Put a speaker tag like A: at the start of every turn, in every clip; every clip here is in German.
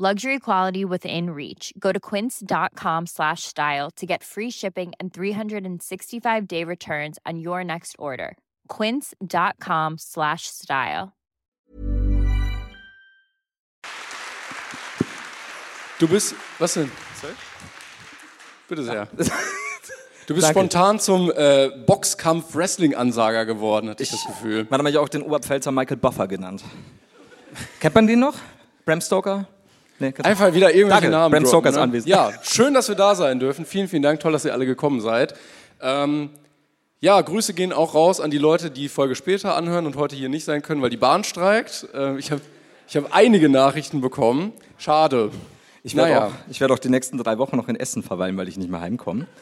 A: Luxury quality within reach. Go to quince.com slash style to get free shipping and 365 day returns on your next order. Quince.com slash style.
B: Du bist. Was denn? Bitte sehr. Du bist
C: Danke.
B: spontan zum äh, Boxkampf-Wrestling-Ansager geworden, hatte ich das Gefühl.
C: Man hat mich auch den Oberpfälzer Michael Buffer genannt. Kennt man den noch? Bram Stoker? Nee, kennt-
B: Einfach wieder irgendwelche
C: Danke,
B: Namen. droppen,
C: Bram
B: ne?
C: Stoker ist anwesend.
B: Ja, schön, dass wir da sein dürfen. Vielen, vielen Dank. Toll, dass ihr alle gekommen seid. Ähm, ja, Grüße gehen auch raus an die Leute, die die Folge später anhören und heute hier nicht sein können, weil die Bahn streikt. Ähm, ich habe ich hab einige Nachrichten bekommen. Schade.
C: ich werde auch, ich werd auch die nächsten drei Wochen noch in Essen verweilen, weil ich nicht mehr heimkomme.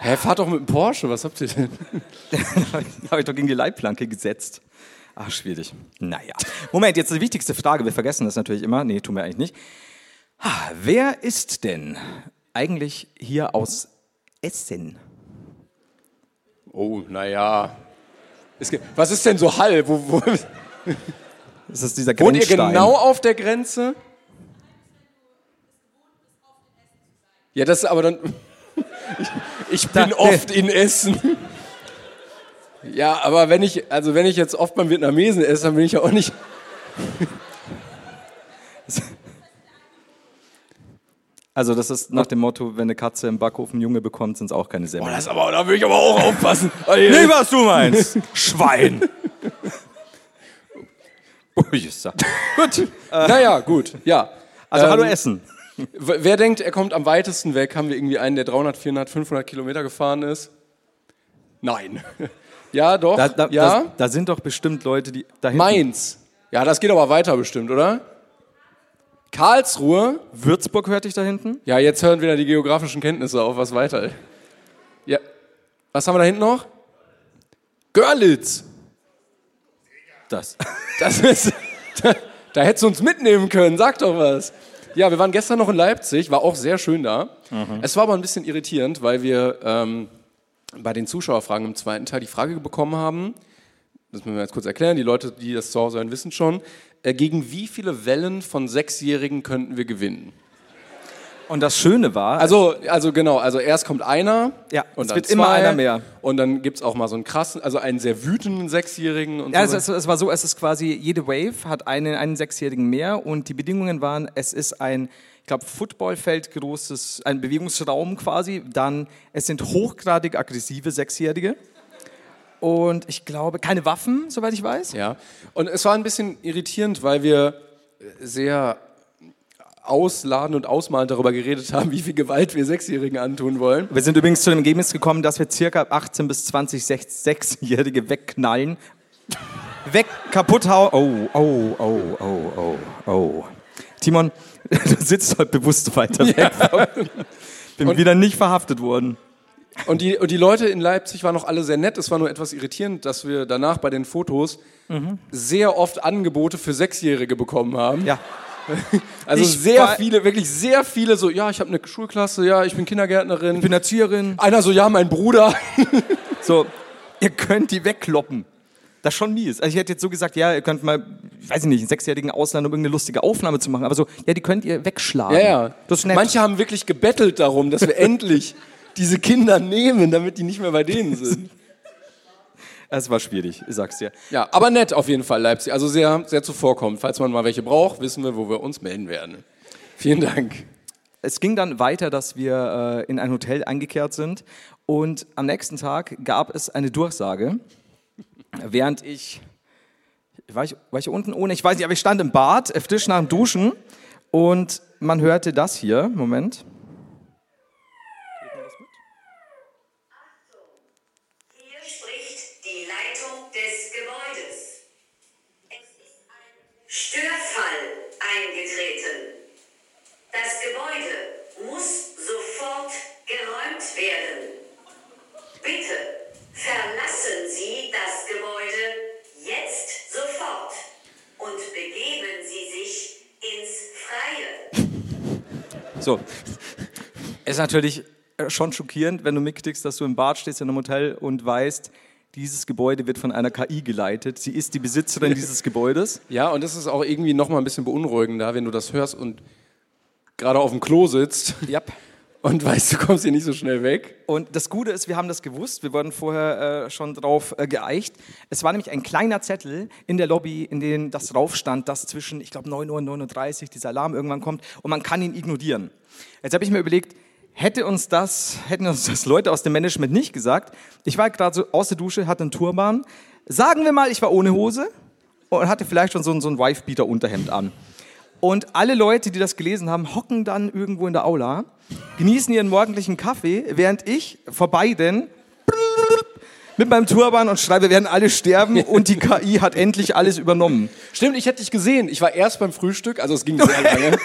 B: Hä, fahrt doch mit dem Porsche. Was habt ihr denn?
C: da habe ich doch gegen die Leitplanke gesetzt. Ach, schwierig. Naja. Moment, jetzt die wichtigste Frage. Wir vergessen das natürlich immer. Nee, tun wir eigentlich nicht. Ah, Wer ist denn eigentlich hier aus Essen?
B: Oh, naja. Was ist denn so Hall? Wo, wo,
C: Ist das dieser
B: wohnt ihr
C: Grenzstein?
B: genau auf der Grenze? Ja, das ist aber dann. Ich, ich bin
C: Da-
B: oft in Essen. Ja, aber wenn ich, also wenn ich jetzt oft beim Vietnamesen esse, dann bin ich ja auch nicht.
C: Also das ist nach dem Motto, wenn eine Katze im Backofen Junge bekommt, sind es auch keine Semmeln.
B: oh, Das aber, da will ich aber auch aufpassen.
C: Nee, was du meinst, Schwein. Ui, ist da.
B: gut. Naja, gut. Ja.
C: Äh. Also hallo
B: Ähm,
C: Essen.
B: W- Wer denkt, er kommt am weitesten weg? Haben wir irgendwie einen, der 300, 400, 500 Kilometer gefahren ist? Nein. Ja, doch.
C: Da, da,
B: ja.
C: da, da sind doch bestimmt Leute, die da hinten.
B: Mainz. Ja, das geht aber weiter bestimmt, oder? Karlsruhe.
C: Würzburg hörte ich da hinten.
B: Ja, jetzt hören wieder die geografischen Kenntnisse auf. Was weiter? Ja. Was haben wir da hinten noch? Görlitz.
C: Das.
B: Das ist. Da, da hättest du uns mitnehmen können, sag doch was. Ja, wir waren gestern noch in Leipzig, war auch sehr schön da.
C: Mhm.
B: Es war aber ein bisschen irritierend, weil wir ähm, bei den Zuschauerfragen im zweiten Teil die Frage bekommen haben, das müssen wir jetzt kurz erklären, die Leute, die das zu Hause hören, wissen schon, äh, gegen wie viele Wellen von Sechsjährigen könnten wir gewinnen?
C: Und das Schöne war,
B: Also, also genau, also erst kommt einer
C: Ja,
B: und
C: es
B: dann
C: wird
B: zwei,
C: immer einer mehr.
B: Und dann gibt es auch mal so einen krassen, also einen sehr wütenden Sechsjährigen. Und
C: Ja,
B: so.
C: es, es, es war so, es ist quasi, jede Wave hat einen, einen Sechsjährigen mehr und die Bedingungen waren, es ist ein, ich glaube, Footballfeld großes, ein Bewegungsraum quasi, dann, es sind hochgradig aggressive Sechsjährige und ich glaube, keine Waffen, soweit ich weiß.
B: Ja, und es war ein bisschen irritierend, weil wir sehr ausladend und ausmalend darüber geredet haben, wie viel Gewalt wir Sechsjährigen antun wollen.
C: Wir sind übrigens zu dem Ergebnis gekommen, dass wir circa 18 bis 20 Sech- Sechsjährige wegknallen, weg kaputt hauen. Oh, oh, oh, oh, oh, oh. Timon, du sitzt heute bewusst weiter weg. Bin wieder nicht verhaftet worden.
B: Und die, und die Leute in Leipzig waren noch alle sehr nett. Es war nur etwas irritierend, dass wir danach bei den Fotos sehr oft Angebote für Sechsjährige bekommen haben.
C: Ja.
B: also
C: ich
B: sehr
C: war-
B: viele, wirklich sehr viele so, ja, ich habe eine Schulklasse, ja, ich bin Kindergärtnerin.
C: Ich bin Erzieherin.
B: Einer so, ja, mein Bruder.
C: So, ihr könnt die wegkloppen. Das ist schon mies. Also ich hätte jetzt so gesagt, ja, ihr könnt mal, weiß ich nicht, einen Sechsjährigen ausleihen, um irgendeine lustige Aufnahme zu machen. Aber so, ja, die könnt ihr wegschlagen.
B: Ja, ja.
C: Das ist nett.
B: Manche haben wirklich gebettelt darum, dass wir endlich diese Kinder nehmen, damit die nicht mehr bei denen sind.
C: Es war schwierig, ich sag's dir.
B: Ja, aber nett auf jeden Fall, Leipzig. Also sehr, sehr zuvorkommend. Falls man mal welche braucht, wissen wir, wo wir uns melden werden. Vielen Dank.
C: Es ging dann weiter, dass wir äh, in ein Hotel eingekehrt sind und am nächsten Tag gab es eine Durchsage, während ich war, ich, war ich unten ohne, ich weiß nicht, aber ich stand im Bad, äh, frisch nach dem Duschen und man hörte das hier, Moment.
D: Hier spricht die Leitung des Gebäudes. Es ist ein Störfall eingetreten. Das Gebäude muss sofort geräumt werden.
C: So. Ist natürlich äh, schon schockierend, wenn du mitkriegst, dass du im Bad stehst in einem Hotel und weißt, dieses Gebäude wird von einer KI geleitet. Sie ist die Besitzerin dieses Gebäudes.
B: Ja, und das ist auch irgendwie nochmal ein bisschen beunruhigender, wenn du das hörst und gerade auf dem Klo sitzt
C: Ja.
B: und weißt, du kommst hier nicht so schnell weg.
C: Und das Gute ist, wir haben das gewusst. Wir wurden vorher äh, schon drauf äh, geeicht. Es war nämlich ein kleiner Zettel in der Lobby, in dem das drauf stand, dass zwischen, ich glaube, 9 Uhr und 9.30 Uhr dieser Alarm irgendwann kommt und man kann ihn ignorieren. Jetzt habe ich mir überlegt, hätte uns das, hätten uns das Leute aus dem Management nicht gesagt. Ich war gerade so aus der Dusche, hatte einen Turban. Sagen wir mal, ich war ohne Hose und hatte vielleicht schon so ein, so ein Wife-Beater-Unterhemd an. Und alle Leute, die das gelesen haben, hocken dann irgendwo in der Aula, genießen ihren morgendlichen Kaffee, während ich vor beiden mit meinem Turban und schreibe, wir werden alle sterben und die KI hat endlich alles übernommen.
B: Stimmt, ich hätte dich gesehen. Ich war erst beim Frühstück, also es ging sehr lange.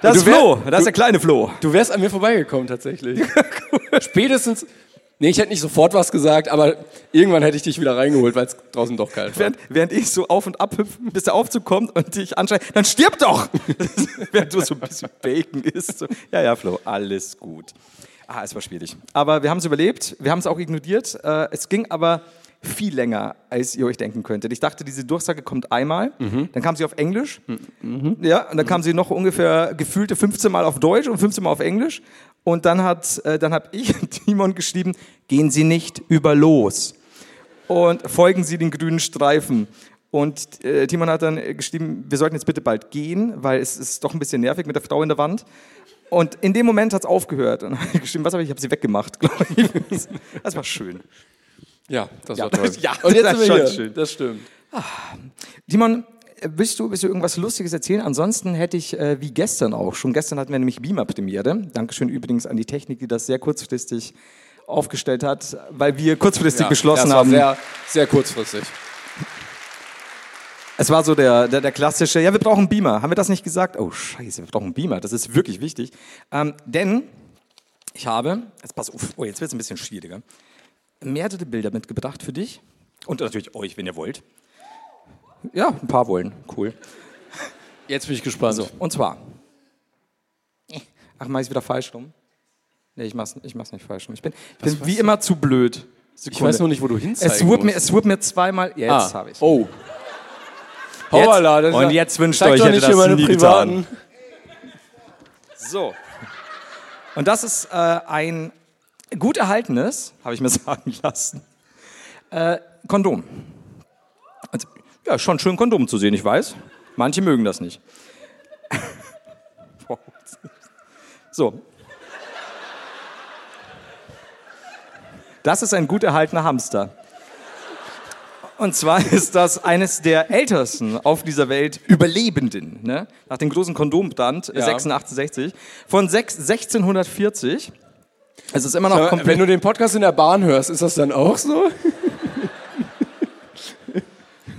C: Das
B: Du
C: ist
B: wär-
C: Flo, das ist der kleine Flo.
B: Du wärst an mir vorbeigekommen tatsächlich. Spätestens. Nee, ich hätte nicht sofort was gesagt, aber irgendwann hätte ich dich wieder reingeholt, weil es draußen doch kalt war.
C: Während, während ich so auf und ab hüpfe, bis der Aufzug kommt und dich anschreit, dann stirb doch! während du so ein bisschen Bacon isst. So. Ja, ja, Flo, alles gut. Ah, es war schwierig. Aber wir haben es überlebt, wir haben es auch ignoriert. Äh, es ging aber viel länger, als ihr euch denken könntet. Ich dachte, diese Durchsage kommt einmal, dann kam sie auf Englisch, ja, und dann kam sie noch ungefähr gefühlte 15 Mal auf Deutsch und 15 Mal auf Englisch. Und dann hat, äh, dann habe ich Timon geschrieben, gehen Sie nicht über los und folgen Sie den grünen Streifen. Und äh, Timon hat dann äh, geschrieben, wir sollten jetzt bitte bald gehen, weil es ist doch ein bisschen nervig mit der Frau in der Wand. Und in dem Moment hat es aufgehört. Und dann habe ich geschrieben, was habe ich? Ich habe sie weggemacht, glaube ich. Das war schön.
B: Ja, das
C: Ja,
B: war toll.
C: ja,
B: Und jetzt
C: das
B: sind wir
C: ist
B: hier.
C: schon schön.
B: Das stimmt.
C: Timon, äh, willst du, willst du irgendwas Lustiges erzählen? Ansonsten hätte ich, äh, wie gestern auch, schon gestern hatten wir nämlich Beamer-Premiere. Dankeschön übrigens an die Technik, die das sehr kurzfristig aufgestellt hat, weil wir kurzfristig
B: Ja,
C: beschlossen
B: das war
C: haben.
B: Sehr, sehr kurzfristig.
C: Es war so der, der, der klassische, ja, wir brauchen einen Beamer. Haben wir das nicht gesagt? Oh, scheiße, wir brauchen einen Beamer. Das ist wirklich wichtig. Ähm, denn ich habe, jetzt pass auf, oh, jetzt wird es ein bisschen schwieriger, mehrere Bilder mitgebracht für dich. Und natürlich euch, wenn ihr wollt. Ja, ein paar wollen. Cool.
B: Jetzt bin ich gespannt.
C: Und zwar. Ach, mach ich wieder falsch rum? Nee, ich mach's, ich mach's nicht falsch rum. Ich bin, ich bin wie immer zu blöd.
B: ich weiß noch nicht, wo du hinzeigst.
C: Es wurde mir, es wurde mir zweimal. Jetzt habe ich.
B: Oh.
C: Jetzt-
B: Hoppala, das ist
C: und
B: ja-
C: jetzt wünscht
B: Zeig
C: euch,
B: doch
C: hätte
B: nicht
C: das
B: hier meine
C: nie
B: privaten.
C: getan. So. Und das ist äh, ein gut erhaltenes, habe ich mir sagen lassen, äh, Kondom. Also, ja, schon schön Kondom zu sehen, ich weiß. Manche mögen das nicht. so. Das ist ein gut erhaltener Hamster. Und zwar ist das eines der ältesten auf dieser Welt Überlebenden, ne? nach dem großen Kondombrand äh,
B: Ja.
C: 86 von sechs- 1640. Es ist immer noch
B: Aber Wenn
C: komplett.
B: du den Podcast in der Bahn hörst, ist das dann auch so?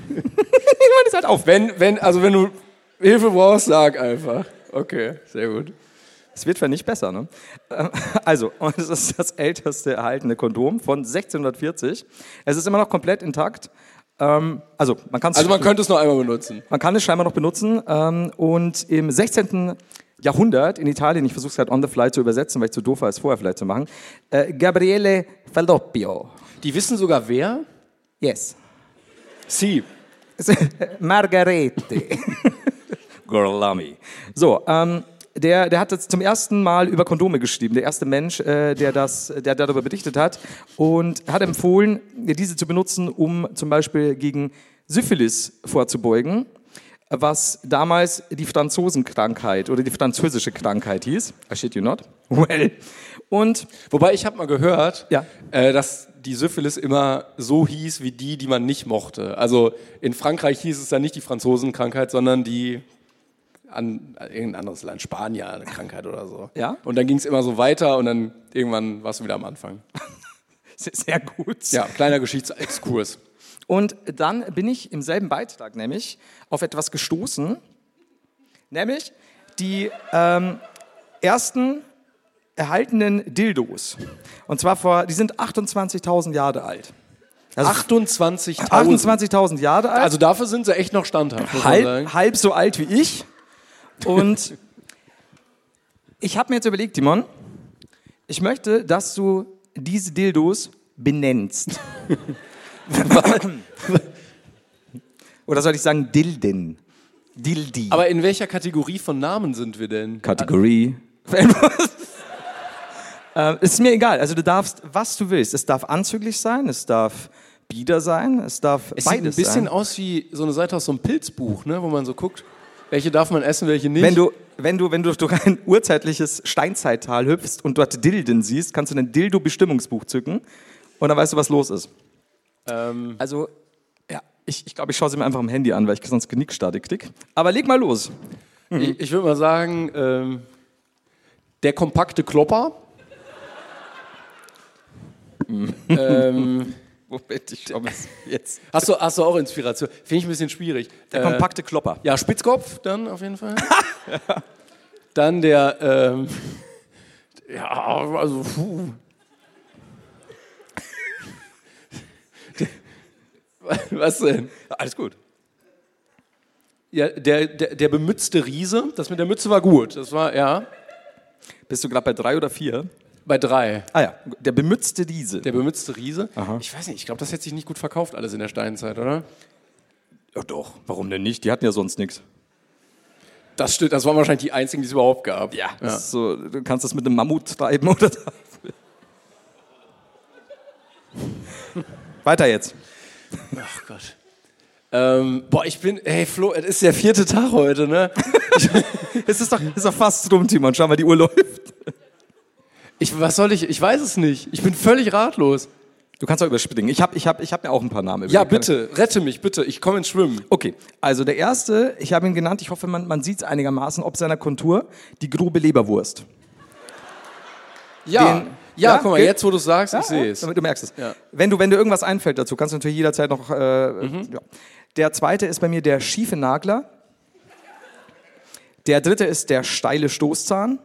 C: Niemand ist halt auf.
B: Wenn, wenn, also wenn du Hilfe brauchst, sag einfach. Okay, sehr gut.
C: Es wird vielleicht nicht besser, ne? Ähm, Also, und es ist das älteste erhaltene Kondom von 1640. Es ist immer noch komplett intakt. Ähm, also, man kann es
B: Also man könnte es noch einmal benutzen.
C: man kann es scheinbar noch benutzen. Ähm, und im 16. Jahrhundert in Italien, ich versuche es gerade on the fly zu übersetzen, weil ich zu doof war, es vorher vielleicht zu machen. Äh, Gabriele Falloppio.
B: Die wissen sogar wer?
C: Yes.
B: Sie.
C: Margarete. Gorlami. So, ähm, der, der hat jetzt zum ersten Mal über Kondome geschrieben, der erste Mensch, äh, der, das, der darüber berichtet hat und hat empfohlen, diese zu benutzen, um zum Beispiel gegen Syphilis vorzubeugen, was damals die Franzosenkrankheit oder die französische Krankheit hieß. I shit you not. Well. Und
B: Wobei ich habe mal gehört,
C: Ja.
B: äh, dass die Syphilis immer so hieß wie die, die man nicht mochte. Also in Frankreich hieß es dann nicht die Franzosenkrankheit, sondern die an an irgendein anderes Land, Spanier, eine Krankheit oder so.
C: Ja?
B: Und dann ging es immer so weiter und dann irgendwann warst du wieder am Anfang.
C: sehr- sehr gut.
B: Ja, kleiner Geschichtsexkurs.
C: Und dann bin ich im selben Beitrag nämlich auf etwas gestoßen, nämlich die ähm, ersten erhaltenen Dildos. Und zwar vor, die sind 28.000 Jahre alt. Also
B: 28.000.
C: 28.000 Jahre alt,
B: Also dafür sind sie echt noch standhaft, muss man sagen.
C: halb, halb so alt wie ich. Und Ich habe mir jetzt überlegt, Timon, ich möchte, dass du diese Dildos benennst. Oder soll ich sagen Dilden? Dildi.
B: Aber in welcher Kategorie von Namen sind wir denn?
C: Kategorie. ähm, ist mir egal. Also du darfst, was du willst. Es darf anzüglich sein, es darf bieder sein, es darf
B: Es sieht ein
C: beides
B: bisschen
C: sein.
B: aus wie so eine Seite aus so einem Pilzbuch, ne? wo man so guckt, welche darf man essen, welche nicht.
C: Wenn du, wenn du, wenn du durch ein urzeitliches Steinzeittal hüpfst und dort Dilden siehst, kannst du ein Dildo-Bestimmungsbuch zücken und dann weißt du, was los ist.
B: ähm,
C: Also, ja, ich, ich glaube, ich schaue sie mir einfach am Handy an, weil ich sonst Genickstatik krieg. Aber leg mal los.
B: ich ich würde mal sagen, ähm, der kompakte Klopper. ähm,
C: Moment, ich schaue mir jetzt. Äh,
B: hast, du, hast du auch Inspiration? Finde ich ein bisschen schwierig. Äh,
C: Der kompakte Klopper.
B: Ja, Spitzkopf dann auf jeden Fall. dann der, ähm, ja, also, puh. Der- Was denn?
C: Alles gut.
B: Ja, der, der, der bemützte Riese, das mit der Mütze war gut. Das war, ja,
C: Bist du gerade bei drei oder vier?
B: bei drei.
C: Ah ja, der bemützte Riese.
B: Der bemützte Riese. Ich weiß nicht, ich glaube, das hätte sich nicht gut verkauft, alles in der Steinzeit, oder?
C: ja doch, warum denn nicht? Die hatten ja sonst nichts.
B: Das stimmt, das waren wahrscheinlich die einzigen, die es überhaupt gab.
C: Das ist So, du kannst das mit einem Mammut treiben oder so. Weiter jetzt.
B: Ach Gott. Ähm, boah, ich bin, hey Flo, es ist der vierte Tag heute, ne?
C: Es ist doch, es ist doch fast rum, Timon. Schau mal, die Uhr läuft.
B: Ich, was soll ich? Ich weiß es nicht. Ich bin völlig ratlos.
C: Du kannst auch überspringen. Ich habe ich hab, ich hab mir auch ein paar Namen
B: Ja,
C: überlegt.
B: bitte, rette mich, bitte. Ich komme ins Schwimmen.
C: Okay, also der erste, ich habe ihn genannt, ich hoffe, man, man sieht es einigermaßen, ob seiner Kontur, die grobe Leberwurst.
B: Ja,
C: Den-
B: ja,
C: Ja,
B: guck mal,
C: geht?
B: jetzt, wo du es sagst, ich sehe es.
C: Damit du merkst es.
B: Ja.
C: Wenn, du, wenn dir irgendwas einfällt dazu, kannst du natürlich jederzeit noch. Äh,
B: Mhm.
C: ja. Der zweite ist bei mir der schiefe Nagler. Der dritte ist der steile Stoßzahn.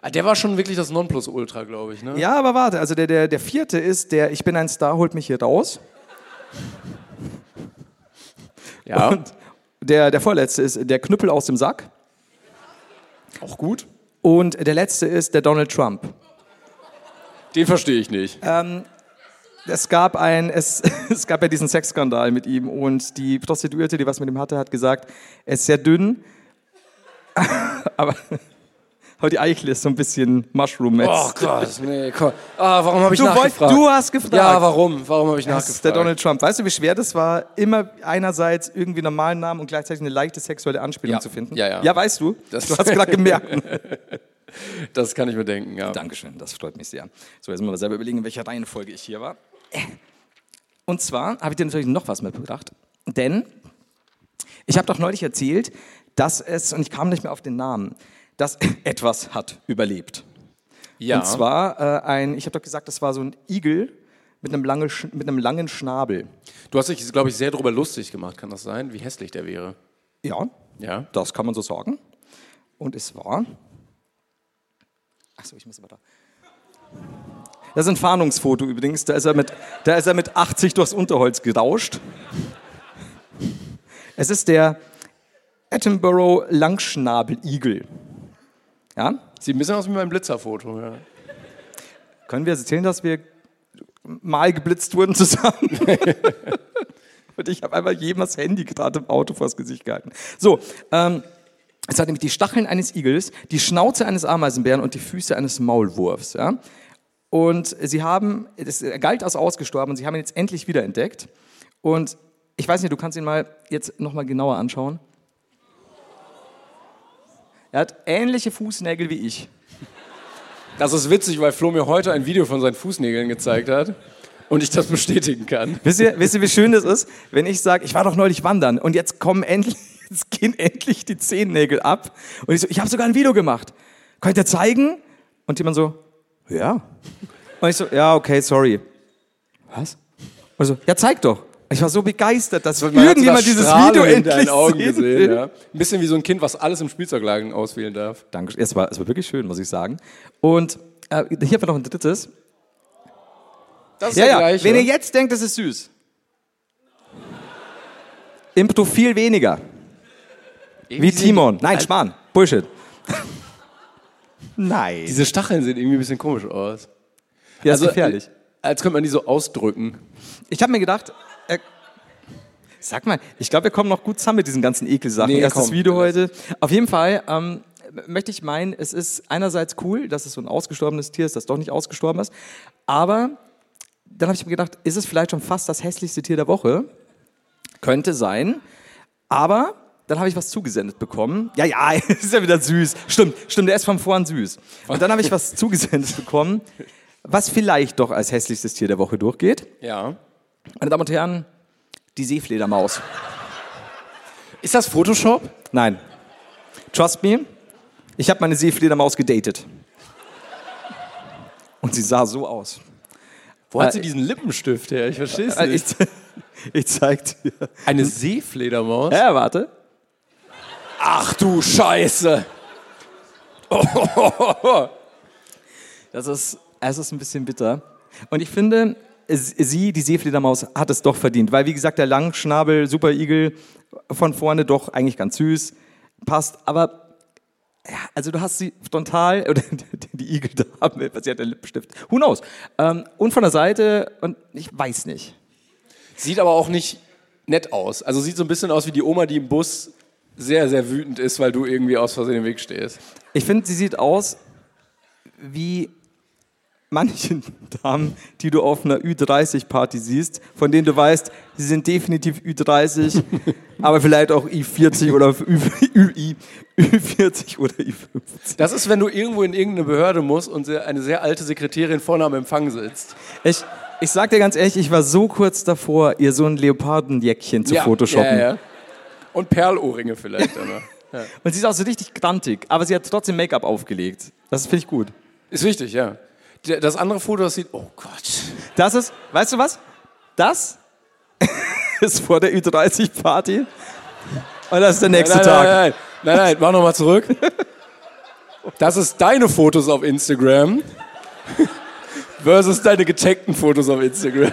B: Ah, Der war schon wirklich das Nonplusultra, glaube ich, ne?
C: Ja, aber warte, also der, der, der vierte ist der Ich bin ein Star, holt mich hier raus.
B: Ja.
C: Und der, der vorletzte ist der Knüppel aus dem Sack.
B: auch gut.
C: Und der letzte ist der Donald Trump.
B: Den verstehe ich nicht.
C: Es gab, ein, es, es gab ja diesen Sexskandal mit ihm und die Prostituierte, die was mit ihm hatte, hat gesagt, er ist sehr dünn, aber, aber die Eichel ist so ein bisschen mushroom
B: oh Gott, nee, komm. Ah, warum habe ich
C: Du, wollt,
B: nachgefragt?
C: du hast gefragt.
B: ja, warum? Warum habe ich
C: Das ist
B: nachgefragt?
C: der Donald Trump. Weißt du, wie schwer das war, immer einerseits irgendwie einen normalen Namen und gleichzeitig eine leichte sexuelle Anspielung
B: Ja.
C: zu finden?
B: Ja, ja.
C: ja weißt du?
B: Das-
C: du hast gerade gemerkt.
B: Das kann ich mir denken, ja.
C: Dankeschön, das freut mich sehr. So, jetzt müssen wir selber überlegen, in welcher Reihenfolge ich hier war. Und zwar habe ich dir natürlich noch was mitgebracht, denn ich habe doch neulich erzählt, dass es, und ich kam nicht mehr auf den Namen, dass etwas hat überlebt.
B: Ja.
C: Und zwar äh, ein, ich habe doch gesagt, das war so ein Igel mit einem, lange, Sch- mit einem langen Schnabel.
B: du hast dich, glaube ich, sehr darüber lustig gemacht, kann das sein? Wie hässlich der wäre.
C: Ja,
B: Ja.
C: das kann man so sagen. Und es war. Achso, ich muss aber da. Das ist ein Fahndungsfoto übrigens. Da ist er mit, da ist er mit 80 durchs Unterholz gerauscht. Es ist der Attenborough Langschnabeligel. Ja?
B: Sieht ein bisschen aus wie mein Blitzerfoto, ja.
C: Können wir erzählen, dass wir mal geblitzt wurden zusammen? Und ich habe einmal jedem das Handy gerade im Auto vors Gesicht gehalten. So, ähm, es hat nämlich die Stacheln eines Igels, die Schnauze eines Ameisenbären und die Füße eines Maulwurfs. Ja? Und sie haben, es galt als ausgestorben, und sie haben ihn jetzt endlich wiederentdeckt. Und ich weiß nicht, du kannst ihn mal jetzt nochmal genauer anschauen. Er hat ähnliche Fußnägel wie ich.
B: Das ist witzig, weil Flo mir heute ein Video von seinen Fußnägeln gezeigt hat und ich das bestätigen kann.
C: Wisst ihr, wisst ihr, wie schön das ist, wenn ich sage, ich war doch neulich wandern und jetzt kommen endlich, jetzt gehen endlich die Zehennägel ab. Und ich so, ich habe sogar ein Video gemacht. Könnt ihr zeigen? Und jemand so, ja. Und ich so, ja, okay, sorry. Was? Und so, ja, zeig doch. Ich war so begeistert, dass
B: Man hat so
C: irgendjemand
B: das
C: dieses
B: Strahlen
C: Video
B: in deinen
C: endlich
B: Augen
C: sehen
B: gesehen.
C: will.
B: Ja. Ein bisschen wie so ein Kind, was alles im Spielzeugladen auswählen darf.
C: Dankeschön. Es war, es war wirklich schön, muss ich sagen. Und äh, hier haben wir noch ein drittes.
B: Das ist
C: Ja,
B: der
C: ja.
B: gleiche.
C: Wenn ihr jetzt denkt, das ist süß. Im Profil weniger. Wie Timon. Nein, Spahn. Bullshit. Nein.
B: Diese Stacheln sehen irgendwie ein bisschen komisch aus. äh,
C: ja,
B: Also,
C: ist gefährlich.
B: Als könnte man die so ausdrücken.
C: Ich habe mir gedacht, äh, sag mal, ich glaube, wir kommen noch gut zusammen mit diesen ganzen Ekelsachen.
B: Nee,
C: Erstes
B: komm.
C: Video heute. Auf jeden Fall ähm, m- möchte ich meinen, es ist einerseits cool, dass es so ein ausgestorbenes Tier ist, das doch nicht ausgestorben ist. Aber dann habe ich mir gedacht, ist es vielleicht schon fast das hässlichste Tier der Woche? Könnte sein. Aber dann habe ich was zugesendet bekommen. Ja, ja, ist ja wieder süß. Stimmt, stimmt, der ist von vorn süß. Und dann habe ich was zugesendet bekommen, was vielleicht doch als hässlichstes Tier der Woche durchgeht.
B: Ja.
C: Meine Damen und Herren, die Seefledermaus.
B: Ist das Photoshop?
C: Nein. Trust me, ich habe meine Seefledermaus gedatet. Und sie sah so aus.
B: Wo hat
C: Äh,
B: sie diesen Lippenstift her? Ich verstehe es
C: Äh,
B: nicht.
C: Ich, ich zeig dir.
B: Eine Seefledermaus?
C: Ja, warte.
B: Ach du Scheiße!
C: Das ist, es ist ein bisschen bitter. Und ich finde, es- sie, die Seefledermaus, hat es doch verdient. Weil, wie gesagt, der Langschnabel, Superigel, von vorne doch eigentlich ganz süß, passt. Aber, ja, also du hast sie frontal, oder die- die Igel da haben, sie hat den Lippenstift. Who knows? Ähm, und von der Seite, und ich weiß nicht.
B: Sieht aber auch nicht nett aus. Also sieht so ein bisschen aus wie die Oma, die im Bus sehr, sehr wütend ist, weil du irgendwie aus Versehen im Weg stehst.
C: Ich finde, sie sieht aus wie manche Damen, die du auf einer Ü30-Party siehst, von denen du weißt, sie sind definitiv Ü30, aber vielleicht auch Ü40 oder Ü, Ü, Ü40 oder Ü50.
B: Das ist, wenn du irgendwo in irgendeine Behörde musst und sehr- eine sehr alte Sekretärin vorne am Empfang sitzt.
C: Ich, ich sag dir ganz ehrlich, ich war so kurz davor, ihr so ein Leopardenjäckchen zu photoshoppen.
B: Ja, ja. Und Perlohrringe vielleicht. ne? aber.
C: Und sie ist auch so richtig grantig, aber sie hat trotzdem Make-up aufgelegt. Das finde ich gut.
B: Ist wichtig, ja. Der- Das andere Foto, das sieht, oh Gott.
C: Das ist, weißt du was? Das ist vor der Ü30-Party. Und das ist der nächste
B: nein,
C: Tag.
B: Nein, nein, nein, nein, mach nochmal zurück. Das ist deine Fotos auf Instagram versus deine getaggten Fotos auf Instagram.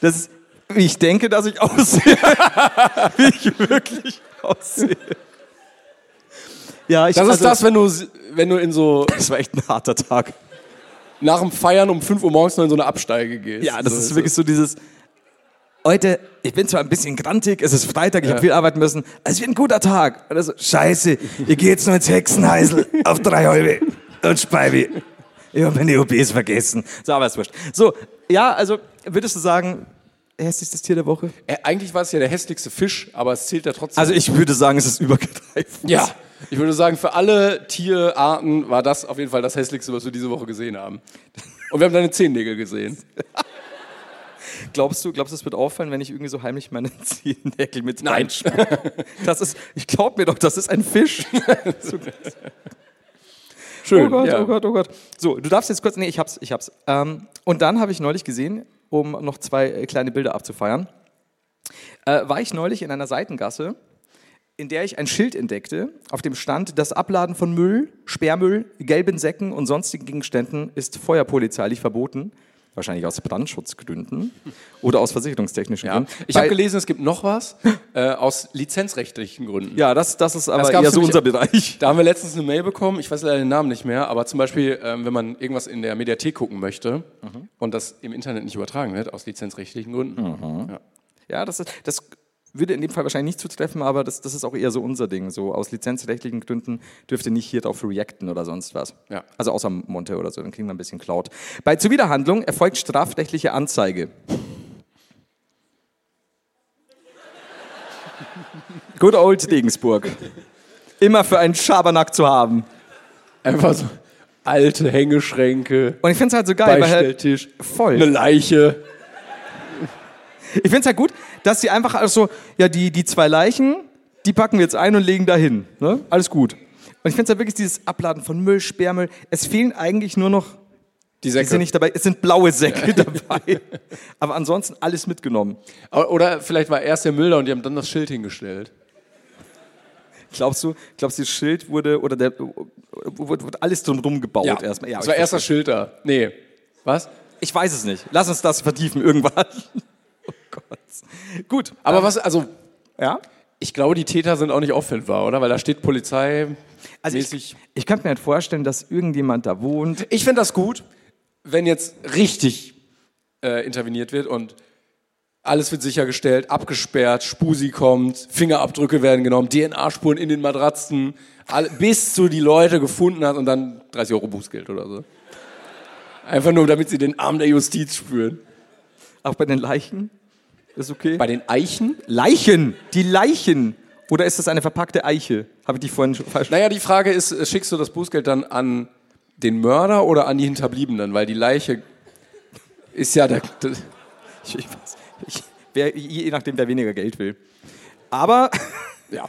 C: Das ist, wie ich denke, dass ich aussehe. wie ich wirklich aussehe. Ja, ich,
B: Das ist
C: also,
B: das, wenn du, wenn du in so
C: das war echt ein harter Tag.
B: nach dem Feiern um 5 Uhr morgens noch in so eine Absteige gehst.
C: Ja, das
B: so
C: ist wirklich so dieses. Heute, ich bin zwar ein bisschen grantig, es ist Freitag, ich habe viel arbeiten müssen, es wird ein guter Tag. Und er so, Scheiße, ihr geht's nur ins Hexenheisel auf drei Häube und Speibi. Ich habe meine OBs vergessen. So, aber ist wurscht. So, ja, also würdest du sagen, hässlichstes Tier der Woche?
B: Äh, Eigentlich war es ja der hässlichste Fisch, aber es zählt ja trotzdem.
C: Also ich würde sagen, es ist übergreifend.
B: ja, ich würde sagen, für alle Tierarten war das auf jeden Fall das hässlichste, was wir diese Woche gesehen haben. Und wir haben deine Zehennägel gesehen.
C: Glaubst du, glaubst du, es wird auffallen, wenn ich irgendwie so heimlich meine Zehennägel mit
B: Nein.
C: Das ist, ich glaub mir doch, das ist ein Fisch.
B: Schön.
C: Oh Gott,
B: ja.
C: oh Gott, oh Gott. So, du darfst jetzt kurz. Nee, ich hab's, ich hab's. Ähm, und dann habe ich neulich gesehen, um noch zwei äh, kleine Bilder abzufeiern, äh, war ich neulich in einer Seitengasse, in der ich ein Schild entdeckte, auf dem stand: Das Abladen von Müll, Sperrmüll, gelben Säcken und sonstigen Gegenständen ist feuerpolizeilich verboten. Wahrscheinlich aus Brandschutzgründen oder aus versicherungstechnischen
B: Ja.
C: Gründen.
B: Ich habe
C: Weil-
B: gelesen, es gibt noch was äh, aus lizenzrechtlichen Gründen.
C: Ja, das, das ist aber
B: Das gab's
C: eher so
B: nämlich-
C: unser Bereich.
B: Da haben wir letztens eine Mail bekommen, ich weiß leider den Namen nicht mehr, aber zum Beispiel, ähm, wenn man irgendwas in der Mediathek gucken möchte
C: Mhm.
B: und das im Internet nicht übertragen wird, aus lizenzrechtlichen Gründen.
C: Mhm. Ja, das, ist, das würde in dem Fall wahrscheinlich nicht zutreffen, aber das, das ist auch eher so unser Ding. So aus lizenzrechtlichen Gründen dürft ihr nicht hier drauf reacten oder sonst was.
B: Ja.
C: Also außer Monte oder so, dann kriegen wir ein bisschen Cloud. Bei Zuwiderhandlung erfolgt strafrechtliche Anzeige. Good old Regensburg. Immer für einen Schabernack zu haben.
B: Einfach so alte Hängeschränke,
C: Und ich finde es halt so geil, weil halt,
B: Beistelltisch,
C: voll.
B: eine Leiche.
C: ich finde es halt gut, dass sie einfach alles so, ja, die, die zwei Leichen, die packen wir jetzt ein und legen da hin. Ne? Alles gut. Und ich finde es halt wirklich dieses Abladen von Müll, Sperrmüll. Es fehlen eigentlich nur noch,
B: Die
C: die sind
B: Säcke.
C: nicht dabei, es sind blaue Säcke dabei. Aber ansonsten alles mitgenommen.
B: O- Oder vielleicht war erst der Müll da und die haben dann das Schild hingestellt.
C: Glaubst du, glaubst du, das Schild wurde, oder der, wurde, wurde alles drumherum gebaut erstmal?
B: es war
C: ich-
B: erst das Schild da. Nee. Was?
C: Ich weiß es nicht. Lass uns das vertiefen irgendwann. Oh Gott. Gut.
B: Aber was, also
C: Ja?
B: Ich glaube, die Täter sind auch nicht auffindbar, oder? Weil da steht Polizei.
C: Also ich,
B: Mäßig.
C: ich könnte mir halt vorstellen, dass irgendjemand da wohnt.
B: Ich finde das gut, wenn jetzt richtig äh, interveniert wird und alles wird sichergestellt, abgesperrt, Spusi kommt, Fingerabdrücke werden genommen, DNA-Spuren in den Matratzen, all, bis du die Leute gefunden hast und dann 30 Euro Bußgeld oder so. Einfach nur, damit sie den Arm der Justiz spüren.
C: Auch bei den Leichen. Ist okay.
B: Bei den Eichen?
C: Leichen! Die Leichen! Oder ist das eine verpackte Eiche? Habe ich die vorhin schon falsch
B: Naja, die Frage ist, äh, schickst du das Bußgeld dann an den Mörder oder an die Hinterbliebenen? Weil die Leiche ist ja der... der
C: Ich, ich weiß, ich, wer, je je nachdem, wer weniger Geld will. Aber,
B: ja.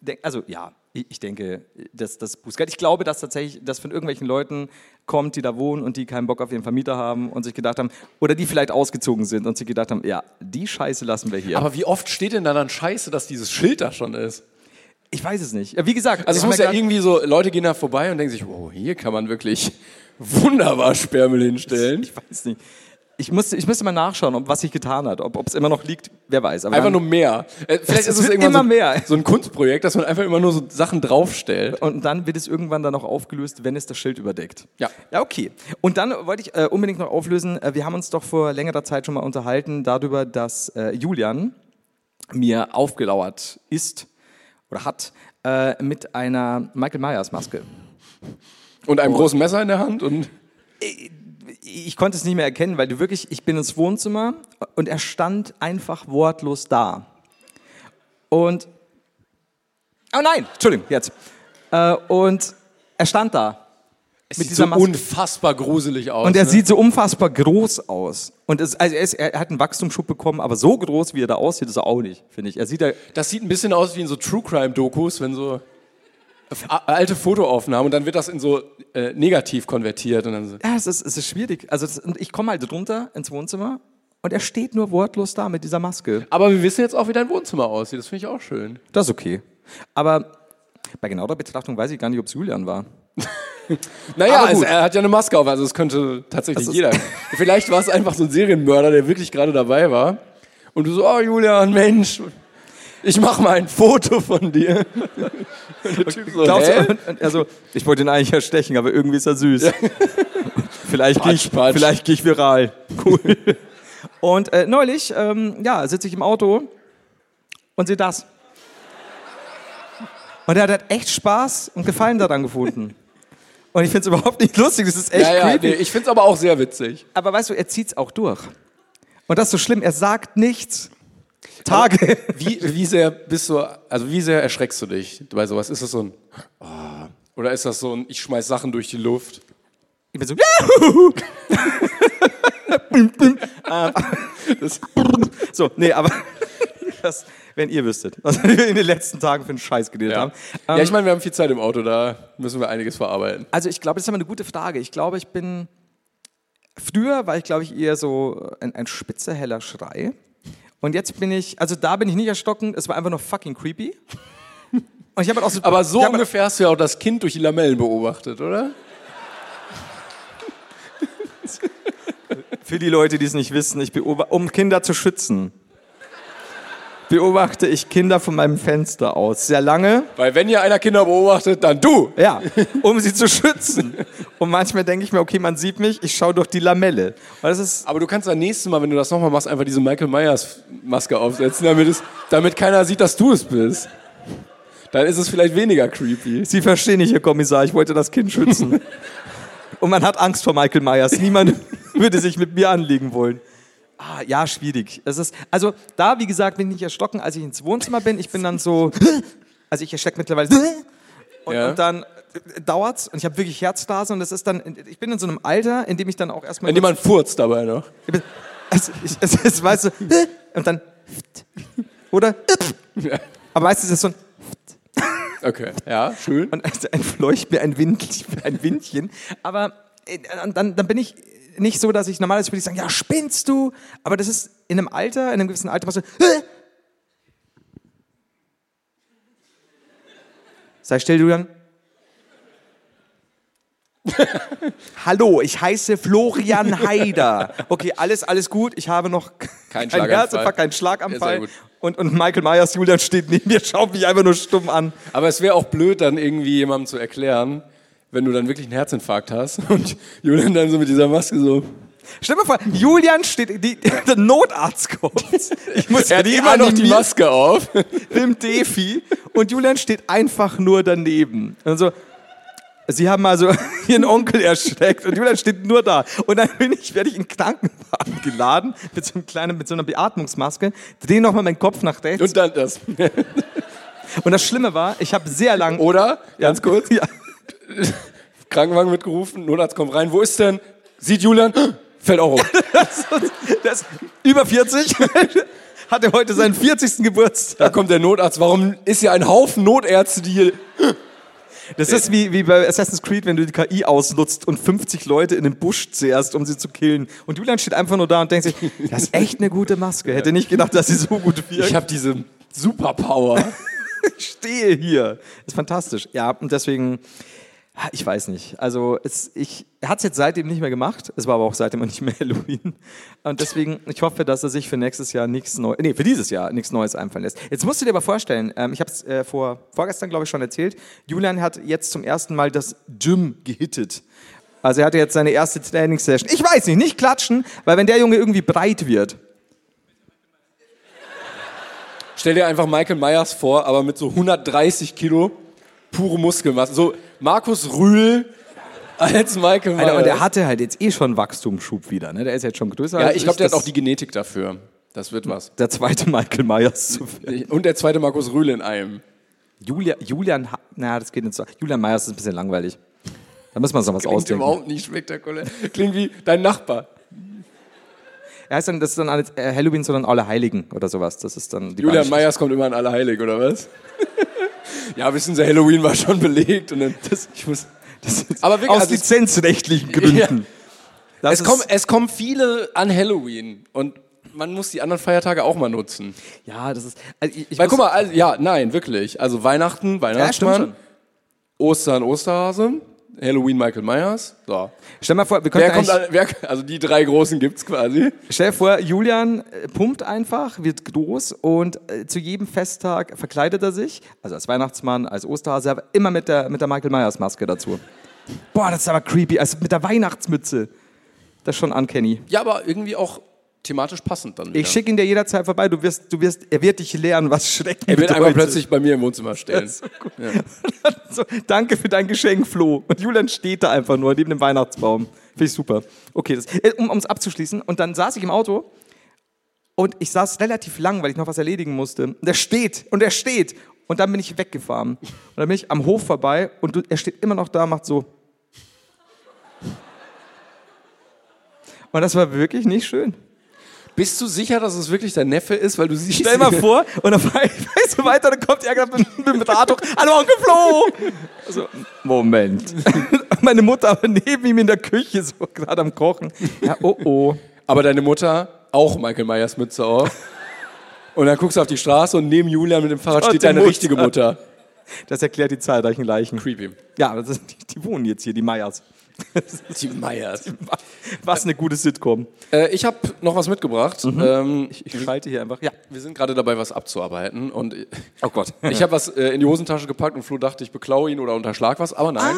C: denk- also ja, ich ich denke, dass das Bußgeld. Ich glaube, dass tatsächlich das von irgendwelchen Leuten kommt, die da wohnen und die keinen Bock auf ihren Vermieter haben und sich gedacht haben, oder die vielleicht ausgezogen sind und sich gedacht haben, ja, die Scheiße lassen wir hier.
B: Aber wie oft steht denn da dann Scheiße, dass dieses Schild da schon ist?
C: ich weiß es nicht. Ja, wie gesagt,
B: Also es
C: wir
B: muss ja
C: haben
B: irgendwie so, Leute gehen da vorbei und denken sich, wow, hier kann man wirklich wunderbar Sperrmüll hinstellen.
C: gesagt, ich weiß nicht. Ich müsste, ich müsste mal nachschauen, ob was ich getan hat, ob es immer noch liegt, wer weiß. Aber
B: Einfach
C: dann-
B: nur mehr. Äh,
C: Es
B: vielleicht ist es
C: wird
B: irgendwann
C: immer
B: so,
C: mehr.
B: so ein Kunstprojekt, dass man einfach immer nur so Sachen draufstellt.
C: Und dann wird es irgendwann dann auch aufgelöst, wenn es das Schild überdeckt.
B: Ja.
C: Ja, okay. Und dann wollte ich äh, unbedingt noch auflösen, äh, wir haben uns doch vor längerer Zeit schon mal unterhalten darüber, dass äh, Julian mir aufgelauert ist oder hat äh, mit einer Michael Myers Maske.
B: Und einem großen Messer in der Hand und
C: Ich konnte es nicht mehr erkennen, weil du wirklich, ich bin ins Wohnzimmer und er stand einfach wortlos da. Und, oh nein, Entschuldigung, jetzt. Äh, und er stand da
B: es
C: Mit
B: sieht
C: dieser
B: so
C: Maske.
B: unfassbar gruselig aus.
C: Und er
B: ne?
C: sieht so unfassbar groß aus. Und es, also er, ist, er hat einen Wachstumsschub bekommen, aber so groß, wie er da aussieht, ist er auch nicht, finde ich. Er sieht da,
B: Das sieht ein bisschen aus wie in so True Crime Dokus, wenn so a- alte Fotoaufnahmen und dann wird das in so äh, negativ konvertiert und dann so.
C: ja, es ist, es ist schwierig. Also es, und ich komme halt runter ins Wohnzimmer und er steht nur wortlos da mit dieser Maske.
B: Aber wir wissen jetzt auch, wie dein Wohnzimmer aussieht. Das finde ich auch schön.
C: Das ist okay. Aber bei genauer Betrachtung weiß ich gar nicht, ob es Julian war.
B: Naja,
C: Aber
B: also
C: gut.
B: er hat ja eine Maske auf, also es könnte tatsächlich
C: Das ist-
B: jeder. Vielleicht war es einfach so ein Serienmörder, der wirklich gerade dabei war. Und du so, oh Julian, Mensch, ich mach mal ein Foto von dir. Und der Typ so,
C: Glaubst
B: hä?
C: du, und, und, also, ich wollte ihn eigentlich erstechen, aber irgendwie ist er süß. vielleicht gehe ich,
B: Patsch, patsch.
C: vielleicht gehe ich viral. Cool. und äh, neulich, ähm, ja, sitze ich im Auto und sehe das. Und er hat halt echt Spaß und Gefallen daran gefunden. Und ich finde es überhaupt nicht lustig, das ist echt
B: Ja, ja,
C: creepy.
B: nee, ich find's aber auch sehr witzig.
C: Aber weißt du, er zieht es auch durch. Und das ist so schlimm, er sagt nichts. Tage.
B: Wie, wie sehr bist du, also wie sehr erschreckst du dich bei sowas? Ist das so ein, oh, oder ist das so ein, ich schmeiß Sachen durch die Luft?
C: Ich bin so, Yahoo! das, so, nee, aber das, wenn ihr wüsstet, was wir in den letzten Tagen für einen Scheiß geredet
B: Ja, Ähm.
C: haben.
B: ja ich meine, wir haben viel Zeit im Auto, da müssen wir einiges verarbeiten.
C: Also ich glaube, das ist aber eine gute Frage. Ich glaube, ich bin. Früher war ich, glaube ich, eher so ein, ein spitzer, heller Schrei. Und jetzt bin ich, also da bin ich nicht erstocken, es war einfach nur fucking creepy. Und ich habe halt auch so,
B: Aber so
C: ich hab-
B: ungefähr hast du ja auch das Kind durch die Lamellen beobachtet, oder?
C: Für die Leute, die es nicht wissen, ich beobachte, um Kinder zu schützen, beobachte ich Kinder von meinem Fenster aus. Sehr lange,
B: Weil wenn ihr einer Kinder beobachtet, dann du.
C: ja, um sie zu schützen. Und manchmal denke ich mir, okay, man sieht mich, ich schaue durch die Lamelle. Und das ist,
B: Aber du kannst dann nächstes Mal, wenn du das nochmal machst, einfach diese Michael Myers Maske aufsetzen, damit, es, damit keiner sieht, dass du es bist. Dann ist es vielleicht weniger creepy.
C: Sie verstehen nicht, Herr Kommissar, ich wollte das Kind schützen. Und man hat Angst vor Michael Myers. Niemand würde sich mit mir anlegen wollen. Ah, ja, schwierig. Es ist, also da, wie gesagt, bin ich nicht erschrocken, als ich ins Wohnzimmer bin. Ich bin dann so, also ich erschrecke mittlerweile so, und,
B: Ja.
C: und dann äh, dauert's und ich habe wirklich Herzrasen und das ist dann, ich bin in so einem Alter, in dem ich dann auch erstmal...
B: Wenn jemand furzt dabei noch.
C: Also, ich, es ist, weißt du, und dann, oder, aber meistens ist es so ein...
B: Okay, ja, schön.
C: Und also ein Fleuch mir ein, Wind, ein Windchen. Aber äh, und dann, dann bin ich nicht so, dass ich normalerweise würde ich sagen, ja, spinnst du? Aber das ist in einem Alter, in einem gewissen Alter, machst du, "Hä?" Sei still, Julian. Hallo, ich heiße Florian Haider. Okay, alles, alles gut. Ich habe noch
B: Kein Schlaganfall.
C: Herzinfarkt, keinen Schlaganfall.
B: gut.
C: und, und Michael Myers, Julian steht neben mir, schaut mich einfach nur stumm an.
B: Aber es wäre auch blöd, dann irgendwie jemandem zu erklären, wenn du dann wirklich einen Herzinfarkt hast und Julian dann so mit dieser Maske so.
C: Stell dir mal vor, Julian steht, die, der Notarzt kommt. Ich muss
B: Er hat immer noch die
C: animieren.
B: Maske auf.
C: im Defi und Julian steht einfach nur daneben. Und so, sie haben also ihren Onkel erschreckt und Julian steht nur da. Und dann bin ich, werde ich in den Krankenwagen geladen mit so, einem kleinen, mit so einer Beatmungsmaske, drehe nochmal meinen Kopf nach rechts.
B: Und
C: Und,
B: dann das.
C: das Schlimme war, ich habe sehr lange...
B: Oder, ganz kurz,
C: Ja.
B: Krankenwagen mitgerufen, Notarzt kommt rein. Wo ist denn? Sieht Julian, fällt auch um.
C: Der ist über 40, hatte heute seinen 40. Geburtstag.
B: Da kommt der Notarzt. Warum ist hier ein Haufen Notärzte, die hier...
C: Das ist wie, wie bei Assassin's Creed, wenn du die KI ausnutzt und 50 Leute in den Busch zehrst, um sie zu killen. Und Julian steht einfach nur da und denkt sich, das ist echt eine gute Maske. Hätte nicht gedacht, dass sie so gut wirkt.
B: Ich habe diese Superpower.
C: Ich stehe hier. Ist fantastisch. Ja, und deswegen, ich weiß nicht. Also, es, ich hat es jetzt seitdem nicht mehr gemacht. Es war aber auch seitdem auch nicht mehr Halloween. Und deswegen, ich hoffe, dass er sich für nächstes Jahr nichts Neues, nee, für dieses Jahr nichts Neues einfallen lässt. Jetzt musst du dir aber vorstellen, ähm, ich habe es äh, vor, vorgestern, glaube ich, schon erzählt. Julian hat jetzt zum ersten Mal das Gym gehittet. Also, er hatte jetzt seine erste Trainingssession. Ich weiß nicht, nicht klatschen, weil wenn der Junge irgendwie breit wird,
B: Stell dir einfach Michael Myers vor, aber mit so 130 Kilo pure Muskelmasse. So Markus Rühl als Michael Myers.
C: Alter, und er hatte halt jetzt eh schon Wachstumsschub wieder, ne? Der ist jetzt schon größer.
B: ja,
C: als
B: ich glaube, der hat
C: Das-
B: auch die Genetik dafür. Das wird was.
C: der zweite Michael Myers zu werden.
B: Ich- Und der zweite Markus Rühl in einem.
C: Julia, Julian, Ha- na, das geht nicht so. Julian Myers ist ein bisschen langweilig. Da muss man uns noch was
B: Klingt
C: ausdenken.
B: überhaupt nicht spektakulär. Klingt wie dein Nachbar.
C: Er heißt dann, das ist dann alles, äh, Halloween, sondern Allerheiligen oder sowas. Das ist dann die
B: Julian
C: Basis.
B: Myers kommt immer an Allerheilig, oder was? ja, wissen Sie, Halloween war schon belegt. Und dann,
C: Das, ich muss, das ist
B: Aber wirklich,
C: aus
B: also es-
C: lizenzrechtlichen Gründen. Das
B: es, kommen, es kommen viele an Halloween und man muss die anderen Feiertage auch mal nutzen.
C: ja, das ist. Also ich, ich
B: Weil
C: muss-
B: guck mal, also, ja, nein, wirklich. Also Weihnachten,
C: ja, stimmt
B: Weihnachtsmann,
C: schon.
B: Ostern, Osterhase, Halloween, Michael Myers. So.
C: Stell mal vor, wir
B: Wer
C: könnten
B: kommt
C: eigentlich,
B: an, wer, also die drei großen gibt's quasi.
C: stell dir vor, Julian äh, pumpt einfach, wird groß und äh, zu jedem Festtag verkleidet er sich, also als Weihnachtsmann, als Osterhase, aber immer mit der, mit der Michael Myers Maske dazu. Boah, das ist aber creepy, also mit der Weihnachtsmütze. Das ist schon uncanny.
B: Ja, aber irgendwie auch thematisch passend dann wieder.
C: Ich schicke ihn dir jederzeit vorbei, du wirst, du wirst, er wird dich lernen, was Schrecken
B: er wird
C: bedeutet.
B: einmal plötzlich bei mir im Wohnzimmer stehen.
C: so, danke für dein Geschenk, Flo. Und Julian steht da einfach nur neben dem Weihnachtsbaum. Finde ich super. Okay, das, äh, um es abzuschließen. Und dann saß ich im Auto und ich saß relativ lang, weil ich noch was erledigen musste. Und er steht und er steht. Und dann bin ich weggefahren. Und dann bin ich am Hof vorbei und du, er steht immer noch da, macht so. Und das war wirklich nicht schön.
B: Bist du sicher, dass es wirklich dein Neffe ist? Weil du siehst.
C: Stell mal vor, und dann weißt du weiter, dann kommt er gerade mit, mit dem Rad hoch. Hallo, Onkel Flo! Also, Moment. Meine Mutter aber neben ihm in der Küche, so gerade am Kochen. Ja, oh oh.
B: Aber deine Mutter auch Michael Myers Mütze auf. Und dann guckst du auf die Straße und neben Julian mit dem Fahrrad
C: Schaut
B: steht
C: die
B: deine
C: Mutter.
B: richtige Mutter.
C: Das erklärt die zahlreichen Leichen.
B: Creepy.
C: Ja, das ist, die, die wohnen jetzt hier, die Meyers.
B: Die Myers.
C: Was eine gute Sitcom.
B: Äh, ich habe noch was mitgebracht. Ähm,
C: Ich schalte hier einfach. Ja.
B: wir sind gerade dabei, was abzuarbeiten. Und
C: Oh Gott.
B: Ich habe was äh, in die Hosentasche gepackt und Flo dachte, ich beklaue ihn oder unterschlag was, aber nein.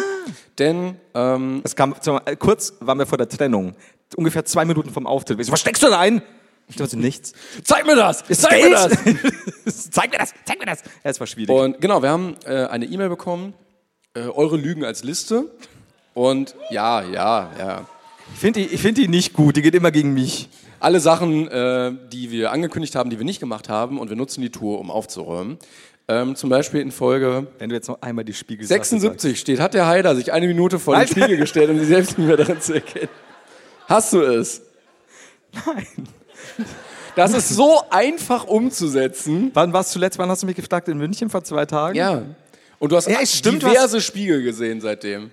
B: Denn ähm,
C: Das kam zum, äh, kurz waren wir vor der Trennung. Ungefähr zwei Minuten vom Auftritt. Ich so, was steckst du da ein? Ich dachte, nichts.
B: zeig mir das! Zeig mir das!
C: das! zeig mir das! Zeig mir das! Ja, es war schwierig.
B: Und genau, wir haben äh, eine E-Mail bekommen, äh, eure Lügen als Liste. Und ja, ja, ja.
C: Ich finde die, ich find die nicht gut, die geht immer gegen mich.
B: Alle Sachen, äh, die wir angekündigt haben, die wir nicht gemacht haben und wir nutzen die Tour, um aufzuräumen. Ähm, zum Beispiel in Folge
C: Wenn du jetzt noch einmal die Spiegel
B: 76 steht, hat der Haider sich eine Minute vor den
C: Alter.
B: Spiegel gestellt, um sich selbst nicht mehr darin zu erkennen. Hast du es?
C: Nein.
B: Das ist so einfach umzusetzen.
C: Wann warst du zuletzt? Wann hast du mich gefragt? In München vor zwei Tagen?
B: Ja. Und du hast
C: Ja, es stimmt,
B: diverse Spiegel gesehen seitdem.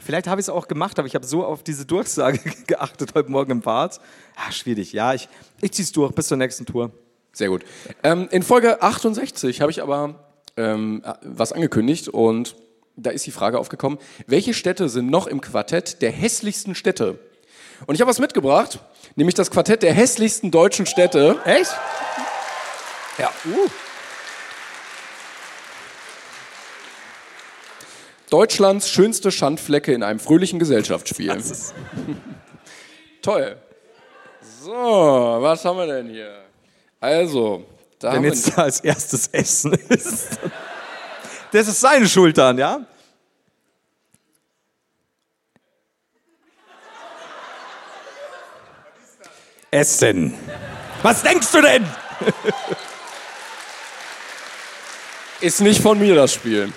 C: Vielleicht habe ich es auch gemacht, aber ich habe so auf diese Durchsage geachtet heute Morgen im Bad. Ah, schwierig. Ja, ich, ich zieh's durch bis zur nächsten Tour.
B: Sehr gut. Ähm, in Folge 68 habe ich aber ähm, äh, was angekündigt und da ist die Frage aufgekommen, welche Städte sind noch im Quartett der hässlichsten Städte? Und ich habe was mitgebracht, nämlich das Quartett der hässlichsten deutschen Städte.
C: Echt?
B: Ja. Uh. Deutschlands schönste Schandflecke in einem fröhlichen Gesellschaftsspiel. Toll. So, was haben wir denn hier? Also, da
C: Wenn
B: haben
C: jetzt da als erstes Essen ist. Das ist seine Schuld dann, ja? Essen. Was denkst du denn?
B: wir, ist nicht von mir das Spiel.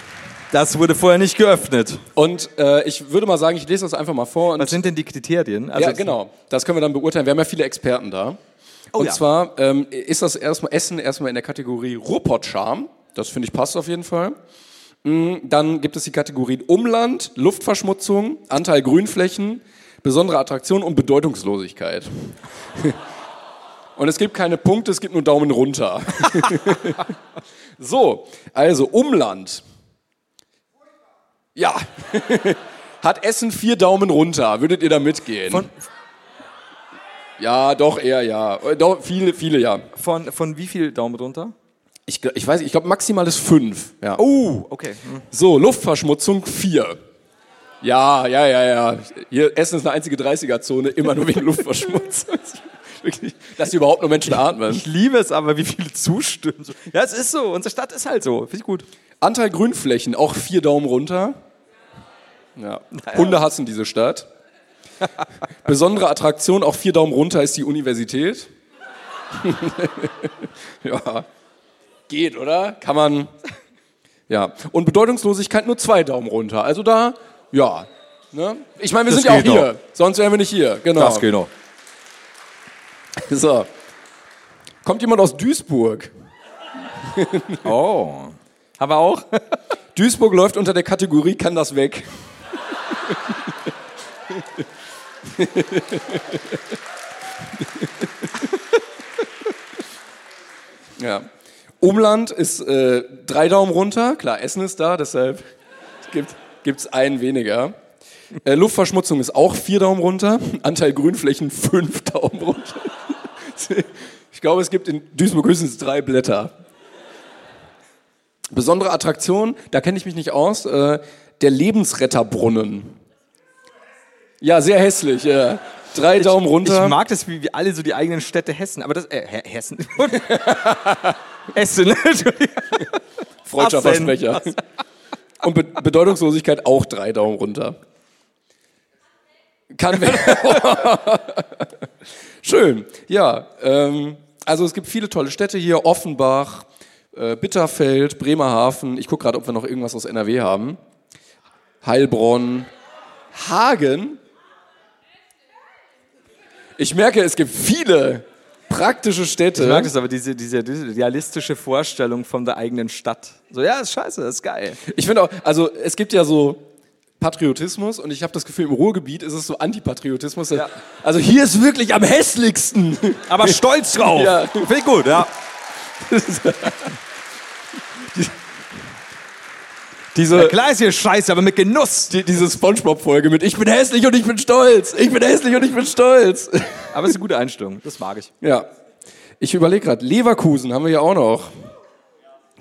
C: Das wurde vorher nicht geöffnet.
B: Und äh, ich würde mal sagen, ich lese das einfach mal vor. Und
C: Was sind denn die Kriterien? Also
B: ja, genau. Das können wir dann beurteilen. Wir haben ja viele Experten da. und
C: Oh ja.
B: zwar ähm, ist das erstmal Essen erstmal in der Kategorie Ruhrpott-Charme. Das finde ich passt auf jeden Fall. Mm, Dann gibt es die Kategorien Umland, Luftverschmutzung, Anteil Grünflächen, besondere Attraktion und Bedeutungslosigkeit. Und es gibt keine Punkte, es gibt nur Daumen runter. so, also Umland. Ja. Hat Essen vier Daumen runter. Würdet ihr da mitgehen?
C: Von-
B: ja, doch, eher ja. Äh, Doch, viele, viele ja.
C: Von, von wie viel Daumen runter?
B: Ich, gl- ich weiß, nicht, ich glaube maximal ist fünf. Ja.
C: Oh, okay.
B: So, Luftverschmutzung 4. Ja, ja, ja, ja. Hier, Essen ist eine einzige 30er-Zone, immer nur wegen Luftverschmutzung. Wirklich, dass hier überhaupt nur Menschen atmen.
C: Ich liebe es aber, wie viele zustimmen. Ja, es ist so. Unsere Stadt ist halt so. Finde ich gut.
B: Anteil Grünflächen, auch vier Daumen runter. Ja. Hunde hassen diese Stadt. Besondere Attraktion, auch vier Daumen runter, ist die Universität. ja. Geht, oder? Kann man. Ja. Und Bedeutungslosigkeit nur zwei Daumen runter. Also da, ja. Ne? Ich meine, wir
C: Das
B: sind ja auch
C: geht
B: hier. Sonst wären wir nicht hier. Genau.
C: noch.
B: So. Kommt jemand aus Duisburg?
C: Oh. Haben wir auch?
B: Duisburg läuft unter der Kategorie kann das weg. ja. Umland ist äh, drei Daumen runter. Klar, Essen ist da, deshalb gibt es einen weniger. Äh, Luftverschmutzung ist auch vier Daumen runter. Anteil Grünflächen fünf Daumen runter. ich glaube, es gibt in Duisburg höchstens drei Blätter. Besondere Attraktion, da kenne ich mich nicht aus, äh, der Lebensretterbrunnen. Ja, sehr hässlich. Ja. Drei Daumen runter.
C: Ich mag das, wie wir alle so die eigenen Städte Hessen, aber das, äh, He- Hessen. Essen, Entschuldigung.
B: Freudscher
C: Affen.
B: Versprecher. Und Be Bedeutungslosigkeit auch drei Daumen runter. Kann we- Schön. Ja, ähm, also es gibt viele tolle Städte hier. Offenbach, äh, Bitterfeld, Bremerhaven. Ich gucke gerade, ob wir noch irgendwas aus NRW haben. Heilbronn, Hagen. Ich merke, es gibt viele praktische Städte.
C: Ich mag das aber, diese, diese, diese realistische Vorstellung von der eigenen Stadt. So, ja, ist scheiße, ist geil.
B: Ich finde auch, also es gibt ja so Patriotismus und ich habe das Gefühl, im Ruhrgebiet ist es so Antipatriotismus. dass-
C: Ja.
B: Also hier ist wirklich am hässlichsten.
C: Aber stolz drauf.
B: Ja.
C: Finde ich gut, ja.
B: Diese,
C: Klar ist hier scheiße, aber mit Genuss.
B: die, diese Spongebob-Folge mit Ich bin hässlich und ich bin stolz. Ich bin hässlich und ich bin stolz.
C: Aber es ist eine gute Einstellung, das mag ich.
B: Ja. Ich überlege gerade, Leverkusen haben wir ja auch noch.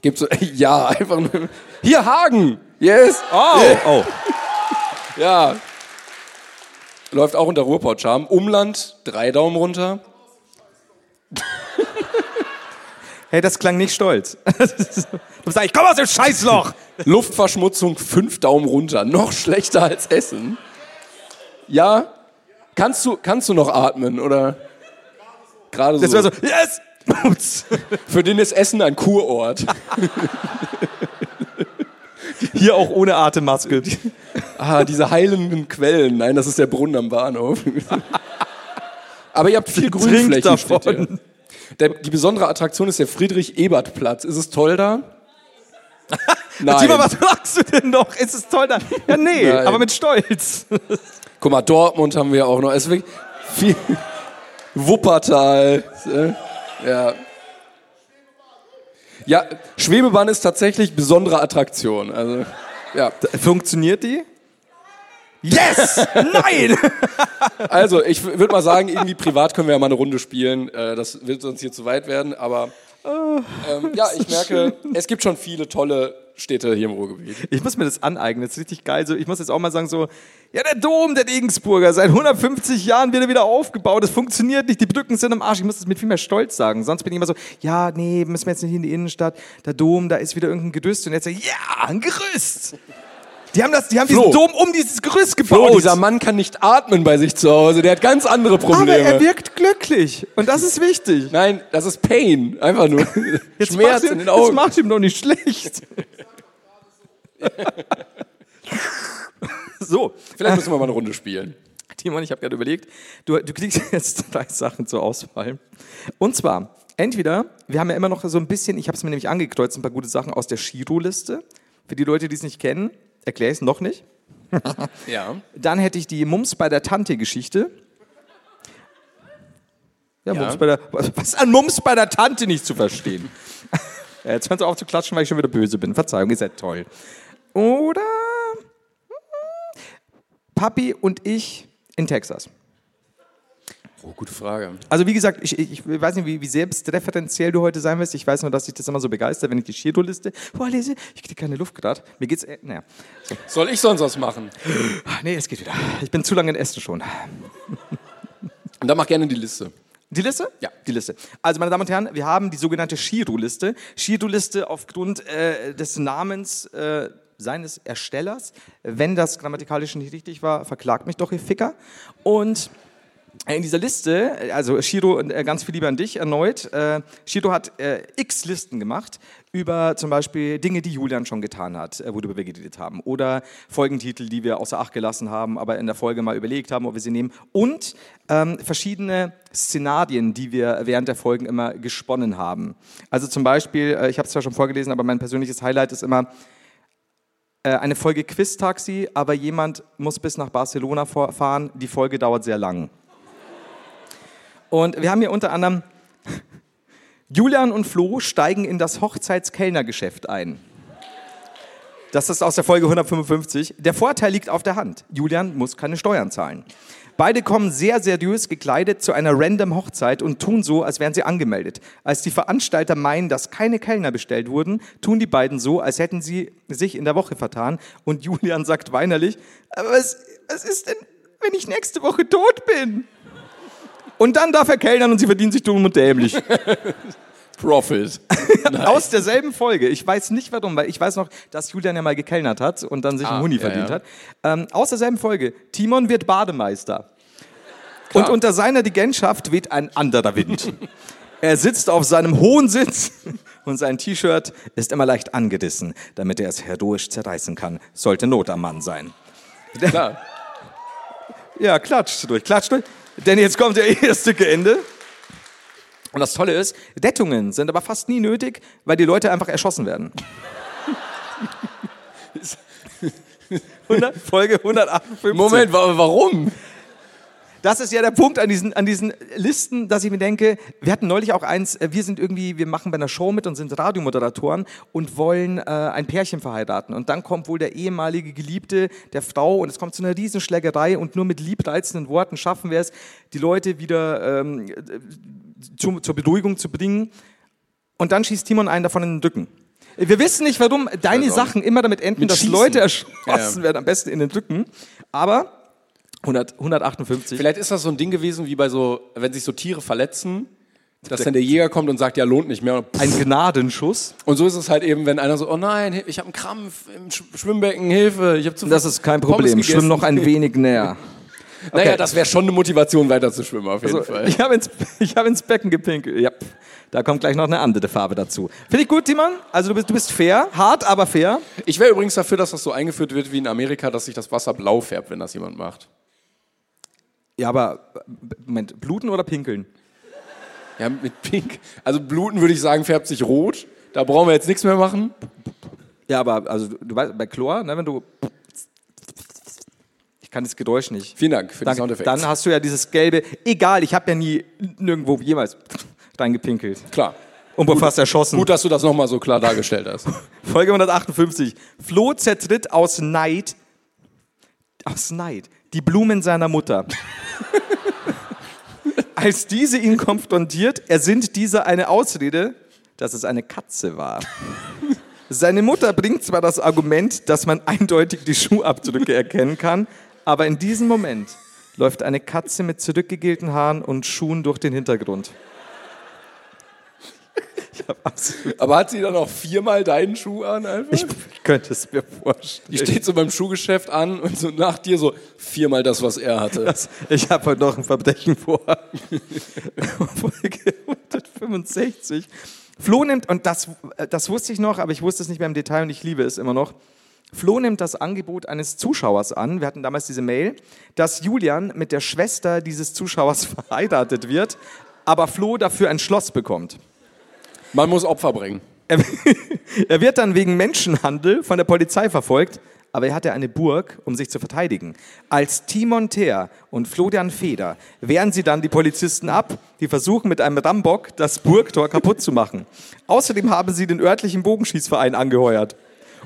B: Gibt's ja einfach nur. Hier Hagen. Yes.
C: Oh, oh.
B: Ja. Läuft auch unter Ruhrpott-Charme. Umland, drei Daumen runter.
C: Hey, das klang nicht stolz. Du sagst, ich komme aus dem Scheißloch.
B: Luftverschmutzung fünf Daumen runter. Noch schlechter als Essen. Ja? Kannst du, kannst du noch atmen, oder? Gerade so.
C: Das war so, yes! Ups.
B: Für den ist Essen ein Kurort.
C: Hier auch ohne Atemmaske.
B: Ah, diese heilenden Quellen. Nein, das ist der Brunnen am Bahnhof. Aber ihr habt viel
C: Trink
B: Grünflächen. steht hier.
C: davon.
B: Der, die besondere Attraktion ist der Friedrich-Ebert-Platz. Ist es toll da? Nein.
C: Timo, was sagst du denn noch? Ist es toll da? Ja, nee,
B: Nein.
C: aber mit Stolz.
B: Guck mal, Dortmund haben wir auch noch. Es ist wirklich viel. Wuppertal. äh, Ja. Ja, Schwebebahn ist tatsächlich besondere Attraktion. Also, ja.
C: Funktioniert die? Yes! Nein!
B: also ich würde mal sagen, irgendwie privat können wir ja mal eine Runde spielen. Äh, Das wird sonst hier zu weit werden, aber Ähm, ja, ich merke, es gibt schon viele tolle Städte hier im Ruhrgebiet.
C: Ich muss mir das aneignen, das ist richtig geil. So, ich muss jetzt auch mal sagen, so, ja, der Dom der Regensburger, seit 150 Jahren wird er wieder aufgebaut, das funktioniert nicht, die Brücken sind am Arsch. Ich muss das mit viel mehr Stolz sagen. Sonst bin ich immer so, ja, nee, müssen wir jetzt nicht in die Innenstadt, der Dom, da ist wieder irgendein Gerüst. Und jetzt sag ich, ja, ein Gerüst! Die haben, das, die haben diesen
B: Flo.
C: Dom um dieses Gerüst gebaut.
B: Bro, Oh, dieser Mann kann nicht atmen bei sich zu Hause, der hat ganz andere
C: Aber
B: Probleme.
C: er wirkt glücklich und das ist wichtig.
B: Nein, das ist Pain, einfach nur
C: Jetzt
B: Schmerz
C: macht ihm,
B: in den Augen.
C: Das macht ihm doch nicht schlecht. so,
B: Vielleicht müssen wir mal eine Runde spielen.
C: Timon, ich habe gerade überlegt, du, du kriegst jetzt drei Sachen zur Auswahl. Und zwar, entweder, wir haben ja immer noch so ein bisschen, ich habe es mir nämlich angekreuzt, ein paar gute Sachen aus der Shiro-Liste. Für die Leute, die es nicht kennen, erkläre ich es noch nicht.
B: Ja.
C: Dann hätte ich die Mums bei der Tante-Geschichte. Ja,
B: Ja.
C: Mums bei der. Was was an Mums bei der Tante nicht zu verstehen? Ja, Jetzt kannst du auf zu klatschen, weil ich schon wieder böse bin. Verzeihung, ihr seid toll. Oder. mm, Papi und ich in Texas.
B: Oh, gute Frage.
C: Also, wie gesagt, ich, ich ich weiß nicht, wie, wie selbstreferenziell du heute sein wirst. Ich weiß nur, dass ich das immer so begeistert, wenn ich die Shiro-Liste vorlese. Ich kriege keine Luft gerade. Mir geht's. äh, Naja.
B: Soll ich sonst was machen?
C: Ach, Nee, es geht wieder. Ich bin zu lange in Essen schon.
B: Und dann mach gerne die Liste.
C: Die Liste?
B: Ja.
C: die Liste. Also, meine Damen und Herren, wir haben die sogenannte Shiro-Liste. Shiro-Liste aufgrund äh, des Namens äh, seines Erstellers. Wenn das grammatikalisch nicht richtig war, verklagt mich doch, ihr Ficker. Und Äh, in dieser Liste, also Shiro, und, äh, ganz viel Liebe an dich erneut. Äh, Shiro hat äh, x Listen gemacht über zum Beispiel Dinge, die Julian schon getan hat, äh, worüber wir geredet haben. Oder Folgentitel, die wir außer Acht gelassen haben, aber in der Folge mal überlegt haben, ob wir sie nehmen. Und ähm, verschiedene Szenarien, die wir während der Folgen immer gesponnen haben. Also zum Beispiel, äh, ich habe es zwar schon vorgelesen, aber mein persönliches Highlight ist immer, äh, eine Folge Quiz-Taxi, aber jemand muss bis nach Barcelona vor- fahren. Die Folge dauert sehr lang. Und wir haben hier unter anderem Julian und Flo steigen in das Hochzeitskellnergeschäft ein. Das ist aus der Folge 155. Der Vorteil liegt auf der Hand. Julian muss keine Steuern zahlen. Beide kommen sehr seriös gekleidet zu einer random Hochzeit und tun so, als wären sie angemeldet. Als die Veranstalter meinen, dass keine Kellner bestellt wurden, tun die beiden so, als hätten sie sich in der Woche vertan. Und Julian sagt weinerlich, aber was, was ist denn, wenn ich nächste Woche tot bin? Und dann darf er kellnern und sie verdienen sich dumm und dämlich.
B: Profit.
C: Aus derselben Folge. Ich weiß nicht warum, weil ich weiß noch, dass Julian ja mal gekellnert hat und dann sich einen
B: Ah,
C: Huni
B: ja,
C: verdient
B: ja.
C: hat. Ähm, aus derselben Folge. Timon wird Bademeister.
B: Klar.
C: Und unter seiner Regentschaft weht ein anderer Wind. er sitzt auf seinem hohen Sitz und sein T-Shirt ist immer leicht angedissen, damit er es heroisch zerreißen kann. Sollte Not am Mann sein.
B: Klar.
C: Ja, klatscht durch, klatscht durch. Denn jetzt kommt der erste Ende. Und das Tolle ist, Rettungen sind aber fast nie nötig, weil die Leute einfach erschossen werden. 100, Folge 158.
B: Moment, wa warum?
C: Das ist ja der Punkt an diesen, an diesen Listen, dass ich mir denke, wir hatten neulich auch eins, äh, wir sind irgendwie, wir machen bei einer Show mit und sind Radiomoderatoren und wollen äh, ein Pärchen verheiraten. Und dann kommt wohl der ehemalige Geliebte der Frau und es kommt zu einer Riesenschlägerei und nur mit liebreizenden Worten schaffen wir es, die Leute wieder ähm, äh, zu, zur Beruhigung zu bringen. Und dann schießt Timon einen davon in den Rücken. Wir wissen nicht, warum deine
B: weiß auch
C: Sachen immer damit enden,
B: Mit
C: dass
B: Schießen.
C: Leute erschossen
B: Ja, ja.
C: werden, am besten in den Rücken. Aber 100, 158.
B: Vielleicht ist das so ein Ding gewesen, wie bei so, wenn sich so Tiere verletzen, dass dann der Jäger kommt und sagt, ja, lohnt nicht mehr. Und, pff.
C: Ein Gnadenschuss.
B: und so ist es halt eben, wenn einer so, oh nein, ich habe einen Krampf im Sch Schwimmbecken, Hilfe, ich habe zu viel
C: Das ist kein
B: Pommes
C: Problem.
B: gegessen.
C: Schwimm noch ein wenig näher.
B: Naja,
C: Okay.
B: das wäre schon eine Motivation, weiter zu schwimmen, auf jeden
C: Also,
B: Fall.
C: ich habe ins, ich hab ins Becken gepinkelt. Ja, pff. da kommt gleich noch eine andere Farbe dazu. Finde ich gut, Timon. Also du bist, du bist fair, hart, aber fair.
B: Ich wäre übrigens dafür, dass das so eingeführt wird wie in Amerika, dass sich das Wasser blau färbt, wenn das jemand macht.
C: Ja, aber Moment, bluten oder pinkeln?
B: Ja, mit Pink. Also Bluten würde ich sagen, färbt sich rot. Da brauchen wir jetzt nichts mehr machen.
C: Ja, aber also du- du weißt, bei Chlor, ne, wenn du ich kann das Geräusch nicht.
B: Vielen Dank für die
C: Danke.
B: Soundeffekte.
C: Dann hast du ja dieses gelbe. Egal, ich habe ja nie nirgendwo jemals reingepinkelt
B: Klar.
C: und wurde fast erschossen.
B: Gut, dass du das nochmal so klar dargestellt hast.
C: Folge 158. Flo zertritt aus Neid, aus Neid, die Blumen seiner Mutter. Als diese ihn konfrontiert, ersinnt diese eine Ausrede, dass es eine Katze war. Seine Mutter bringt zwar das Argument, dass man eindeutig die Schuhabdrücke erkennen kann, aber in diesem Moment läuft eine Katze mit zurückgegelten Haaren und Schuhen durch den Hintergrund. Ich habe absolut.
B: Aber hat sie dann auch viermal deinen Schuh an einfach?
C: Ich könnte es mir vorstellen.
B: Die steht so beim Schuhgeschäft an und so nach dir so viermal das, was er hatte.
C: Das, ich habe heute noch ein Verbrechen vor. Folge 165. Flo nimmt, und das, äh, das wusste ich noch, aber ich wusste es nicht mehr im Detail und ich liebe es immer noch. Flo nimmt das Angebot eines Zuschauers an. Wir hatten damals diese Mail, dass Julian mit der Schwester dieses Zuschauers verheiratet wird, aber Flo dafür ein Schloss bekommt.
B: Man muss Opfer bringen.
C: Er, er wird dann wegen Menschenhandel von der Polizei verfolgt, aber er hatte eine Burg, um sich zu verteidigen. Als Timon Teer und Florian Feder wehren sie dann die Polizisten ab, die versuchen mit einem Rambock das Burgtor kaputt zu machen. Außerdem haben sie den örtlichen Bogenschießverein angeheuert.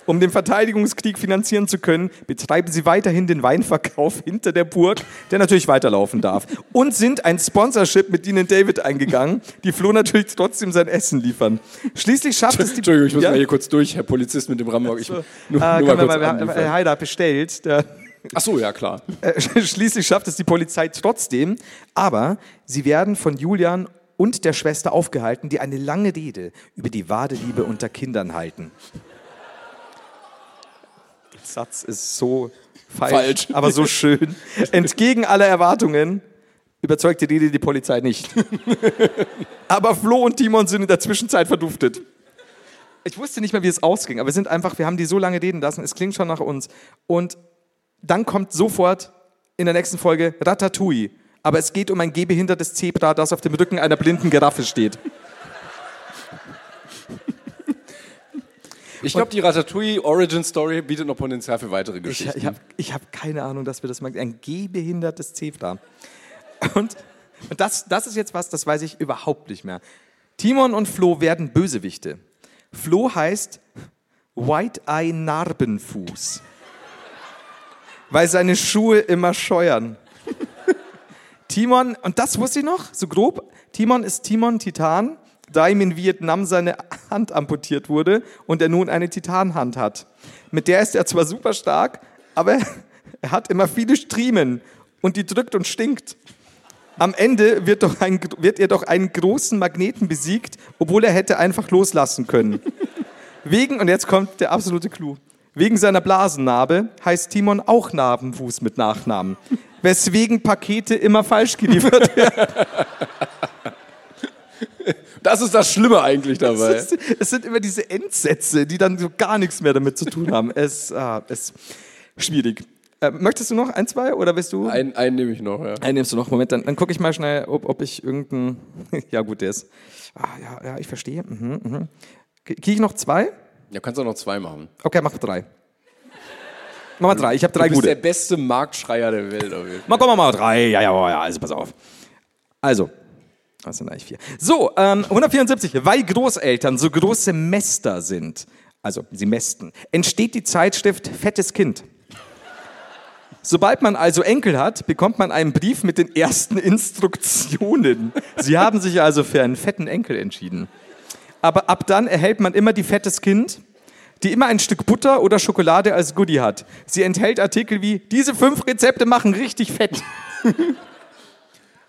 C: Um den Verteidigungskrieg finanzieren zu können, betreiben sie weiterhin den Weinverkauf hinter der Burg, der natürlich weiterlaufen darf. Und sind ein Sponsorship mit ihnen David eingegangen, die Flo natürlich trotzdem sein Essen liefern. Schließlich schafft es die
B: Entschuldigung, ich muss
C: Ja?
B: mal hier kurz durch, Herr Polizist mit dem Rambock. Ich, nur,
C: Äh,
B: nur mal
C: können wir
B: kurz
C: mal,
B: anliefern.
C: Herr Heider hat bestellt. Der,
B: Ach so, ja klar.
C: äh, schließlich schafft es die Polizei trotzdem, aber sie werden von Julian und der Schwester aufgehalten, die eine lange Rede über die Wadeliebe unter Kindern halten. Der Satz ist so falsch,
B: Falsch.
C: aber so schön. Entgegen aller Erwartungen überzeugt die Rede die Polizei nicht. aber Flo und Timon sind in der Zwischenzeit verduftet. Ich wusste nicht mehr, wie es ausging, aber wir sind einfach, wir haben die so lange reden lassen, es klingt schon nach uns. Und dann kommt sofort in der nächsten Folge Ratatouille. Aber es geht um ein gehbehindertes Zebra, das auf dem Rücken einer blinden Giraffe steht.
B: Ich glaube, die Ratatouille Origin Story bietet noch Potenzial für weitere
C: Ich,
B: Geschichten.
C: ich habe ich hab keine Ahnung, dass wir das mal. Ein gehbehindertes Zebra. Und, und das, das ist jetzt was, das weiß ich überhaupt nicht mehr. Timon und Flo werden Bösewichte. Flo heißt White Eye Narbenfuß, weil seine Schuhe immer scheuern. Timon, und das wusste ich noch, so grob, Timon ist Timon Titan, da ihm in Vietnam seine Hand amputiert wurde und er nun eine Titanhand hat. Mit der ist er zwar super stark, aber er hat immer viele Striemen und die drückt und stinkt. Am Ende wird, doch ein, wird er doch einen großen Magneten besiegt, obwohl er hätte einfach loslassen können. Wegen, und jetzt kommt der absolute Clou, wegen seiner Blasennarbe heißt Timon auch Narbenfuß mit Nachnamen, weswegen Pakete immer falsch geliefert
B: Das ist das Schlimme eigentlich dabei.
C: Es, ist, es sind immer diese Endsätze, die dann so gar nichts mehr damit zu tun haben. Es ah, es schwierig. Äh, möchtest du noch ein, zwei oder bist du?
B: Einen, einen nehme ich noch, ja.
C: Einen nimmst du noch. Moment, dann, dann gucke ich mal schnell, ob, ob ich irgendeinen. ja, gut, der ist. Ah, ja, ja, ich verstehe. Mhm, mhm. K- Kriege ich noch zwei?
B: Ja, kannst auch noch zwei machen.
C: Okay, mach drei. Mach mal drei. Ich habe
B: Du
C: drei
B: bist der
C: gute.
B: beste Marktschreier der Welt. auf jeden Fall.
C: Mal, komm, mach mal drei. Ja, ja, ja, ja, also pass auf. Also. Das sind eigentlich vier. So, ähm, 174. Weil Großeltern so große Mäster sind, also sie mästen, entsteht die Zeitschrift Fettes Kind. Sobald man also Enkel hat, bekommt man einen Brief mit den ersten Instruktionen. Sie haben sich also für einen fetten Enkel entschieden. Aber ab dann erhält man immer die Fettes Kind, die immer ein Stück Butter oder Schokolade als Goodie hat. Sie enthält Artikel wie, diese fünf Rezepte machen richtig fett.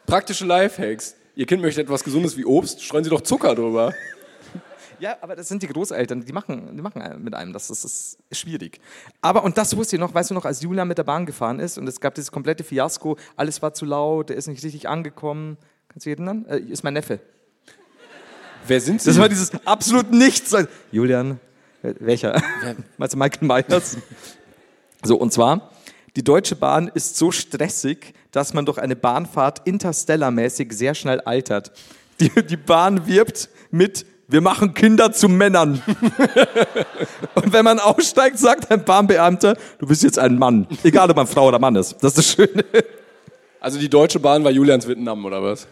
B: Praktische Lifehacks. Ihr Kind möchte etwas Gesundes wie Obst, streuen Sie doch Zucker drüber.
C: Ja, aber das sind die Großeltern, die machen, die machen ein- mit einem, das, das ist schwierig. Aber, und das wusste ich noch, weißt du noch, als Julia mit der Bahn gefahren ist und es gab dieses komplette Fiasko, alles war zu laut, er ist nicht richtig angekommen. Kannst du dich erinnern? Äh, ist mein Neffe.
B: Wer sind Sie?
C: Das war dieses absolut Nichts. Julian, äh, welcher? Meinst du Michael Myers? So, und zwar, die Deutsche Bahn ist so stressig, dass man durch eine Bahnfahrt interstellarmäßig sehr schnell altert. Die, die Bahn wirbt mit, wir machen Kinder zu Männern. Und wenn man aussteigt, sagt ein Bahnbeamter, du bist jetzt ein Mann. Egal, ob man Frau oder Mann ist. Das ist das Schöne.
B: also die Deutsche Bahn war Julians Vietnam, oder was?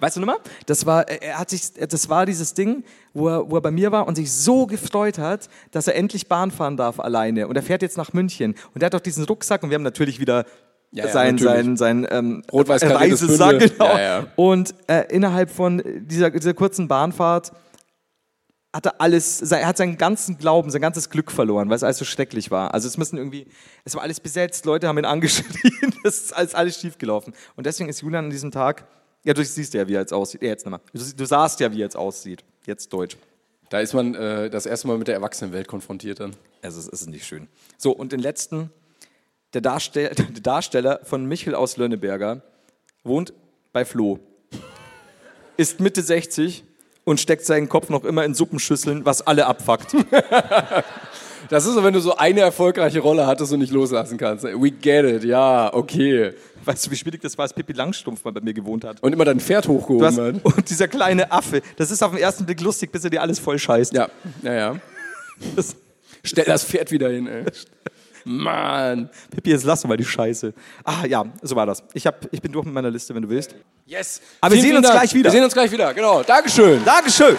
C: Weißt du nochmal? Das war, er er hat sich, das war dieses Ding, wo er, wo er bei mir war und sich so gefreut hat, dass er endlich Bahn fahren darf alleine. Und er fährt jetzt nach München. Und er hat auch diesen Rucksack und wir haben natürlich wieder
B: Ja, ja,
C: sein, sein,
B: natürlich.
C: sein, ähm,
B: Rot-weiß kariertes
C: Reisesack.
B: Bündel.
C: Genau.
B: Ja, ja.
C: Und äh, innerhalb von dieser, dieser kurzen Bahnfahrt hatte alles, sein- er hat seinen ganzen Glauben, sein ganzes Glück verloren, weil es alles so schrecklich war. Also es müssen irgendwie, es war alles besetzt, Leute haben ihn angeschrien, es ist alles, alles schiefgelaufen. Und deswegen ist Julian an diesem Tag, ja, du siehst ja, wie er jetzt aussieht. Ja, jetzt nochmal. Du, du sahst ja, wie er jetzt aussieht. Jetzt Deutsch.
B: Da ist man äh, das erste Mal mit der Erwachsenenwelt konfrontiert dann.
C: Also es ist nicht schön. So, und den letzten, der, Darstell der Darsteller von Michel aus Lönneberger wohnt bei Flo, ist Mitte 60 und steckt seinen Kopf noch immer in Suppenschüsseln, was alle abfuckt.
B: Das ist so, wenn du so eine erfolgreiche Rolle hattest und nicht loslassen kannst. We get it, ja, okay.
C: Weißt du, wie schwierig das war, als Pippi Langstrumpf mal bei mir gewohnt hat?
B: Und immer dein Pferd
C: Du
B: hochgehoben
C: hast,
B: hat.
C: und dieser kleine Affe, das ist auf den ersten Blick lustig, bis er dir alles voll scheißt.
B: Ja, ja, ja.
C: Das,
B: Stell das Pferd wieder hin, ey. Mann.
C: Pippi, jetzt lass doch mal die Scheiße. Ah ja, so war das. Ich, hab, ich bin durch mit meiner Liste, wenn du willst.
B: Yes.
C: Aber wir sehen uns
B: Dank.
C: gleich wieder.
B: Wir sehen uns gleich wieder, genau. Dankeschön.
C: Dankeschön!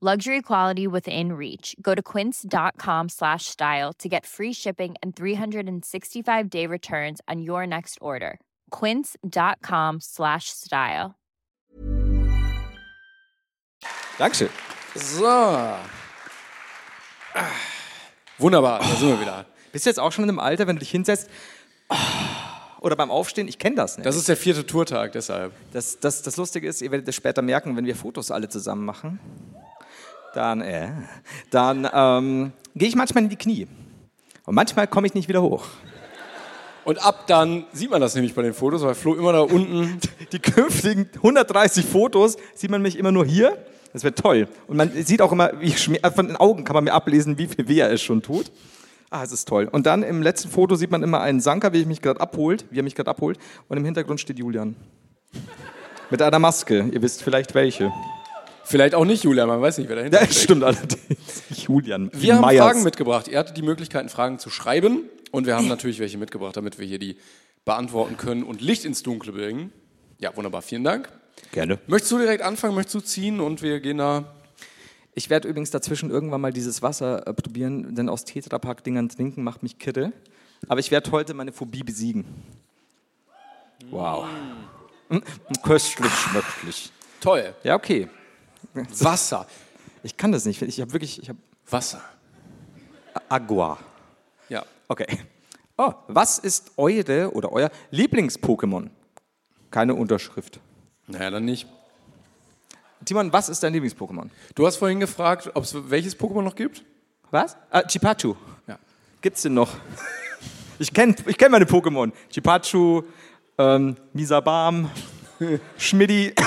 A: Luxury quality within reach. Go to quince.com slash style to get free shipping and 365 day returns on your next order. Quince.com slash style.
C: Dankeschön.
B: So. Ah. Wunderbar, da sind wir wieder.
C: Bist du jetzt auch schon in einem Alter, wenn du dich hinsetzt ah, oder beim Aufstehen? Ich kenne das nicht.
B: Das ist der vierte Tourtag, deshalb.
C: Das, das, das Lustige ist, ihr werdet das später merken, wenn wir Fotos alle zusammen machen, dann, äh, dann ähm, gehe ich manchmal in die Knie. Und manchmal komme ich nicht wieder hoch.
B: Und ab dann sieht man das nämlich bei den Fotos, weil Flo immer da unten.
C: Die künftigen 130 Fotos sieht man mich immer nur hier. Das wird toll. Und man sieht auch immer, wie ich schmier, äh, von den Augen kann man mir ablesen, wie viel weh er es schon tut. Ah, es ist toll. Und dann im letzten Foto sieht man immer einen Sanker, wie ich mich gerade abholt, wie er mich gerade abholt. Und im Hintergrund steht Julian. Mit einer Maske. Ihr wisst vielleicht welche.
B: Vielleicht auch nicht, Julia, man weiß nicht, wer dahinter
C: Ja,
B: ist.
C: stimmt allerdings. Julian.
B: Wir haben
C: Meyers.
B: Fragen mitgebracht. Ihr hattet die Möglichkeiten, Fragen zu schreiben. Und wir haben natürlich welche mitgebracht, damit wir hier die beantworten können und Licht ins Dunkle bringen. Ja, wunderbar. Vielen Dank.
C: Gerne.
B: Möchtest du direkt anfangen? Möchtest du ziehen? Und wir gehen da.
C: Ich werde übrigens dazwischen irgendwann mal dieses Wasser äh, probieren, denn aus Tetrapack-Dingern trinken macht mich kirre. Aber ich werde heute meine Phobie besiegen. Wow. Mm, Köstlich, schmöcklich.
B: Toll.
C: Ja, okay.
B: Wasser.
C: Ich kann das nicht. Ich habe wirklich, ich habe
B: Wasser.
C: Agua.
B: Ja.
C: Okay. Oh, was ist eure oder euer Lieblings-Pokémon? Keine Unterschrift.
B: Naja, dann nicht.
C: Timon, was ist dein Lieblings-Pokémon?
B: Du hast vorhin gefragt, ob es welches Pokémon noch gibt?
C: Was? Ah, Chipachu.
B: Ja.
C: Gibt's denn noch? Ich kenne ich kenn meine Pokémon. Chipachu, ähm, Misabam, Schmidti.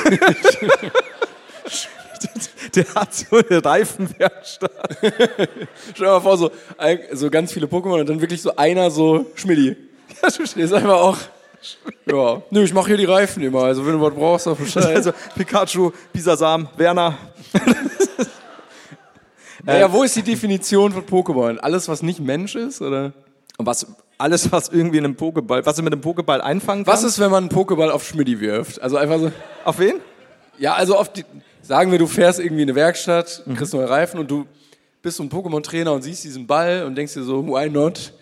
C: Der hat so eine Reifenwerkstatt.
B: Stell dir mal vor, so, ein- so ganz viele Pokémon und dann wirklich so einer so Schmidti. Ja, du stehst einfach auch. Ja. Nö, ich mache hier die Reifen immer. Also wenn du was brauchst, dann Bescheid.
C: Also Pikachu, Bisasam, Werner. äh,
B: naja, wo ist die Definition von Pokémon? Alles, was nicht Mensch ist? Oder?
C: Und was, alles, was irgendwie in einem Pokéball, was du mit einem Pokéball einfangen
B: Was
C: kannst.
B: ist, wenn man einen Pokéball auf Schmidti wirft? Also einfach so.
C: Auf wen?
B: Ja, also auf die, sagen wir, du fährst irgendwie in eine Werkstatt,
C: Mhm.
B: kriegst neue Reifen und du bist so ein Pokémon-Trainer und siehst diesen Ball und denkst dir so, why not?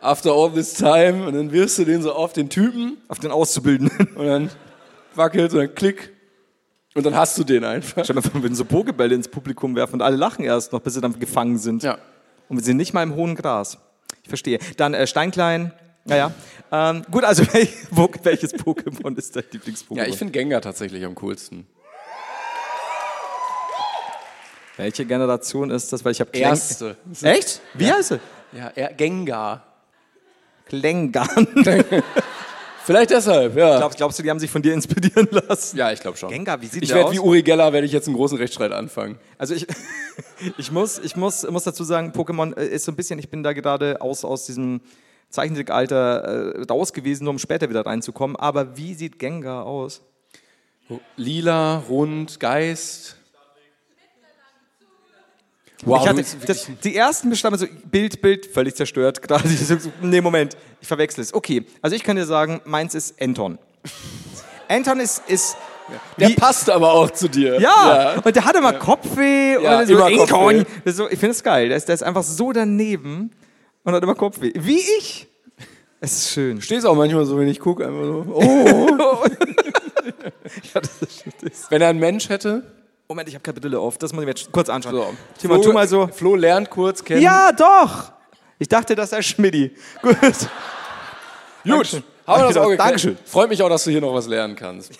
B: After all this time. Und dann wirfst du den so auf den Typen
C: Auf den Auszubildenden.
B: und dann wackelt und dann klick. Und dann hast du den einfach.
C: Stell dir mal vor, wenn so Pokébälle ins Publikum werfen und alle lachen erst noch, bis sie dann gefangen sind.
B: Ja.
C: Und wir sind nicht mal im hohen Gras. Ich verstehe. Dann äh, Steinklein. Naja. Ähm, gut, also wel wo, welches Pokémon ist dein Lieblings-Pokémon?
B: Ja, ich finde Gengar tatsächlich am coolsten.
C: Welche Generation ist das? Weil ich habe
B: Erste.
C: Echt? Wie heißt er?
B: Ja, er, Gengar.
C: Klengan.
B: Vielleicht deshalb, ja.
C: glaubst, glaubst du, die haben sich von dir inspirieren lassen?
B: ja, ich glaube schon.
C: Gengar, wie sieht
B: ich
C: der
B: werde
C: aus?
B: wie Uri Geller, werde ich jetzt einen großen Rechtsstreit anfangen.
C: Also ich, ich, muss, ich muss, muss dazu sagen, Pokémon äh, ist so ein bisschen, ich bin da gerade aus, aus diesem Zeichentrickalter äh, raus gewesen, nur um später wieder reinzukommen. Aber wie sieht Gengar aus? Oh,
B: Lila, Rund, Geist. Wow,
C: ich hatte,
B: du bist
C: das, die ersten bestanden so Bild, Bild, völlig zerstört. Gerade ich so, nee, Moment, ich verwechsel es. Okay, also ich kann dir sagen, meins ist Anton. Anton ist, ist
B: Der
C: wie-
B: passt aber auch zu dir.
C: ja, und der hatte mal Kopfweh
B: Ja,
C: oder so
B: immer
C: Inkorn.
B: Kopfweh.
C: Das ist So, ich finde es geil. Der ist, der ist einfach so daneben und hat immer Kopfweh. Wie ich. Es ist schön.
B: Stehst auch manchmal so, wenn ich gucke, einfach so. Oh. Wenn er einen Mensch hätte.
C: Moment, ich habe keine Brille auf. Das muss ich mir jetzt kurz anschauen.
B: So.
C: Timon, tu mal so.
B: Flo lernt kurz kennen.
C: Ja, doch. Ich dachte, das sei Schmidti. Gut.
B: Gut,
C: Dankeschön.
B: haben wir das auch geklärt.
C: Dankeschön.
B: Freut mich auch, dass du hier noch was lernen kannst.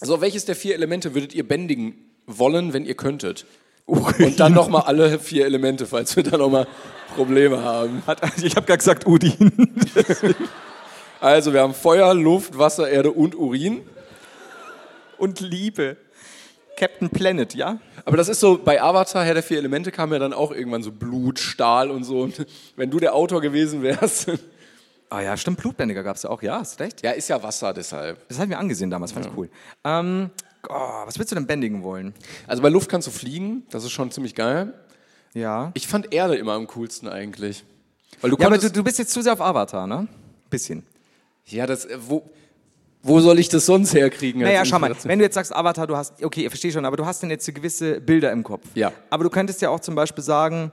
B: So, welches der vier Elemente würdet ihr bändigen wollen, wenn ihr könntet?
C: Uh.
B: Und dann nochmal alle vier Elemente, falls wir da nochmal Probleme haben.
C: Hat- Ich habe gerade gesagt Udin.
B: Also, wir haben Feuer, Luft, Wasser, Erde und Urin.
C: Und Liebe. Captain Planet, ja?
B: Aber das ist so, bei Avatar, Herr der vier Elemente, kam ja dann auch irgendwann so Blut, Stahl und so. Und wenn du der Autor gewesen wärst.
C: Ah ja, stimmt, Blutbändiger gab es ja auch, ja, hast recht.
B: Ja, ist ja Wasser deshalb.
C: Das hatten wir angesehen damals, fand ich cool. Ähm, oh, was willst du denn bändigen wollen?
B: Also bei Luft kannst du fliegen, das ist schon ziemlich geil.
C: Ja.
B: Ich fand Erde immer am coolsten eigentlich. Weil du
C: Ja, aber
B: konntest-
C: du, du bist jetzt zu sehr auf Avatar, ne? Bisschen.
B: Ja, das, äh, wo, wo soll ich das sonst herkriegen?
C: Naja,
B: als
C: schau mal,
B: Inspiration?
C: wenn du jetzt sagst Avatar, du hast, okay, ich verstehe schon, aber du hast dann jetzt so gewisse Bilder im Kopf.
B: Ja.
C: Aber du könntest ja auch zum Beispiel sagen,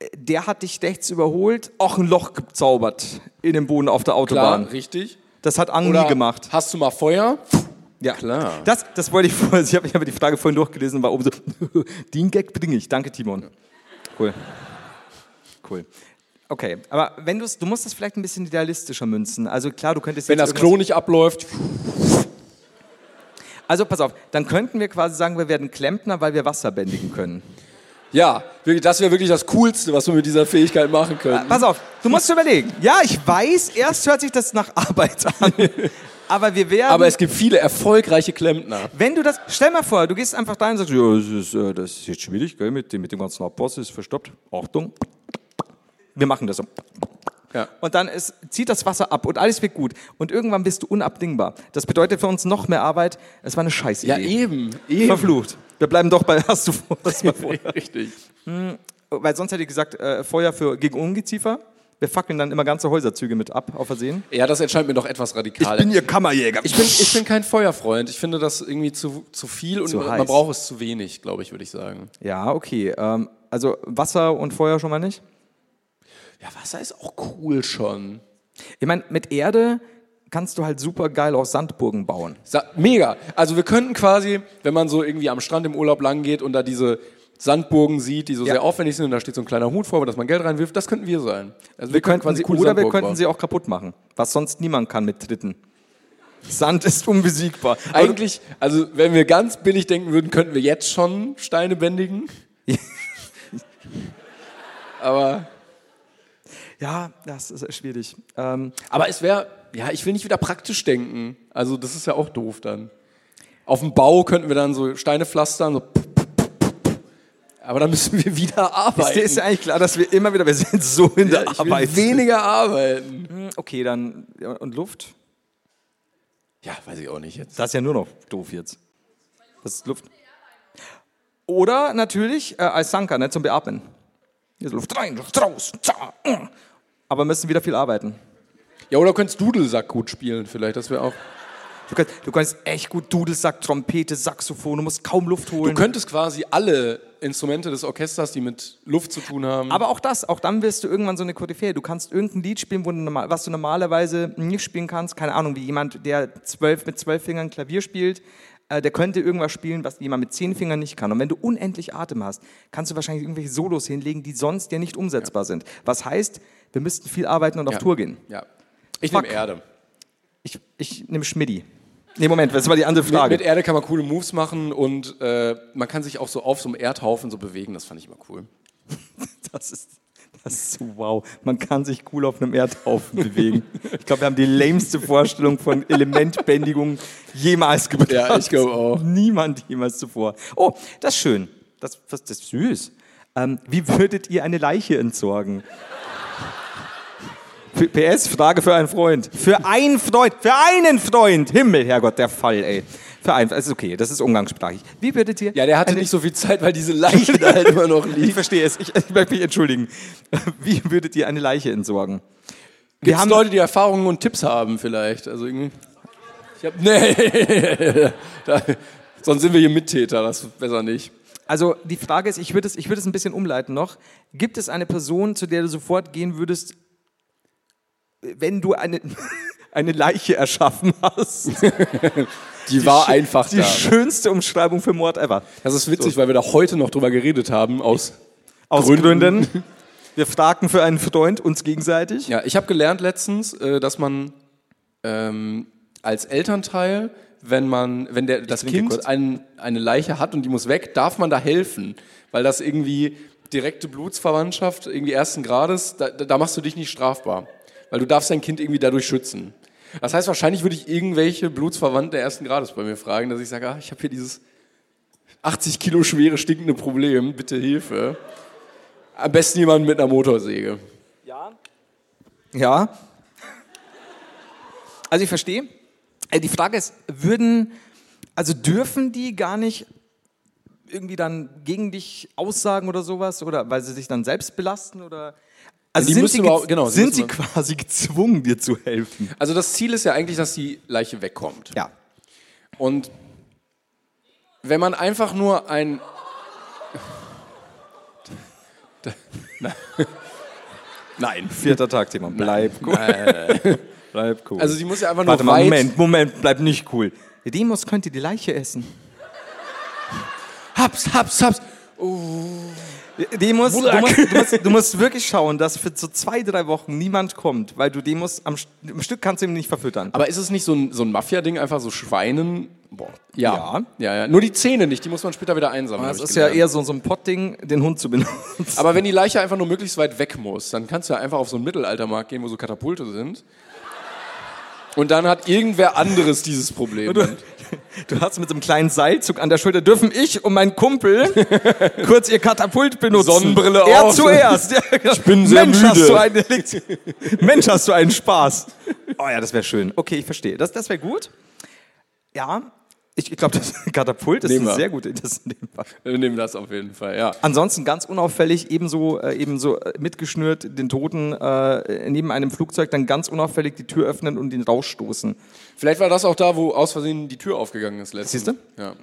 C: äh, der hat dich rechts überholt, auch ein Loch gezaubert in den Boden auf der
B: Klar,
C: Autobahn.
B: richtig.
C: Das hat Ang nie gemacht.
B: Hast du mal Feuer?
C: Ja,
B: Klar.
C: Das, das wollte ich vorher. Ich habe ich hab die Frage vorhin durchgelesen und war oben so: Den Gag bedinge ich. Danke, Timon. Cool. Cool. Okay, aber wenn du's, du musst das vielleicht ein bisschen idealistischer münzen. Also klar, du könntest
B: Wenn
C: jetzt
B: das Klo
C: irgendwas-
B: nicht abläuft,
C: Also pass auf, dann könnten wir quasi sagen, wir werden Klempner, weil wir Wasser bändigen können.
B: ja, wirklich, das wäre wirklich das Coolste, was wir mit dieser Fähigkeit machen können.
C: Äh, Pass auf, du musst überlegen. Ja, ich weiß, erst hört sich das nach Arbeit an. Aber wir werden,
B: Aber es gibt viele erfolgreiche Klempner.
C: wenn du das, stell mal vor, du gehst einfach da und sagst, ja, das ist, äh, das ist jetzt schwierig, gell, mit dem, mit dem ganzen Abboss ist verstopft. Achtung. Wir machen das so.
B: Ja.
C: Und dann ist, zieht das Wasser ab und alles wird gut. Und irgendwann bist du unabdingbar. Das bedeutet für uns noch mehr Arbeit. Es war eine Scheißidee.
B: Ja, eben. eben.
C: Verflucht. Wir bleiben doch bei, hast du vor, das war vor.
B: Richtig.
C: Weil sonst hätte ich gesagt, äh, Feuer für, gegen Ungeziefer. Wir fackeln dann immer ganze Häuserzüge mit ab, auf Versehen.
B: Ja, das erscheint mir doch etwas radikal.
C: ihr Kammerjäger.
B: ich, bin, ich bin kein Feuerfreund. Ich finde das irgendwie zu, zu viel und
C: Zu
B: man
C: heiß.
B: braucht es zu wenig, glaube ich, würde ich sagen.
C: ja, okay. Ähm, also Wasser und Feuer schon mal nicht.
B: Ja, Wasser ist auch cool schon.
C: Ich meine, mit Erde kannst du halt super geil auch Sandburgen bauen.
B: Sa mega. Also wir könnten quasi, wenn man so irgendwie am Strand im Urlaub lang geht und da diese Sandburgen sieht, die so
C: Ja.
B: sehr aufwendig sind und da steht so ein kleiner Hut vor, dass man Geld reinwirft, das könnten wir sein. Also wir, könnten quasi
C: sie,
B: coole
C: oder wir
B: Sandburgen
C: könnten
B: bauen.
C: sie auch kaputt machen, was sonst niemand kann mit Dritten. Sand ist unbesiegbar.
B: Eigentlich, also wenn wir ganz billig denken würden, könnten wir jetzt schon Steine bändigen. aber,
C: ja, das ist schwierig. Ähm,
B: aber es wäre, ja, ich will nicht wieder praktisch denken. Also das ist ja auch doof dann. Auf dem Bau könnten wir dann so Steine pflastern, so aber dann müssen wir wieder
C: ist,
B: arbeiten.
C: dir- ist ja eigentlich klar, dass wir immer wieder, wir sind so in der
B: Ja, ich will
C: Arbeit.
B: weniger arbeiten.
C: Okay, dann, ja, und Luft?
B: Ja, weiß ich auch nicht jetzt.
C: Das ist ja nur noch doof jetzt. Das ist Luft. Oder natürlich äh, als Sanka, ne, zum Beatmen. Hier ist Luft rein, Luft raus. Zah, mm. Aber müssen wieder viel arbeiten.
B: Ja, oder könntest Dudelsack gut spielen vielleicht, das wäre auch.
C: Du kannst, du kannst echt gut Dudelsack, Trompete, Saxophon, du musst kaum Luft
B: Du
C: holen.
B: könntest quasi alle Instrumente des Orchesters, die mit Luft zu tun haben.
C: aber auch das, auch dann wirst du irgendwann so eine Koryphäe. Du kannst irgendein Lied spielen, wo du normal, was du normalerweise nicht spielen kannst. Keine Ahnung, wie jemand, der zwölf, mit zwölf Fingern Klavier spielt, äh, der könnte irgendwas spielen, was jemand mit zehn Fingern nicht kann. Und wenn du unendlich Atem hast, kannst du wahrscheinlich irgendwelche Solos hinlegen, die sonst ja nicht umsetzbar sind. Was heißt, wir müssten viel arbeiten und auf
B: ja.
C: Tour gehen.
B: Ja. Ich
C: Fuck.
B: nehme Erde.
C: Ich, ich nehme Schmidti. Nee, Moment, das war die andere Frage.
B: Mit, mit Erde kann man coole Moves machen und äh, man kann sich auch so auf so einem Erdhaufen so bewegen, das fand ich immer cool.
C: Das ist, das ist so wow. Man kann sich cool auf einem Erdhaufen bewegen. Ich glaube, wir haben die lämste Vorstellung von Elementbändigung jemals gebracht.
B: Ja, ich glaube auch.
C: Niemand jemals zuvor. Oh, das ist schön. Das, das, das ist süß. Ähm, wie würdet ihr eine Leiche entsorgen? P- PS, Frage für einen Freund. Für einen Freund, für einen Freund. Himmel, Herrgott, der Fall, ey. Für einen, das ist okay, das ist umgangssprachlich. Wie bittet ihr?
B: Ja, der hatte
C: eine-
B: nicht so viel Zeit, weil diese Leiche da halt immer noch
C: Ich
B: liegt.
C: verstehe es, ich, ich möchte mich entschuldigen. Wie würdet ihr eine Leiche entsorgen?
B: Gibt es
C: haben-
B: Leute, die Erfahrungen und Tipps haben vielleicht? Also irgendwie. Ich hab, nee. da, sonst sind wir hier Mittäter, das ist besser nicht.
C: Also die Frage ist, ich würde es, ich würde es ein bisschen umleiten noch. Gibt es eine Person, zu der du sofort gehen würdest, wenn du eine, eine Leiche erschaffen hast?
B: Die, war einfach
C: Die
B: da.
C: schönste Umschreibung für Mord ever.
B: Das ist witzig, weil wir da heute noch drüber geredet haben. Aus
C: Aus
B: Gründen.
C: Gründen. Wir fragten für einen Freund uns gegenseitig.
B: ja, ich habe gelernt letztens, äh, dass man ähm, als Elternteil, wenn man, wenn der, das
C: trinke kurz.
B: Kind ein, eine Leiche hat und die muss weg, darf man da helfen, weil das irgendwie direkte Blutsverwandtschaft irgendwie ersten Grades, da, da da machst du dich nicht strafbar, weil du darfst dein Kind irgendwie dadurch schützen. Das heißt, wahrscheinlich würde ich irgendwelche Blutsverwandten ersten Grades bei mir fragen, dass ich sage, ah, ich habe hier dieses 80 Kilo schwere stinkende Problem, bitte Hilfe. Am besten jemand mit einer Motorsäge.
C: Ja. Also ich verstehe. Äh, Die Frage ist, würden, also dürfen die gar nicht irgendwie dann gegen dich aussagen oder sowas oder weil sie sich dann selbst belasten oder also
B: Die
C: sind,
B: müssen
C: sie,
B: überhaupt-
C: ge-
B: genau, sie
C: sind sie
B: müssen
C: quasi gezwungen dir zu helfen.
B: Also das Ziel ist ja eigentlich, dass die Leiche wegkommt.
C: Ja.
B: Und wenn man einfach nur ein... Nein.
C: Vierter Tag Thema. Bleib cool. Bleib cool.
B: Also sie muss ja einfach nur
C: Warte mal,
B: weit-
C: Moment, Moment, bleib nicht cool. Der Demos könnte die Leiche essen.
B: Haps, haps, haps.
C: Demos, du
B: Bulak.
C: musst, du, musst, du musst wirklich schauen, dass für so zwei, drei Wochen niemand kommt, weil du Demos am, St- am Stück kannst du ihm nicht verfüttern.
B: Aber ist es nicht so ein, so ein Mafia-Ding, einfach so Schweinen? Boah. Ja.
C: Ja.
B: ja. Ja, Nur die Zähne nicht, die muss man später wieder einsammeln.
C: das
B: hab ich
C: ist ja
B: gelernt.
C: eher so, so ein Pottding, den Hund zu benutzen.
B: Aber wenn die Leiche einfach nur möglichst weit weg muss, dann kannst du ja einfach auf so einen Mittelaltermarkt gehen, wo so Katapulte sind. Und dann hat irgendwer anderes dieses Problem.
C: du, du hast mit so einem kleinen Seilzug an der Schulter, dürfen ich und mein Kumpel kurz ihr Katapult benutzen.
B: Sonnenbrille
C: er
B: auf.
C: zuerst. ich
B: bin sehr
C: Mensch, Hast
B: müde.
C: du einen, Mensch, hast du einen Spaß. Oh ja, das wäre schön. Okay, ich verstehe. Das, das wäre gut. Ja, ich, ich glaube, das Katapult ist
B: Nehmen
C: ein
B: wir.
C: sehr gut. Das ist nehmbar.
B: Wir nehmen das auf jeden Fall, ja.
C: Ansonsten ganz unauffällig, ebenso, äh, ebenso äh, mitgeschnürt, den Toten äh, neben einem Flugzeug dann ganz unauffällig die Tür öffnen und ihn rausstoßen.
B: Vielleicht war das auch da, wo aus Versehen die Tür aufgegangen ist letztens.
C: Siehste?
B: Ja.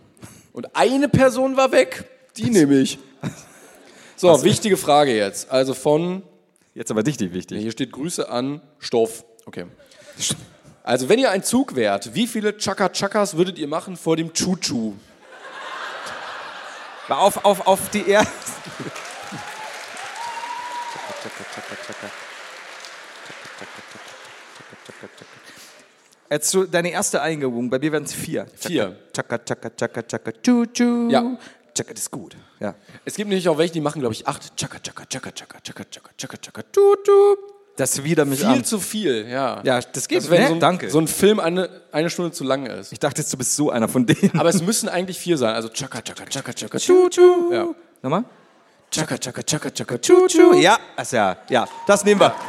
B: Und eine Person war weg, die nehme ich. So, wichtige Frage jetzt. Also von,
C: Jetzt aber dich, die
B: nee,
C: wichtig.
B: hier steht Grüße an Stoff. Okay. Also, wenn ihr ein Zug wärt, wie viele Chaka-Chakas würdet ihr machen vor dem Chu-Chu?
C: War Auf, auf, auf die Erde. Jetzt so deine erste Eingebung, bei mir werden es vier.
B: Vier.
C: Chaka, chaka, chaka, chaka, tschu, tschu.
B: Ja.
C: Chaka, das ist gut. Ja.
B: Es gibt nämlich auch welche, die machen, glaube ich, acht Chaka-Chaka-Chaka-Chaka-Chaka-Chaka-Chaka-Chaka, Chu-Chu.
C: Das widert mich
B: Viel
C: an.
B: zu viel, ja.
C: Ja, das geht,
B: Also, wenn
C: ne?
B: so ein,
C: Danke.
B: So ein Film eine, eine Stunde zu lang ist.
C: Ich dachte jetzt, du bist so einer von denen.
B: Aber es müssen eigentlich vier sein. Also Chaka, Chaka, Chaka, Chaka,
C: Tschu, tschu.
B: Ja.
C: Nochmal?
B: Chaka, Chaka, Chaka, Chaka, tschu, tschu.
C: Ja, also ja, ja, das nehmen wir.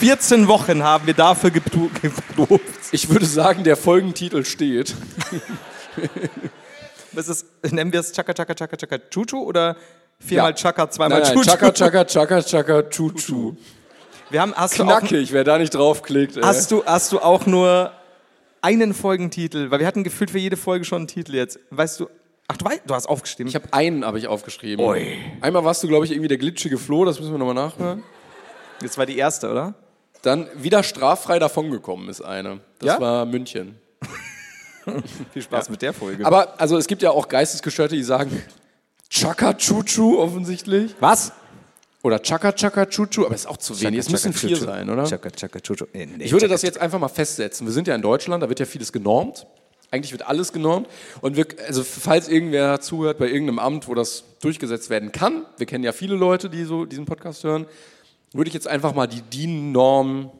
C: 14 Wochen haben wir dafür gepro- geprobt.
B: Ich würde sagen, der Folgentitel steht.
C: Was ist, nennen wir es Chaka Chaka Chaka Chaka Chuchu oder viermal
B: Ja.
C: Chaka, zweimal
B: Nein, nein,
C: Chuchu?
B: Chaka, Chaka, Chaka, Chaka, Chu, Chu.
C: Wir haben, hast, du auch,
B: Knackig, wer da nicht draufklickt. Ey.
C: hast, du, hast du auch nur einen Folgentitel? Weil wir hatten gefühlt für jede Folge schon einen Titel jetzt. Weißt du, ach du, wei- du hast aufgestimmt.
B: Ich habe einen, habe ich aufgeschrieben. Einmal warst du, glaube ich, irgendwie der glitschige Flo, das müssen wir nochmal nachhören.
C: das war die erste, oder?
B: Dann wieder straffrei davongekommen ist eine. Das
C: Ja?
B: war München.
C: Viel Spaß mit der Folge.
B: Aber also es gibt ja auch Geistesgestörte, die sagen Chaka, Chu, Chu offensichtlich.
C: was?
B: Oder Chaka, Chaka, Chu, Chu. Aber es ist auch zu wenig. Es müssen vier sein, oder?
C: Chaka Chaka Chuchu. Nee, nee,
B: Ich würde das jetzt einfach mal festsetzen. Wir sind ja in Deutschland, da wird ja vieles genormt. Eigentlich wird alles genormt. Und wir, also falls irgendwer zuhört bei irgendeinem Amt, wo das durchgesetzt werden kann, wir kennen ja viele Leute, die so diesen Podcast hören, würde ich jetzt einfach mal die DIN-Norm,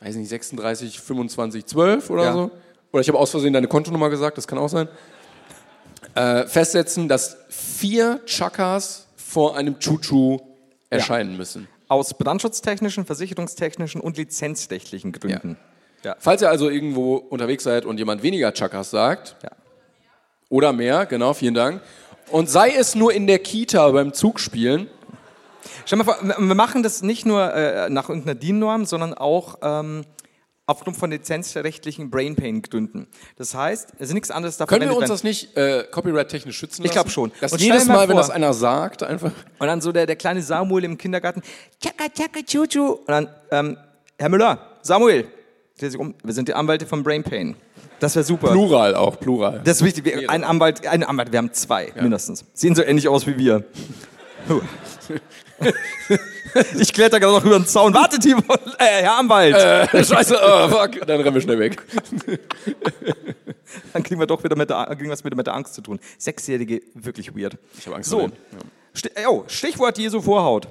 B: weiß nicht, 36, 25, 12 oder
C: Ja.
B: so. Oder ich habe aus Versehen deine Kontonummer gesagt, das kann auch sein. Äh, festsetzen, dass vier Chakas vor einem Chuchu erscheinen müssen.
C: Aus brandschutztechnischen, versicherungstechnischen und lizenzrechtlichen Gründen.
B: Falls ihr also irgendwo unterwegs seid und jemand weniger Chakas sagt,
C: Ja.
B: oder mehr, genau, vielen Dank, und sei es nur in der Kita beim Zugspielen,
C: Stell mal vor, wir wir machen das nicht nur äh, nach irgendeiner DIN-Norm, sondern auch ähm, aufgrund von lizenzrechtlichen Brain Pain Gründen. Das heißt, es ist nichts anderes da
B: können wir uns
C: verwendet
B: das nicht äh, copyright-technisch schützen lassen?
C: Ich glaub schon.
B: Dass
C: Und stell
B: jedes
C: dir mal
B: Mal, wenn
C: vor-
B: das einer sagt, einfach...
C: werden. Und dann so der, der kleine Samuel im Kindergarten, tschakka, tschakka, tschu, Und dann, ähm, Herr Müller, Samuel, dreht sich um, wir sind die Anwälte von Brain Pain. Das wäre super.
B: Plural auch, plural.
C: Das ist wichtig. Wir, ein Anwalt, ein Anwalt, wir haben zwei mindestens. Sehen so ähnlich aus wie wir. Puh. ich kletter gerade noch über den Zaun. Warte, Timo, äh, Herr Anwalt.
B: Scheiße, oh, fuck, dann rennen wir schnell weg.
C: Dann kriegen wir doch wieder mit der, kriegen wir es wieder mit der Angst zu tun. Sechsjährige, wirklich weird. Ich
B: hab Angst
C: so.
B: vor denen,
C: Sti- äh, oh, Stichwort Jesu Vorhaut.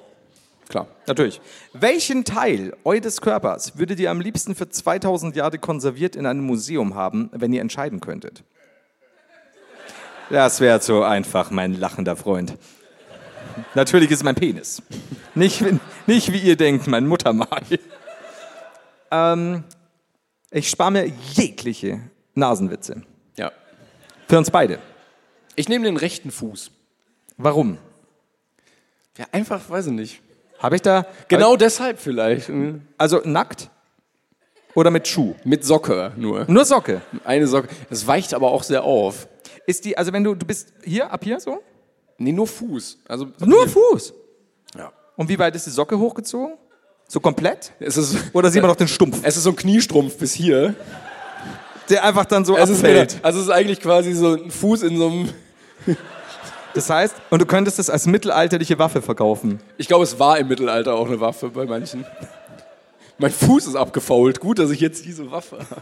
B: Klar.
C: Natürlich. Welchen Teil eures Körpers würdet ihr am liebsten für 2000 Jahre konserviert in einem Museum haben, wenn ihr entscheiden könntet? Das wäre zu einfach, mein lachender Freund. Natürlich ist mein Penis. Nicht, wie- nicht wie ihr denkt, mein Muttermal. Ähm, ich spare mir jegliche Nasenwitze.
B: Ja.
C: Für uns beide.
B: Ich nehme den rechten Fuß.
C: Warum?
B: Ja, einfach, weiß ich nicht.
C: Habe ich da.
B: Genau deshalb vielleicht. mhm.
C: Also nackt? Oder mit Schuh?
B: Mit Socke nur.
C: Nur Socke.
B: Eine Socke. Es weicht aber auch sehr auf.
C: Ist die, also wenn du, du bist hier, ab hier so?
B: Nee, nur Fuß. Also
C: Nur Fuß.
B: Ja.
C: Und wie weit ist die Socke hochgezogen? So komplett?
B: Es ist,
C: Oder sieht man noch den Stumpf,
B: es ist so ein Kniestrumpf bis hier.
C: der einfach dann so
B: Es ist,
C: abfällt?
B: also es ist eigentlich quasi so ein Fuß in so einem.
C: Das heißt, und du könntest es als mittelalterliche Waffe verkaufen.
B: Ich glaube, es war im Mittelalter auch eine Waffe bei manchen. Mein Fuß ist abgefault. Gut, dass ich jetzt diese Waffe habe.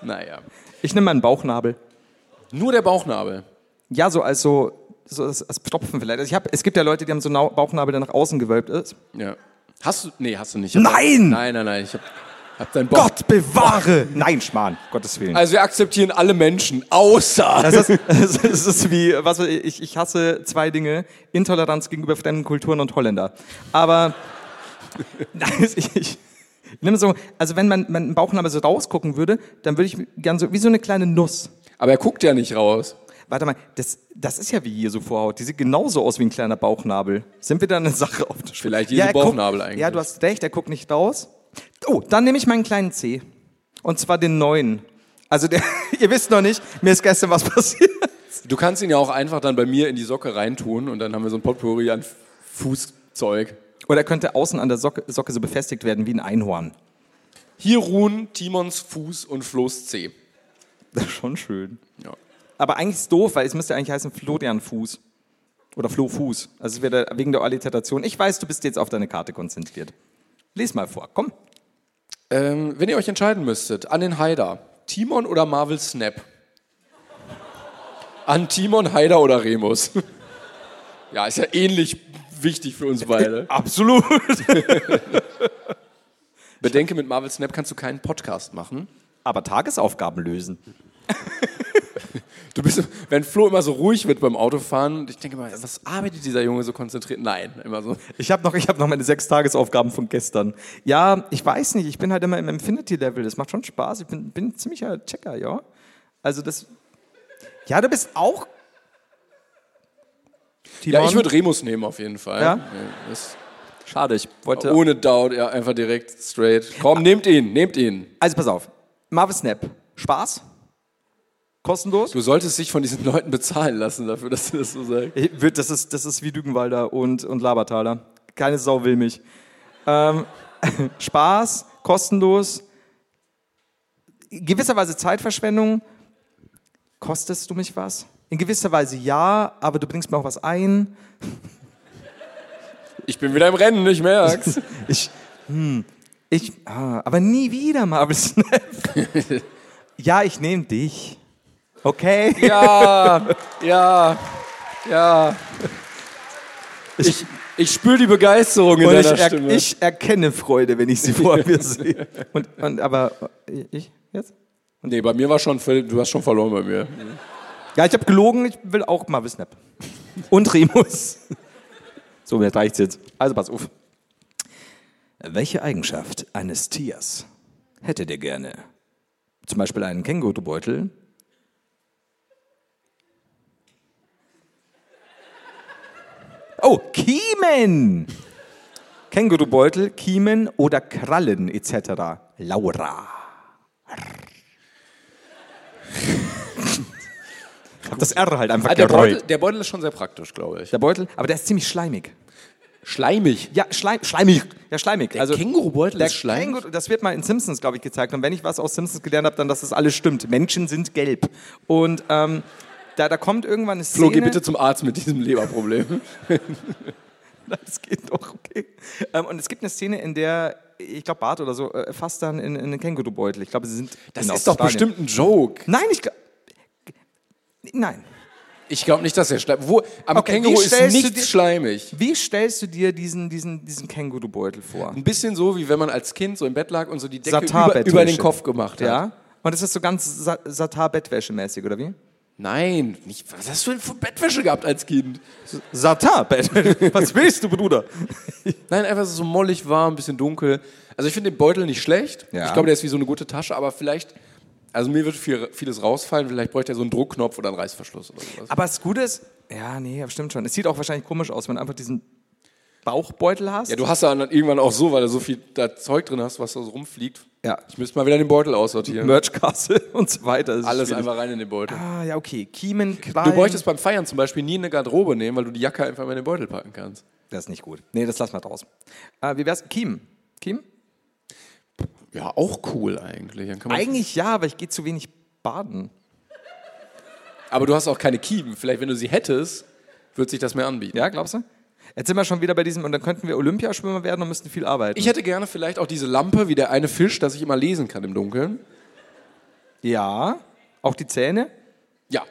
B: Naja.
C: Ich nehme meinen Bauchnabel.
B: Nur der Bauchnabel.
C: Ja, so als so, so als, als Tropfen vielleicht. Also ich hab, es gibt ja Leute, die haben so einen Bauchnabel, der nach außen gewölbt ist.
B: Ja. Hast du. Nee, hast du nicht.
C: Nein!
B: Nein, nein, nein. Ich hab, hab deinen Bauch.
C: Gott bewahre! Nein, Schmarrn, Gottes Willen.
B: Also wir akzeptieren alle Menschen, außer.
C: Das ist, das ist, das ist wie, was weiß ich, ich hasse zwei Dinge: Intoleranz gegenüber fremden Kulturen und Holländer. Aber Nein, ich, ich nehme so, also wenn mein, mein Bauchnabel so rausgucken würde, dann würde ich gern so wie so eine kleine Nuss.
B: Aber er guckt ja nicht raus.
C: Warte mal, das, das ist ja wie Jesu Vorhaut. Die sieht genauso aus wie ein kleiner Bauchnabel. Sind wir da eine Sache auf der Spur?
B: Vielleicht Jesu
C: er guckt-
B: Bauchnabel eigentlich.
C: Ja, du hast recht, er guckt nicht raus. Oh, dann nehme ich meinen kleinen C. Und zwar den neuen. Also der, ihr wisst noch nicht, mir ist gestern was passiert.
B: Du kannst ihn ja auch einfach dann bei mir in die Socke reintun und dann haben wir so ein Potpourri an F- Fußzeug.
C: Oder könnte außen an der Socke, Socke so befestigt werden wie ein Einhorn.
B: Hier ruhen Timons Fuß und Flo's Zeh.
C: Das ist schon schön.
B: Ja.
C: Aber eigentlich ist es doof, weil es müsste eigentlich heißen Florian Fuß. Oder Flo Fuß. Also es wäre da- wegen der Alliteration. Ich weiß, du bist jetzt auf deine Karte konzentriert. Lies mal vor, komm.
B: Ähm, wenn ihr euch entscheiden müsstet, an den Haider, Timon oder Marvel Snap? An Timon, Haider oder Remus? Ja, ist ja ähnlich wichtig für uns beide.
C: Absolut.
B: Bedenke, mit Marvel Snap kannst du keinen Podcast machen.
C: Aber Tagesaufgaben lösen.
B: Du bist, wenn Flo immer so ruhig wird beim Autofahren, ich denke mal, was arbeitet dieser Junge so konzentriert? Nein, immer so.
C: Ich habe noch, ich hab noch meine sechs Tagesaufgaben von gestern. Ja, ich weiß nicht, ich bin halt immer im Infinity-Level. Das macht schon Spaß. Ich bin, bin ein ziemlicher Checker, ja. Also das... Ja, du bist auch...
B: Ja, ich
C: Timon?
B: würde Remus nehmen auf jeden Fall.
C: Ja?
B: das,
C: Schade, ich wollte.
B: ohne Doubt, ja, einfach direkt straight. Komm, nehmt ihn, nehmt ihn.
C: Also pass auf. Marvel Snap. Spaß? Kostenlos?
B: Du solltest dich von diesen Leuten bezahlen lassen dafür, dass du das so sagst.
C: Ich würd- Das ist, das ist wie Dügenwalder und, und Labertaler. Keine Sau will mich. Ähm, Spaß, kostenlos, gewisserweise Zeitverschwendung. Kostest du mich was? In gewisser Weise ja, aber du bringst mir auch was ein.
B: Ich bin wieder im Rennen, ich merk's.
C: Ich, hm, ich, ah, aber nie wieder Marvel Snap. ja, ich nehme dich. Okay.
B: ja, ja, ja. Ich, ich spüre die Begeisterung in
C: Und
B: deiner
C: ich, er,
B: Stimme.
C: ich erkenne Freude, wenn ich sie vor mir sehe. Und, und aber äh, ich jetzt?
B: nee, bei mir war schon, völlig- du hast schon verloren bei mir.
C: Ja, ich habe gelogen, ich will auch Marvel Snap. Und Remus. So, mir reicht's jetzt. Also pass auf. Welche Eigenschaft eines Tiers hättet ihr gerne? Zum Beispiel einen Kängurubeutel? Oh, Kiemen! Kängurubeutel, Kiemen oder Krallen etc. Laura. Ich hab das R halt einfach
B: Ah, der,
C: gerollt.
B: Beutel, der Beutel ist schon sehr praktisch, glaube ich.
C: Der Beutel, aber der ist ziemlich schleimig.
B: Schleimig. Also,
C: Ja, schleim, schleimig. Ja, schleimig. Also
B: Der Kängurubeutel
C: der
B: ist schleimig?
C: Känguru- das wird mal in Simpsons, glaube ich, gezeigt. Und wenn ich was aus Simpsons gelernt habe, dann, dass das alles stimmt. Menschen sind gelb. Und ähm, da, da kommt irgendwann eine Szene.
B: Flo, geh bitte zum Arzt mit diesem Leberproblem.
C: Das geht doch, okay. Ähm, und es gibt eine Szene, in der, ich glaube, Bart oder so, äh, fasst dann in, in einen Kängurubeutel. Ich glaube, sie sind.
B: Das
C: in
B: ist doch
C: Australien.
B: bestimmt ein Joke.
C: Nein, ich glaube. Nein.
B: Ich glaube nicht, dass er schleimig Wo? Am
C: Okay, wie
B: Känguru ist
C: stellst du
B: nichts
C: dir-
B: schleimig.
C: Wie stellst du dir diesen, diesen, diesen Kängurubeutel vor?
B: Ein bisschen so, wie wenn man als Kind so im Bett lag und so die Decke über,
C: Satarbettwäsche.
B: über den Kopf gemacht hat.
C: Ja? Und ist das so ganz Sa Satar-Bettwäsche-mäßig, oder wie?
B: Nein, nicht. Was hast du denn für Bettwäsche gehabt als Kind?
C: Satar, was willst du, Bruder?
B: Nein, einfach so mollig warm, ein bisschen dunkel. Also ich finde den Beutel nicht schlecht.
C: Ja.
B: Ich glaube, der ist wie so eine gute Tasche, aber vielleicht, also mir wird viel, vieles rausfallen, vielleicht bräuchte er so einen Druckknopf oder einen Reißverschluss oder sowas.
C: Aber das Gute ist, ja, nee, das stimmt schon. Es sieht auch wahrscheinlich komisch aus, wenn du einfach diesen Bauchbeutel hast.
B: ja, du hast da dann irgendwann auch so, weil du so viel da Zeug drin hast, was da so rumfliegt.
C: Ja.
B: Ich müsste mal wieder den Beutel aussortieren.
C: Merchkasse und so weiter. Das ist
B: Alles
C: schwierig.
B: einfach rein in den Beutel.
C: Ah, ja, okay. Kiemen, Krallen.
B: Du bräuchtest beim Feiern zum Beispiel nie eine Garderobe nehmen, weil du die Jacke einfach mal in den Beutel packen kannst.
C: Das ist nicht gut. Nee, das lassen wir draußen. Äh, wie wär's? Kiemen. Kiemen?
B: Ja, auch cool eigentlich. Dann kann man
C: Eigentlich ja, aber ich gehe zu wenig baden.
B: aber du hast auch keine Kiemen. Vielleicht, wenn du sie hättest, würde sich das mehr anbieten.
C: Ja, glaubst du? Jetzt sind wir schon wieder bei diesem, und dann könnten wir Olympiaschwimmer werden und müssten viel arbeiten.
B: Ich hätte gerne vielleicht auch diese Lampe wie der eine Fisch, dass ich immer lesen kann im Dunkeln.
C: ja, auch die Zähne.
B: Ja,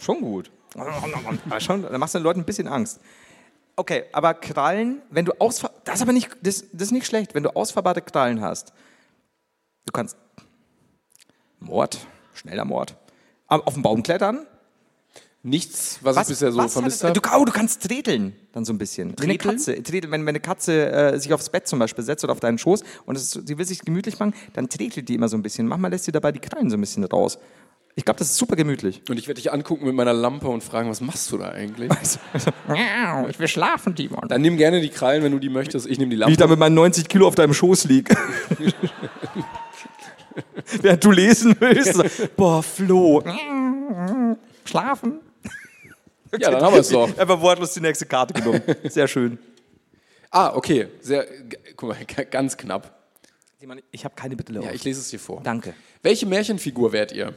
C: Schon gut. Aber schon, da machst du den Leuten ein bisschen Angst. Okay, aber Krallen, wenn du ausver... Das ist aber nicht, das, das ist nicht schlecht, wenn du ausfahrbare Krallen hast. Du kannst Mord, schneller Mord, am- auf den Baum klettern.
B: nichts, was, ich bisher so
C: was
B: vermisst
C: hat es-
B: habe.
C: du, oh, du kannst tredeln, dann so ein bisschen. Wie eine
B: Tredeln?
C: Katze. Tredeln, wenn, wenn eine Katze äh, sich aufs Bett zum Beispiel setzt oder auf deinen Schoß und es, ist- die will sich gemütlich machen, dann tretelt die immer so ein bisschen. Manchmal lässt sie dabei die Krallen so ein bisschen raus. Ich glaube, das ist super gemütlich.
B: Und ich werde dich angucken mit meiner Lampe und fragen, was machst du da eigentlich?
C: Also, Ich will schlafen, Timon.
B: Dann nimm gerne die Krallen, wenn du die möchtest. Ich nehme die
C: Wie ich
B: Lampe.
C: da mit meinen 90 Kilo auf deinem Schoß lieg. Während du lesen willst. so, Boah, Flo. Schlafen.
B: Ja, dann haben wir es doch.
C: Einfach wortlos die nächste Karte genommen. Sehr schön.
B: Ah, okay. Sehr, g- guck mal, g- ganz knapp.
C: Ich habe keine Bitte.
B: Ja, ich lese es dir vor.
C: Danke.
B: Welche Märchenfigur wärt ihr?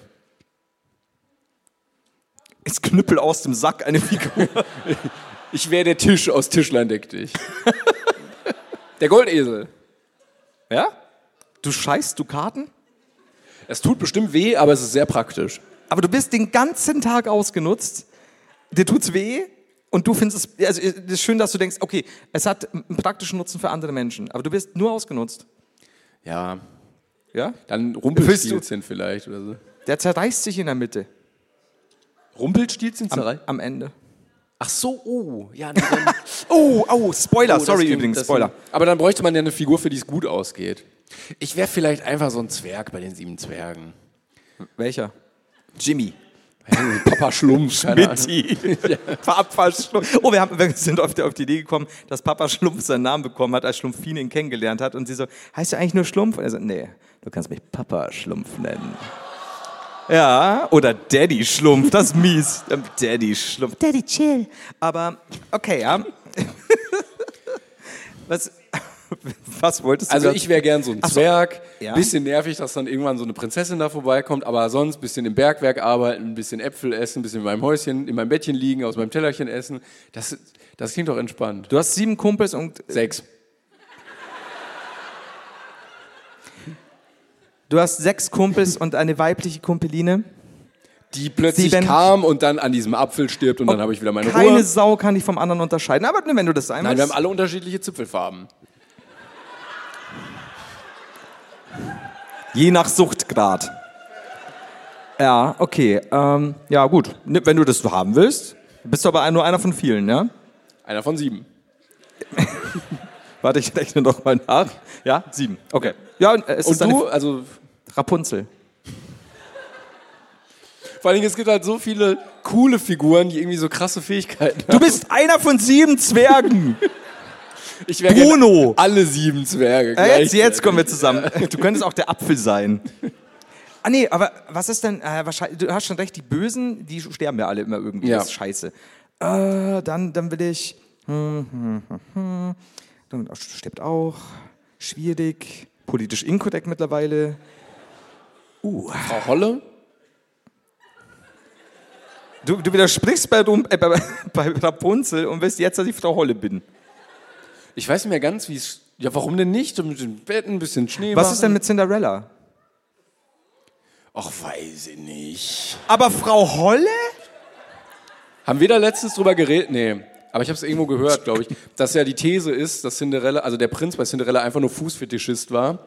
C: Ist Knüppel aus dem Sack eine Figur?
B: Ich wäre der Tisch aus Tischlein deck dich. der Goldesel.
C: ja? Du scheißt du Karten?
B: Es tut bestimmt weh, aber es ist sehr praktisch.
C: Aber du bist den ganzen Tag ausgenutzt. Dir tut's weh. Und du findest es, also es ist schön, dass du denkst, okay, es hat einen praktischen Nutzen für andere Menschen, aber du wirst nur ausgenutzt.
B: Ja,
C: Ja?
B: dann
C: Rumpelstilzchen
B: Rumpelstilzchen vielleicht oder so.
C: Der zerreißt sich in der Mitte.
B: Rumpelstilzchen?
C: Am, am Ende.
B: Ach so, oh. Ja, nee, dann,
C: Oh, oh, Spoiler,
B: Oh, das
C: sorry
B: klingt-
C: übrigens,
B: das-
C: Spoiler.
B: Aber dann bräuchte man ja eine Figur, für die es gut ausgeht. Ich wäre vielleicht einfach so ein Zwerg bei den sieben Zwergen.
C: Welcher? Jimmy.
B: Hey, Papa Schlumpf. keine Ahnung.
C: Mitty. Papa Schlumpf. Oh, wir, haben, wir sind auf die, auf die Idee gekommen, dass Papa Schlumpf seinen Namen bekommen hat, als Schlumpfine ihn kennengelernt hat. Und sie so, heißt du eigentlich nur Schlumpf? Und er so, nee, du kannst mich Papa Schlumpf nennen. Ja, oder Daddy Schlumpf, das ist mies. Ähm, Daddy Schlumpf. Daddy chill. Aber, okay, ja. was, was wolltest du
B: Also
C: grad-
B: ich wäre gern so ein
C: Ach so.
B: Zwerg.
C: Ja.
B: Bisschen nervig, dass dann irgendwann so eine Prinzessin da vorbeikommt, aber sonst bisschen im Bergwerk arbeiten, ein bisschen Äpfel essen, ein bisschen in meinem Häuschen, in meinem Bettchen liegen, aus meinem Tellerchen essen. Das, das klingt doch entspannt.
C: Du hast sieben Kumpels und
B: Sechs.
C: du hast sechs Kumpels und eine weibliche Kumpeline.
B: Die plötzlich
C: Sieben.
B: kam und dann an diesem Apfel stirbt und dann habe ich wieder meine
C: Keine
B: Ruhe.
C: Sau kann dich vom anderen unterscheiden. Aber wenn du das einmal.
B: Nein, wir haben alle unterschiedliche Zipfelfarben.
C: Je nach Suchtgrad. Ja, okay. Ähm, ja, gut. Ne, Wenn du das so haben ne? willst, bist du aber nur einer von vielen, ja?
B: Einer von sieben.
C: Warte, ich rechne doch mal nach. Ja, sieben. Okay. Ja, und, äh, es ist
B: Und du,
C: eine
B: also
C: Rapunzel.
B: vor allen Dingen, es gibt halt so viele coole Figuren, die irgendwie so krasse Fähigkeiten
C: Du bist einer von sieben Zwergen.
B: haben. Ich wär
C: Bruno!
B: gerne Alle sieben Zwerge.
C: Äh, jetzt,
B: gleichzeitig.
C: jetzt kommen wir zusammen. Du könntest auch der Apfel sein. Ah nee, aber was ist denn, äh, wahrscheinlich, du hast schon recht, die Bösen, die sterben ja alle immer irgendwie,
B: Ja.
C: das ist scheiße. Äh, dann, dann will ich, hm, hm, hm, hm. dann stirbt auch, schwierig, politisch inkorrekt mittlerweile.
B: Frau Holle?
C: Du, du widersprichst bei, Rum- äh, bei, bei Rapunzel und willst jetzt, dass ich Frau Holle bin.
B: Ich weiß nicht mehr ganz, wie es. Ja, warum denn nicht? Mit den Betten, ein bisschen Schnee.
C: Was
B: machen.
C: ist denn mit Cinderella?
B: Ach, weiß ich nicht.
C: Aber Frau Holle?
B: Haben wir da letztens drüber geredet? Nee. Aber ich habe es irgendwo gehört, glaube ich, dass ja die These ist, dass Cinderella, also der Prinz bei Cinderella einfach nur Fußfetischist war.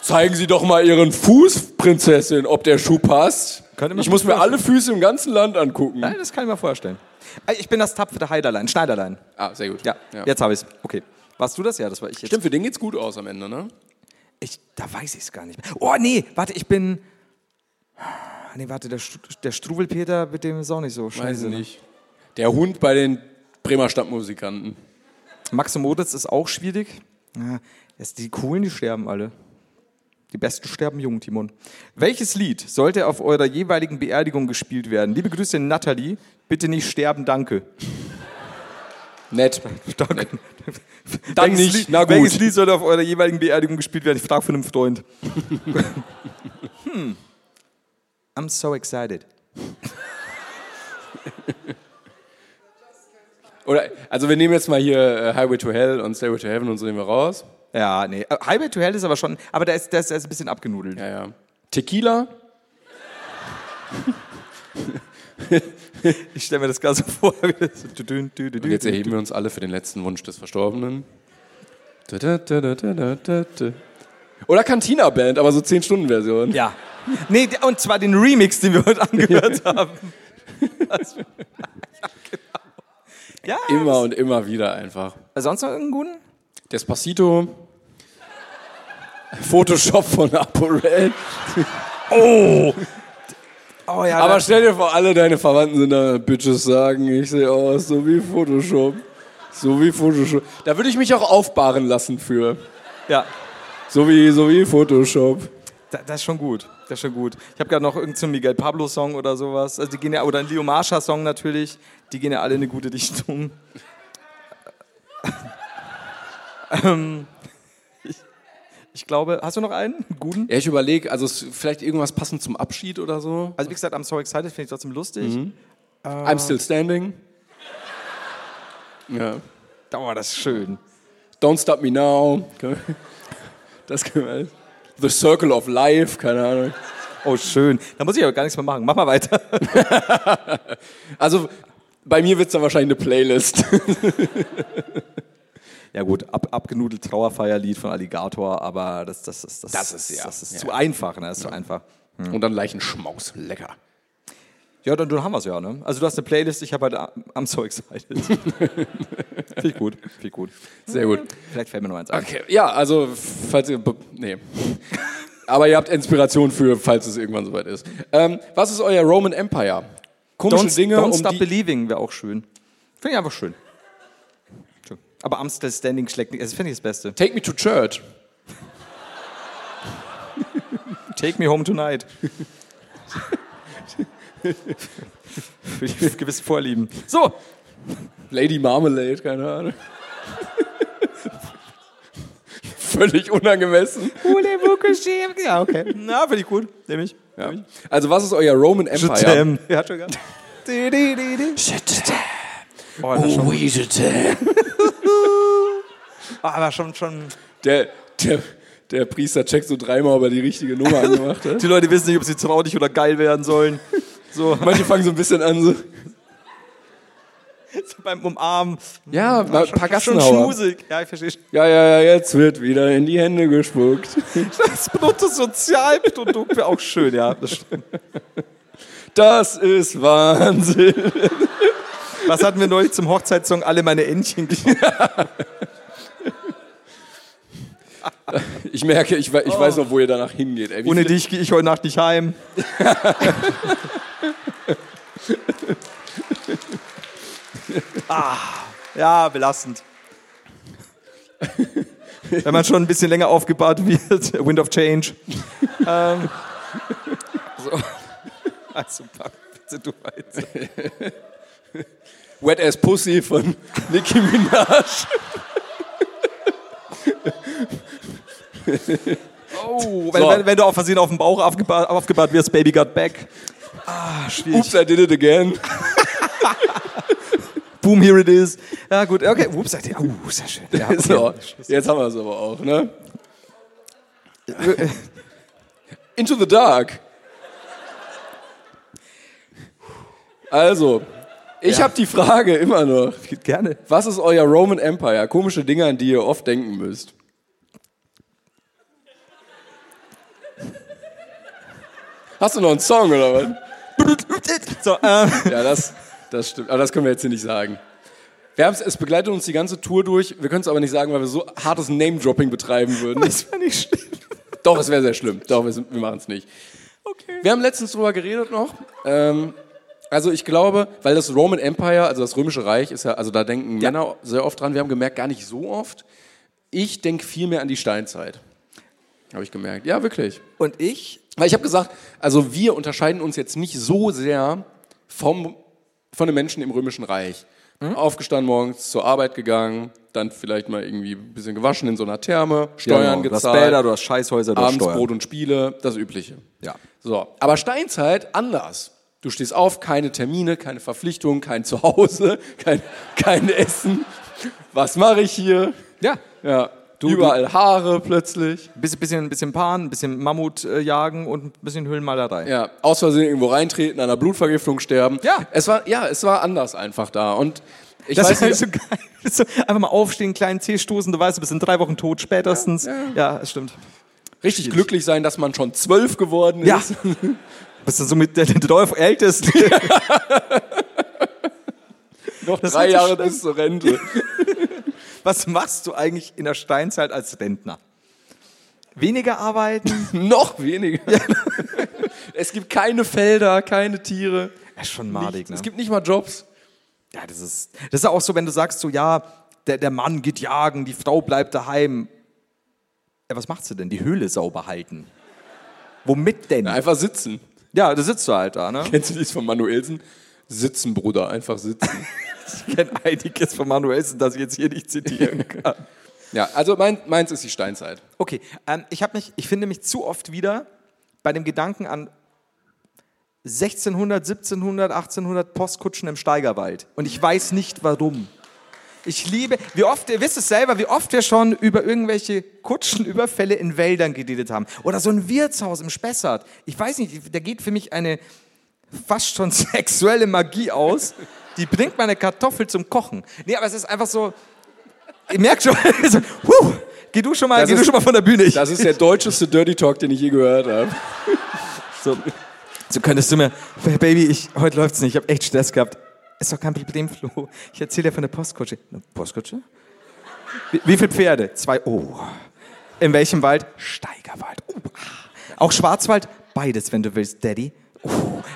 B: Zeigen Sie doch mal Ihren Fuß, Prinzessin, ob der Schuh passt.
C: Könnte man
B: Ich muss mir alle Füße im ganzen Land angucken.
C: Nein, das kann ich mir vorstellen. Äh, Ich bin das tapfere Heiderlein, Schneiderlein.
B: Ah, sehr gut.
C: Ja, jetzt habe ich es. Okay. Warst du das? Ja, das war ich jetzt.
B: Stimmt, für den geht's gut aus am Ende, ne?
C: Ich, da weiß ich es gar nicht mehr. Oh, nee, warte, ich bin. Nee, warte, der, Stru- der Struwelpeter, mit dem ist auch nicht so scheiße. ne?
B: nicht. Der Hund bei den Bremer Stadtmusikanten.
C: Max und Moritz ist auch schwierig. Ja, jetzt die Coolen, die sterben alle. Die Besten sterben jung, Timon. Welches Lied sollte auf eurer jeweiligen Beerdigung gespielt werden? Liebe Grüße, Nathalie. Bitte nicht sterben, danke.
B: Nett.
C: Danke.
B: Dann
C: Welches
B: nicht,
C: Lied,
B: na gut.
C: Welches Lied sollte auf eurer jeweiligen Beerdigung gespielt werden? Ich frage von einem Freund. hm. I'm so excited.
B: Oder, also wir nehmen jetzt mal hier äh, Highway to Hell und Stairway to Heaven und so nehmen wir raus.
C: Ja, nee. Äh, Highway to Hell ist aber schon, aber da ist, da ist, da ist ein bisschen abgenudelt.
B: Ja, ja. Tequila?
C: Ich stelle mir das gerade so vor. wie das so dü-dün, dü-dü-dü.
B: Und jetzt erheben wir uns alle für den letzten Wunsch des Verstorbenen. Da, da, da, da, da, da, da, da. Oder Cantina Band, aber so 10-Stunden-Version.
C: Ja. Nee, der- und zwar den Remix, den wir heute angehört haben. Das- ja, genau.
B: Immer und immer wieder einfach.
C: ja. Sonst noch irgendeinen guten?
B: Despacito. Photoshop von ApoRed.
C: Oh ja,
B: Aber
C: aber
B: stell dir vor, alle deine Verwandten sind da, Bitches sagen, ich sehe aus so wie Photoshop. So wie Photoshop. Da würde ich mich auch aufbahren lassen für.
C: ja,
B: So wie, so wie Photoshop.
C: da, das ist schon gut. Das ist schon gut. Ich habe gerade noch irgendeinen Miguel Pablo Song oder sowas. Also die gehen ja, oder ein Leo Marsha Song natürlich. Die gehen ja alle in eine gute Richtung. ähm, ich, ich glaube, hast du noch einen? Einen Guten?
B: Ja, ich überlege, also es- vielleicht irgendwas passend zum Abschied oder so.
C: Also wie gesagt, I'm so excited finde ich trotzdem lustig.
B: I'm still standing. Ja.
C: Oh, das ist schön.
B: Don't Stop Me Now. Das können wir. The Circle of Life, keine Ahnung.
C: Oh, schön. Da muss ich aber gar nichts mehr machen. Mach mal weiter.
B: Also bei mir wird es dann wahrscheinlich eine Playlist.
C: Ja gut, ab, abgenudelt Trauerfeierlied von Alligator, aber das, das, das, das,
B: Das ist ja-
C: das ist
B: ja.
C: zu einfach, ne? Das ist zu einfach.
B: Und dann Leichenschmaus. Lecker.
C: Ja, dann, dann haben wir es ja, ne? Also du hast eine Playlist, ich habe halt äh, I'm so excited. viel gut, viel gut.
B: Sehr gut.
C: Vielleicht fällt mir noch eins ein.
B: Okay, ja, also, falls ihr. b- Nee. Aber ihr habt Inspiration für, falls es irgendwann soweit ist. Ähm, was ist euer Roman Empire? Komische
C: Don't,
B: Dinge,
C: don't
B: um
C: Stop
B: die,
C: Believing wäre auch schön. Finde ich einfach schön. schön. Aber Amstel Standing schlägt nicht. Das finde ich das Beste.
B: Take me to church.
C: Take me home tonight. Für die gewissen Vorlieben. So,
B: Lady Marmalade, keine Ahnung. Völlig unangemessen.
C: Ule Bukushi. Ja, okay. Na, finde ich gut. Nehme ich.
B: Ja. Also, was ist euer Roman Empire?
C: Shazam. Ja, schon gehabt. Di, di, di, di. Oh, das ist schon,
B: Shazam.
C: oh, aber schon, schon.
B: Der, der, der Priester checkt so dreimal, ob er die richtige Nummer angemacht hat.
C: Die Leute wissen nicht, ob sie traurig oder geil werden sollen. So,
B: Manche fangen so ein bisschen an, so.
C: beim Umarmen.
B: Ja, ein paar
C: Schon
B: Gassenhauer.
C: schmusig. Ja, ich verstehe. schon.
B: Ja, ja, ja, jetzt wird wieder in die Hände gespuckt.
C: Das Bruttosozialprodukt wäre auch schön, ja. Das stimmt.
B: Das ist Wahnsinn.
C: Was hatten wir neulich zum Hochzeitssong? Alle meine Entchen.
B: Ich merke, ich, wei- ich weiß noch, wo ihr danach hingeht. Ey, wie
C: Ohne
B: viele-
C: dich gehe ich heute Nacht nicht heim. ah, ja, belastend. Wenn man schon ein bisschen länger aufgebahrt wird, Wind of Change. ähm, so. Also, pack bitte du Weizen.
B: Wet Ass Pussy von Nicki Minaj.
C: Oh, wenn,
B: So.
C: wenn, wenn du auf Versehen auf dem Bauch aufgebahrt, aufgebahrt wirst, Baby Got Back. Ah, schwierig.
B: Oops, I did it again.
C: Boom, here it is. Ja, gut, okay. Ups, seid ihr. Uh, sehr schön. Ja, okay.
B: So, jetzt haben wir es aber auch, ne? Into the Dark. Also, ich habe die Frage immer noch.
C: Gerne.
B: Was ist euer Roman Empire? Komische Dinge, an die ihr oft denken müsst. Hast du noch einen Song oder was?
C: So, ähm,
B: Ja, das, das stimmt. Aber das können wir jetzt hier nicht sagen. Wir haben's, es begleitet uns die ganze Tour durch. Wir können es aber nicht sagen, weil wir so hartes Name-Dropping betreiben würden.
C: das wäre nicht schlimm.
B: Doch, es wäre sehr schlimm. Doch, wir, sind- wir machen es nicht.
C: Okay.
B: Wir haben letztens drüber geredet noch. Ähm, also ich glaube, weil das Roman Empire, also das Römische Reich, ist ja, also da denken Männer sehr oft dran. Wir haben gemerkt, gar nicht so oft. Ich denke viel mehr an die Steinzeit. Habe ich gemerkt. Ja, wirklich.
C: Und ich?
B: Weil ich habe gesagt, also wir unterscheiden uns jetzt nicht so sehr vom, von den Menschen im Römischen Reich.
C: Hm?
B: Aufgestanden morgens, zur Arbeit gegangen, dann vielleicht mal irgendwie ein bisschen gewaschen in so einer Therme, Steuern
C: genau. Du hast
B: gezahlt,
C: Bäder, du hast Scheißhäuser, du hast
B: abends
C: Steuern.
B: Brot und Spiele, das Übliche.
C: Ja.
B: So, aber Steinzeit anders. Du stehst auf, keine Termine, keine Verpflichtungen, kein Zuhause, kein, kein Essen. Was mache ich hier?
C: Ja.
B: Ja, überall Haare plötzlich.
C: Bisschen, bisschen, bisschen Pan, ein bisschen Mammut äh, jagen und ein bisschen Höhlenmalerei.
B: Ja, aus Versehen irgendwo reintreten, an einer Blutvergiftung sterben.
C: Ja.
B: Es war, ja, es war anders einfach da. Und ich
C: Das
B: weiß
C: ist halt
B: nicht,
C: so geil. So, einfach mal aufstehen, kleinen Zeh stoßen, du weißt, du bist in drei Wochen tot spätestens. Ja, es stimmt.
B: richtig glücklich sein, dass man schon zwölf geworden ist.
C: Ja. bist du somit der, der, der Älteste?
B: Noch
C: Das
B: drei
C: wird so
B: Jahre
C: schlimm.
B: bis zur Rente.
C: Was machst du eigentlich in der Steinzeit als Rentner? Weniger arbeiten?
B: Noch weniger. es gibt keine Felder, keine Tiere.
C: Ja, ist schon madig, ne?
B: Es gibt nicht mal Jobs.
C: Ja, das ist, das ist auch so, wenn du sagst, so, ja, der, der Mann geht jagen, die Frau bleibt daheim. Ja, was macht sie denn? Die Höhle sauber halten. Womit denn? Ja,
B: Einfach sitzen.
C: da sitzt du halt da, ne?
B: Kennst du dies von Manuelsen? Sitzen, Bruder, einfach sitzen.
C: Ich kenne einiges von Manuelsen, das ich jetzt hier nicht zitieren kann.
B: ja, also mein, meins ist die Steinzeit.
C: Okay, ähm, ich, hab mich, ich finde mich zu oft wieder bei dem Gedanken an 1600, 1700, 1800 Postkutschen im Steigerwald. Und ich weiß nicht warum. Ich liebe, wie oft, ihr wisst es selber, wie oft wir schon über irgendwelche Kutschenüberfälle in Wäldern geredet haben. Oder so ein Wirtshaus im Spessart. Ich weiß nicht, da geht für mich eine fast schon sexuelle Magie aus. Die bringt meine Kartoffel zum Kochen. Nee, aber es ist einfach so, ihr merkt schon, so, huh, geh du schon mal,
B: Das
C: geh du
B: ist-
C: schon mal von der Bühne. Ich,
B: Das ist der deutscheste Dirty Talk, den ich je gehört habe.
C: So, so könntest du mir, Baby, ich, heute läuft's nicht, ich habe echt Stress gehabt. Ist doch kein Problem, Flo. Ich erzähle dir von der Postkutsche. Eine Postkutsche? Wie, wie viele Pferde? Zwei. Oh. In welchem Wald? Steigerwald. Oh. Auch Schwarzwald? Beides, wenn du willst, Daddy. Oh,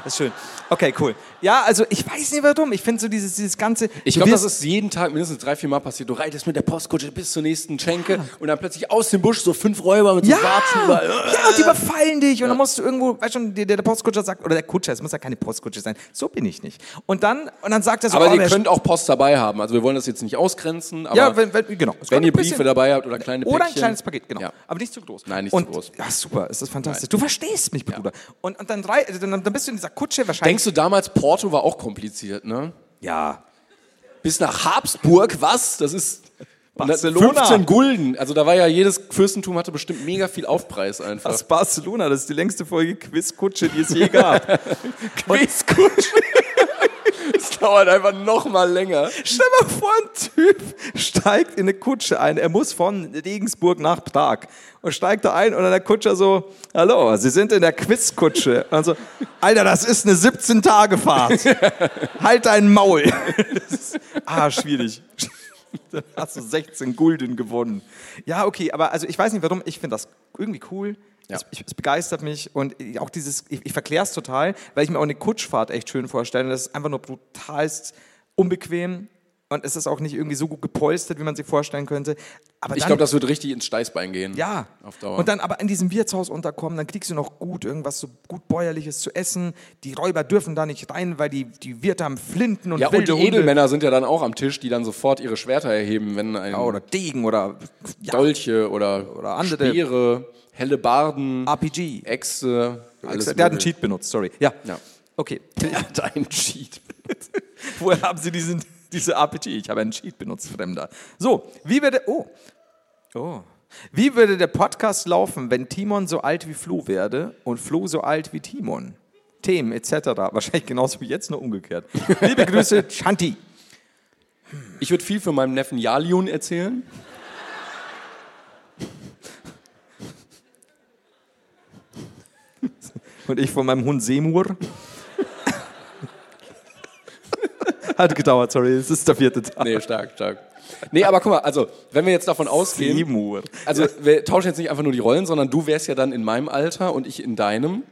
C: das ist schön. Okay, cool. Ja, also ich weiß nicht warum. Ich finde so dieses, dieses ganze.
B: Ich
C: Du
B: glaube, das
C: wirst-
B: ist jeden Tag mindestens drei, vier Mal passiert. Du reitest mit der Postkutsche bis zur nächsten Schenke und dann plötzlich aus dem Busch so fünf Räuber mit so äh.
C: Ja!
B: Warzen überall.
C: Ja, und die überfallen dich. Und dann musst du irgendwo, weißt schon, der, der Postkutscher sagt, oder der Kutscher, es muss ja keine Postkutsche sein. So bin ich nicht. Und dann, und dann sagt er so, oh,
B: Aber ihr
C: der-
B: könnt auch Post dabei haben. Also wir wollen das jetzt nicht ausgrenzen, aber
C: Ja, wenn, wenn, genau. Es
B: wenn
C: kommt
B: ihr
C: ein bisschen-
B: Briefe dabei habt oder kleine
C: Oder ein
B: Päckchen.
C: kleines Paket, genau.
B: Ja.
C: Aber nicht zu groß.
B: Nein, nicht zu
C: und,
B: groß.
C: Ja, super, es ist fantastisch. Du verstehst mich, Bruder. Und, und dann, drei, also dann, dann bist du in dieser Kutsche wahrscheinlich.
B: Denkst du damals, Porto war auch kompliziert, ne?
C: ja.
B: Bis nach Habsburg, was? Das ist und das-
C: Barcelona.
B: 15 Gulden. Also da war ja jedes Fürstentum hatte bestimmt mega viel Aufpreis einfach.
C: Das ist Barcelona, das ist die längste Folge Quizkutsche, die es je gab. Quizkutsche.
B: Das dauert einfach noch mal länger.
C: Stell mal vor, ein Typ steigt in eine Kutsche ein. Er muss von Regensburg nach Prag. Und steigt da ein und dann der Kutscher so, hallo, Sie sind in der Quizkutsche. Und so, Alter, das ist eine 17-Tage-Fahrt. halt dein Maul. das ist, ah, schwierig. Dann hast du 16 Gulden gewonnen. Ja, okay, aber also ich weiß nicht warum, ich finde das irgendwie cool.
B: Ja.
C: Es, ich, es begeistert mich und auch dieses, ich, ich verkläre es total, weil ich mir auch eine Kutschfahrt echt schön vorstelle. Und das ist einfach nur brutalst unbequem und es ist auch nicht irgendwie so gut gepolstert, wie man sich vorstellen könnte. Aber
B: Ich
C: dann-
B: glaube, das wird richtig ins Steißbein gehen.
C: ja.
B: Auf Dauer.
C: Und dann aber in diesem Wirtshaus unterkommen, dann kriegst du noch gut irgendwas so gut bäuerliches zu essen. Die Räuber dürfen da nicht rein, weil die, die Wirte haben Flinten und
B: ja, und die
C: wilde Hunde.
B: Edelmänner sind ja dann auch am Tisch, die dann sofort ihre Schwerter erheben, wenn ein
C: Ja, oder Degen oder ja,
B: Dolche oder,
C: Oder andere-
B: Speere, Hellebarden,
C: RPG.
B: Äxte. alles
C: Der hat einen
B: Mögliche.
C: Cheat benutzt, sorry. Ja.
B: Ja.
C: Okay.
B: Der hat einen Cheat.
C: Woher haben Sie diesen, diese RPG? Ich habe einen Cheat benutzt, Fremder. So, wie würde. Oh. Oh. Wie würde der Podcast laufen, wenn Timon so alt wie Flo werde und Flo so alt wie Timon? Themen etc. Wahrscheinlich genauso wie jetzt, nur umgekehrt. Liebe Grüße, Chanti.
B: Ich würde viel von meinem Neffen Jalion erzählen.
C: Und ich von meinem Hund Semur. Hat gedauert, sorry, es ist der vierte Tag.
B: Nee, stark, stark. Nee, aber guck mal, also, wenn wir jetzt davon ausgehen,
C: Semur.
B: Also wir tauschen jetzt nicht einfach nur die Rollen, sondern du wärst ja dann in meinem Alter und ich in deinem.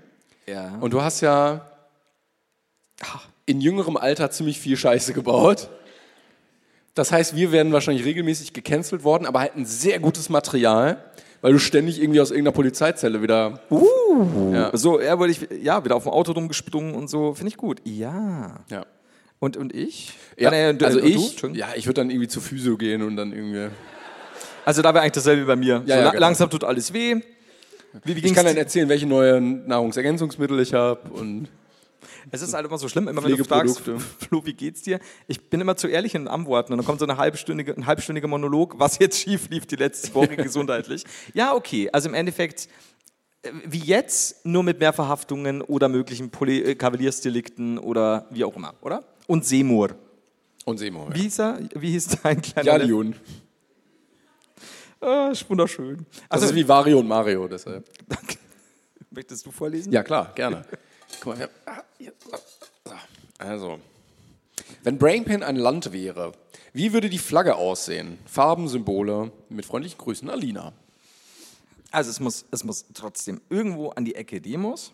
C: Ja.
B: Und du hast ja in jüngerem Alter ziemlich viel Scheiße gebaut. Das heißt, wir werden wahrscheinlich regelmäßig gecancelt worden, aber halt ein sehr gutes Material, weil du ständig irgendwie aus irgendeiner Polizeizelle wieder.
C: Uh. So, er wurde ich ja wieder auf dem Auto rumgesprungen und so. Finde ich gut. Ja.
B: Ja.
C: Und, und ich?
B: Ja,
C: Ah, nee, und-
B: also
C: und du?
B: ich,
C: Entschuldigung.
B: ja, ich würde dann irgendwie zu Physio gehen und dann irgendwie.
C: Also da wäre eigentlich dasselbe wie bei mir. so,
B: ja,
C: la
B: genau.
C: Langsam tut alles weh. Wie, wie
B: Ich
C: ging's
B: kann dann
C: dir?
B: erzählen, welche neuen Nahrungsergänzungsmittel ich habe und
C: es ist halt immer so schlimm, immer wenn du fragst,
B: Pflegeprodukte.
C: Flo, wie geht's dir? Ich bin immer zu ehrlich in den Antworten und dann kommt so eine halbstündige, ein halbstündiger Monolog, was jetzt schief lief die letzte Woche gesundheitlich. Ja, okay. Also im Endeffekt äh, wie jetzt, nur mit mehr Verhaftungen oder möglichen Poli äh, Kavaliersdelikten oder wie auch immer, oder? Und Seymour.
B: und Seymour.
C: Wie hieß er? Wie hieß dein kleiner?
B: Jalion.
C: Ah, ist wunderschön.
B: Das
C: Also,
B: ist wie Wario und Mario, deshalb.
C: möchtest du vorlesen?
B: Ja, klar, gerne. Guck mal, wir ah, hier, so, so. Also, wenn Brainpin ein Land wäre, wie würde die Flagge aussehen? Farben, Symbole, mit freundlichen Grüßen, Alina.
C: Also es muss, es muss trotzdem irgendwo an die Ecke Demos.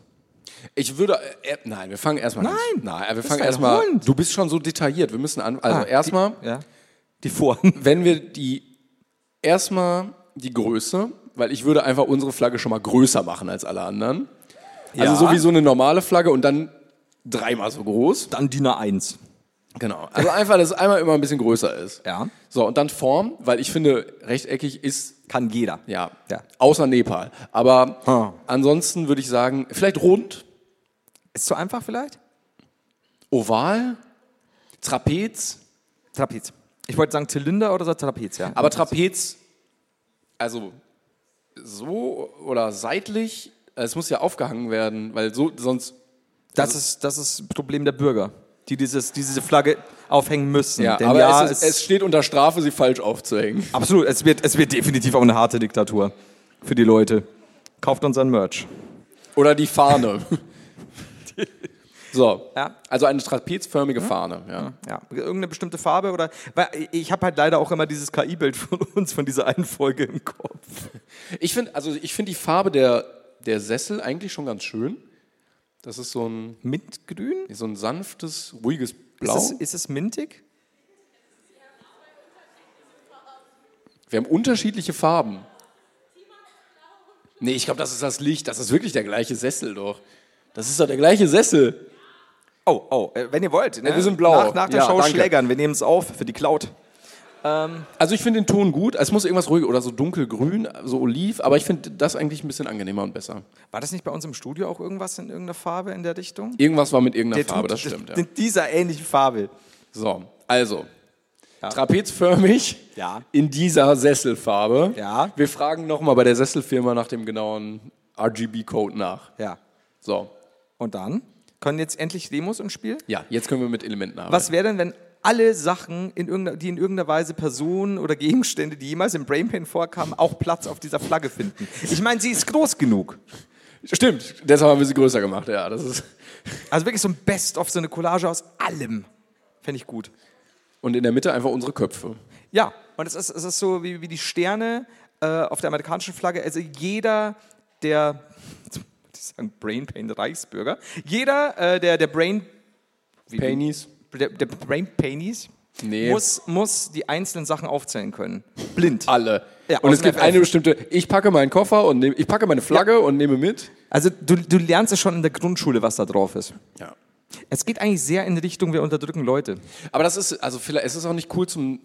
B: Ich würde, äh, nein, wir fangen erstmal
C: Nein,
B: nein, wir
C: ist
B: fangen
C: ein
B: erstmal,
C: Hund.
B: du bist schon so detailliert, wir müssen an, also
C: Ah,
B: erstmal,
C: Die, ja. Also Die Form.
B: wenn wir die, erstmal die Größe, weil ich würde einfach unsere Flagge schon mal größer machen als alle anderen. Also
C: Ja.
B: so wie so eine normale Flagge und dann dreimal so groß.
C: Dann DIN A1.
B: Genau. Also einfach, dass es einmal immer ein bisschen größer ist.
C: Ja.
B: So, und dann Form, weil ich finde, rechteckig ist,
C: Kann jeder.
B: ja,
C: Ja.
B: außer Nepal. Aber
C: Ah.
B: ansonsten würde ich sagen, vielleicht rund,
C: Ist zu einfach vielleicht?
B: oval, Trapez,
C: Trapez. Ich wollte sagen Zylinder oder so Trapez, ja.
B: aber Trapez, also so oder seitlich, es muss ja aufgehangen werden, weil so, sonst,
C: das, ist, das ist Problem der Bürger, die dieses, diese Flagge aufhängen müssen.
B: ja,
C: Denn
B: aber
C: ja,
B: es,
C: es,
B: ist, es steht unter Strafe, sie falsch aufzuhängen.
C: absolut, es wird, es wird definitiv auch eine harte Diktatur für die Leute. Kauft unseren Merch.
B: Oder die Fahne. so,
C: Ja.
B: also eine trapezförmige Fahne, ja.
C: Ja, irgendeine bestimmte Farbe oder. Weil ich habe halt leider auch immer dieses KI-Bild von uns, von dieser einen Folge im Kopf.
B: Ich finde, also ich finde die Farbe der, der Sessel eigentlich schon ganz schön. Das ist so ein,
C: Mintgrün?
B: so ein sanftes, ruhiges Blau.
C: Ist es, ist es mintig?
B: Wir haben unterschiedliche Farben. Nee, ich glaube, das ist das Licht. Das ist wirklich der gleiche Sessel doch. Das ist doch der gleiche Sessel.
C: Oh, oh, äh, wenn ihr wollt. Ne?
B: wir sind blau.
C: Nach, nach der
B: Ja,
C: Show
B: danke.
C: schlägern, wir nehmen es auf für die Cloud.
B: Also ich finde den Ton gut. Es muss irgendwas ruhig oder so dunkelgrün, so oliv. Aber ich finde das eigentlich ein bisschen angenehmer und besser.
C: War das nicht bei uns im Studio auch irgendwas in irgendeiner Farbe in der Richtung?
B: Irgendwas war mit irgendeiner
C: Der
B: Farbe,
C: tut-
B: das stimmt. Ja.
C: In dieser ähnlichen Farbe.
B: So, also. Trapezförmig
C: Ja.
B: in dieser Sesselfarbe.
C: Ja.
B: Wir fragen nochmal bei der Sesselfirma nach dem genauen RGB-Code nach.
C: Ja.
B: So,
C: Und dann? Können jetzt endlich Demos ins Spiel?
B: ja, jetzt können wir mit Elementen arbeiten.
C: Was wäre denn, wenn alle Sachen, in irgendeiner, die in irgendeiner Weise Personen oder Gegenstände, die jemals im Brainpain vorkamen, auch Platz auf dieser Flagge finden? Ich meine, sie ist groß genug.
B: Stimmt, deshalb haben wir sie größer gemacht, ja. Das ist
C: Also wirklich so ein Best-of, so eine Collage aus allem. Fände ich gut.
B: und in der Mitte einfach unsere Köpfe.
C: Ja, und es ist, es ist so wie, wie die Sterne äh, auf der amerikanischen Flagge. Also jeder, der, die sagen Brain Pain Reichsbürger, jeder, äh, der, der Brain wie-
B: Painies.
C: der, der Brain Painies
B: Nee.
C: muss, muss die einzelnen Sachen aufzählen können. Blind.
B: Alle.
C: Ja,
B: und
C: aus
B: es
C: dem
B: gibt
C: FF.
B: eine bestimmte, ich packe meinen Koffer und nehme, ich packe meine Flagge und nehme mit.
C: Also du, du lernst es schon in der Grundschule, was da drauf ist.
B: Ja.
C: Es geht eigentlich sehr in die Richtung, wir unterdrücken Leute.
B: Aber das ist, also vielleicht, es ist auch nicht cool zum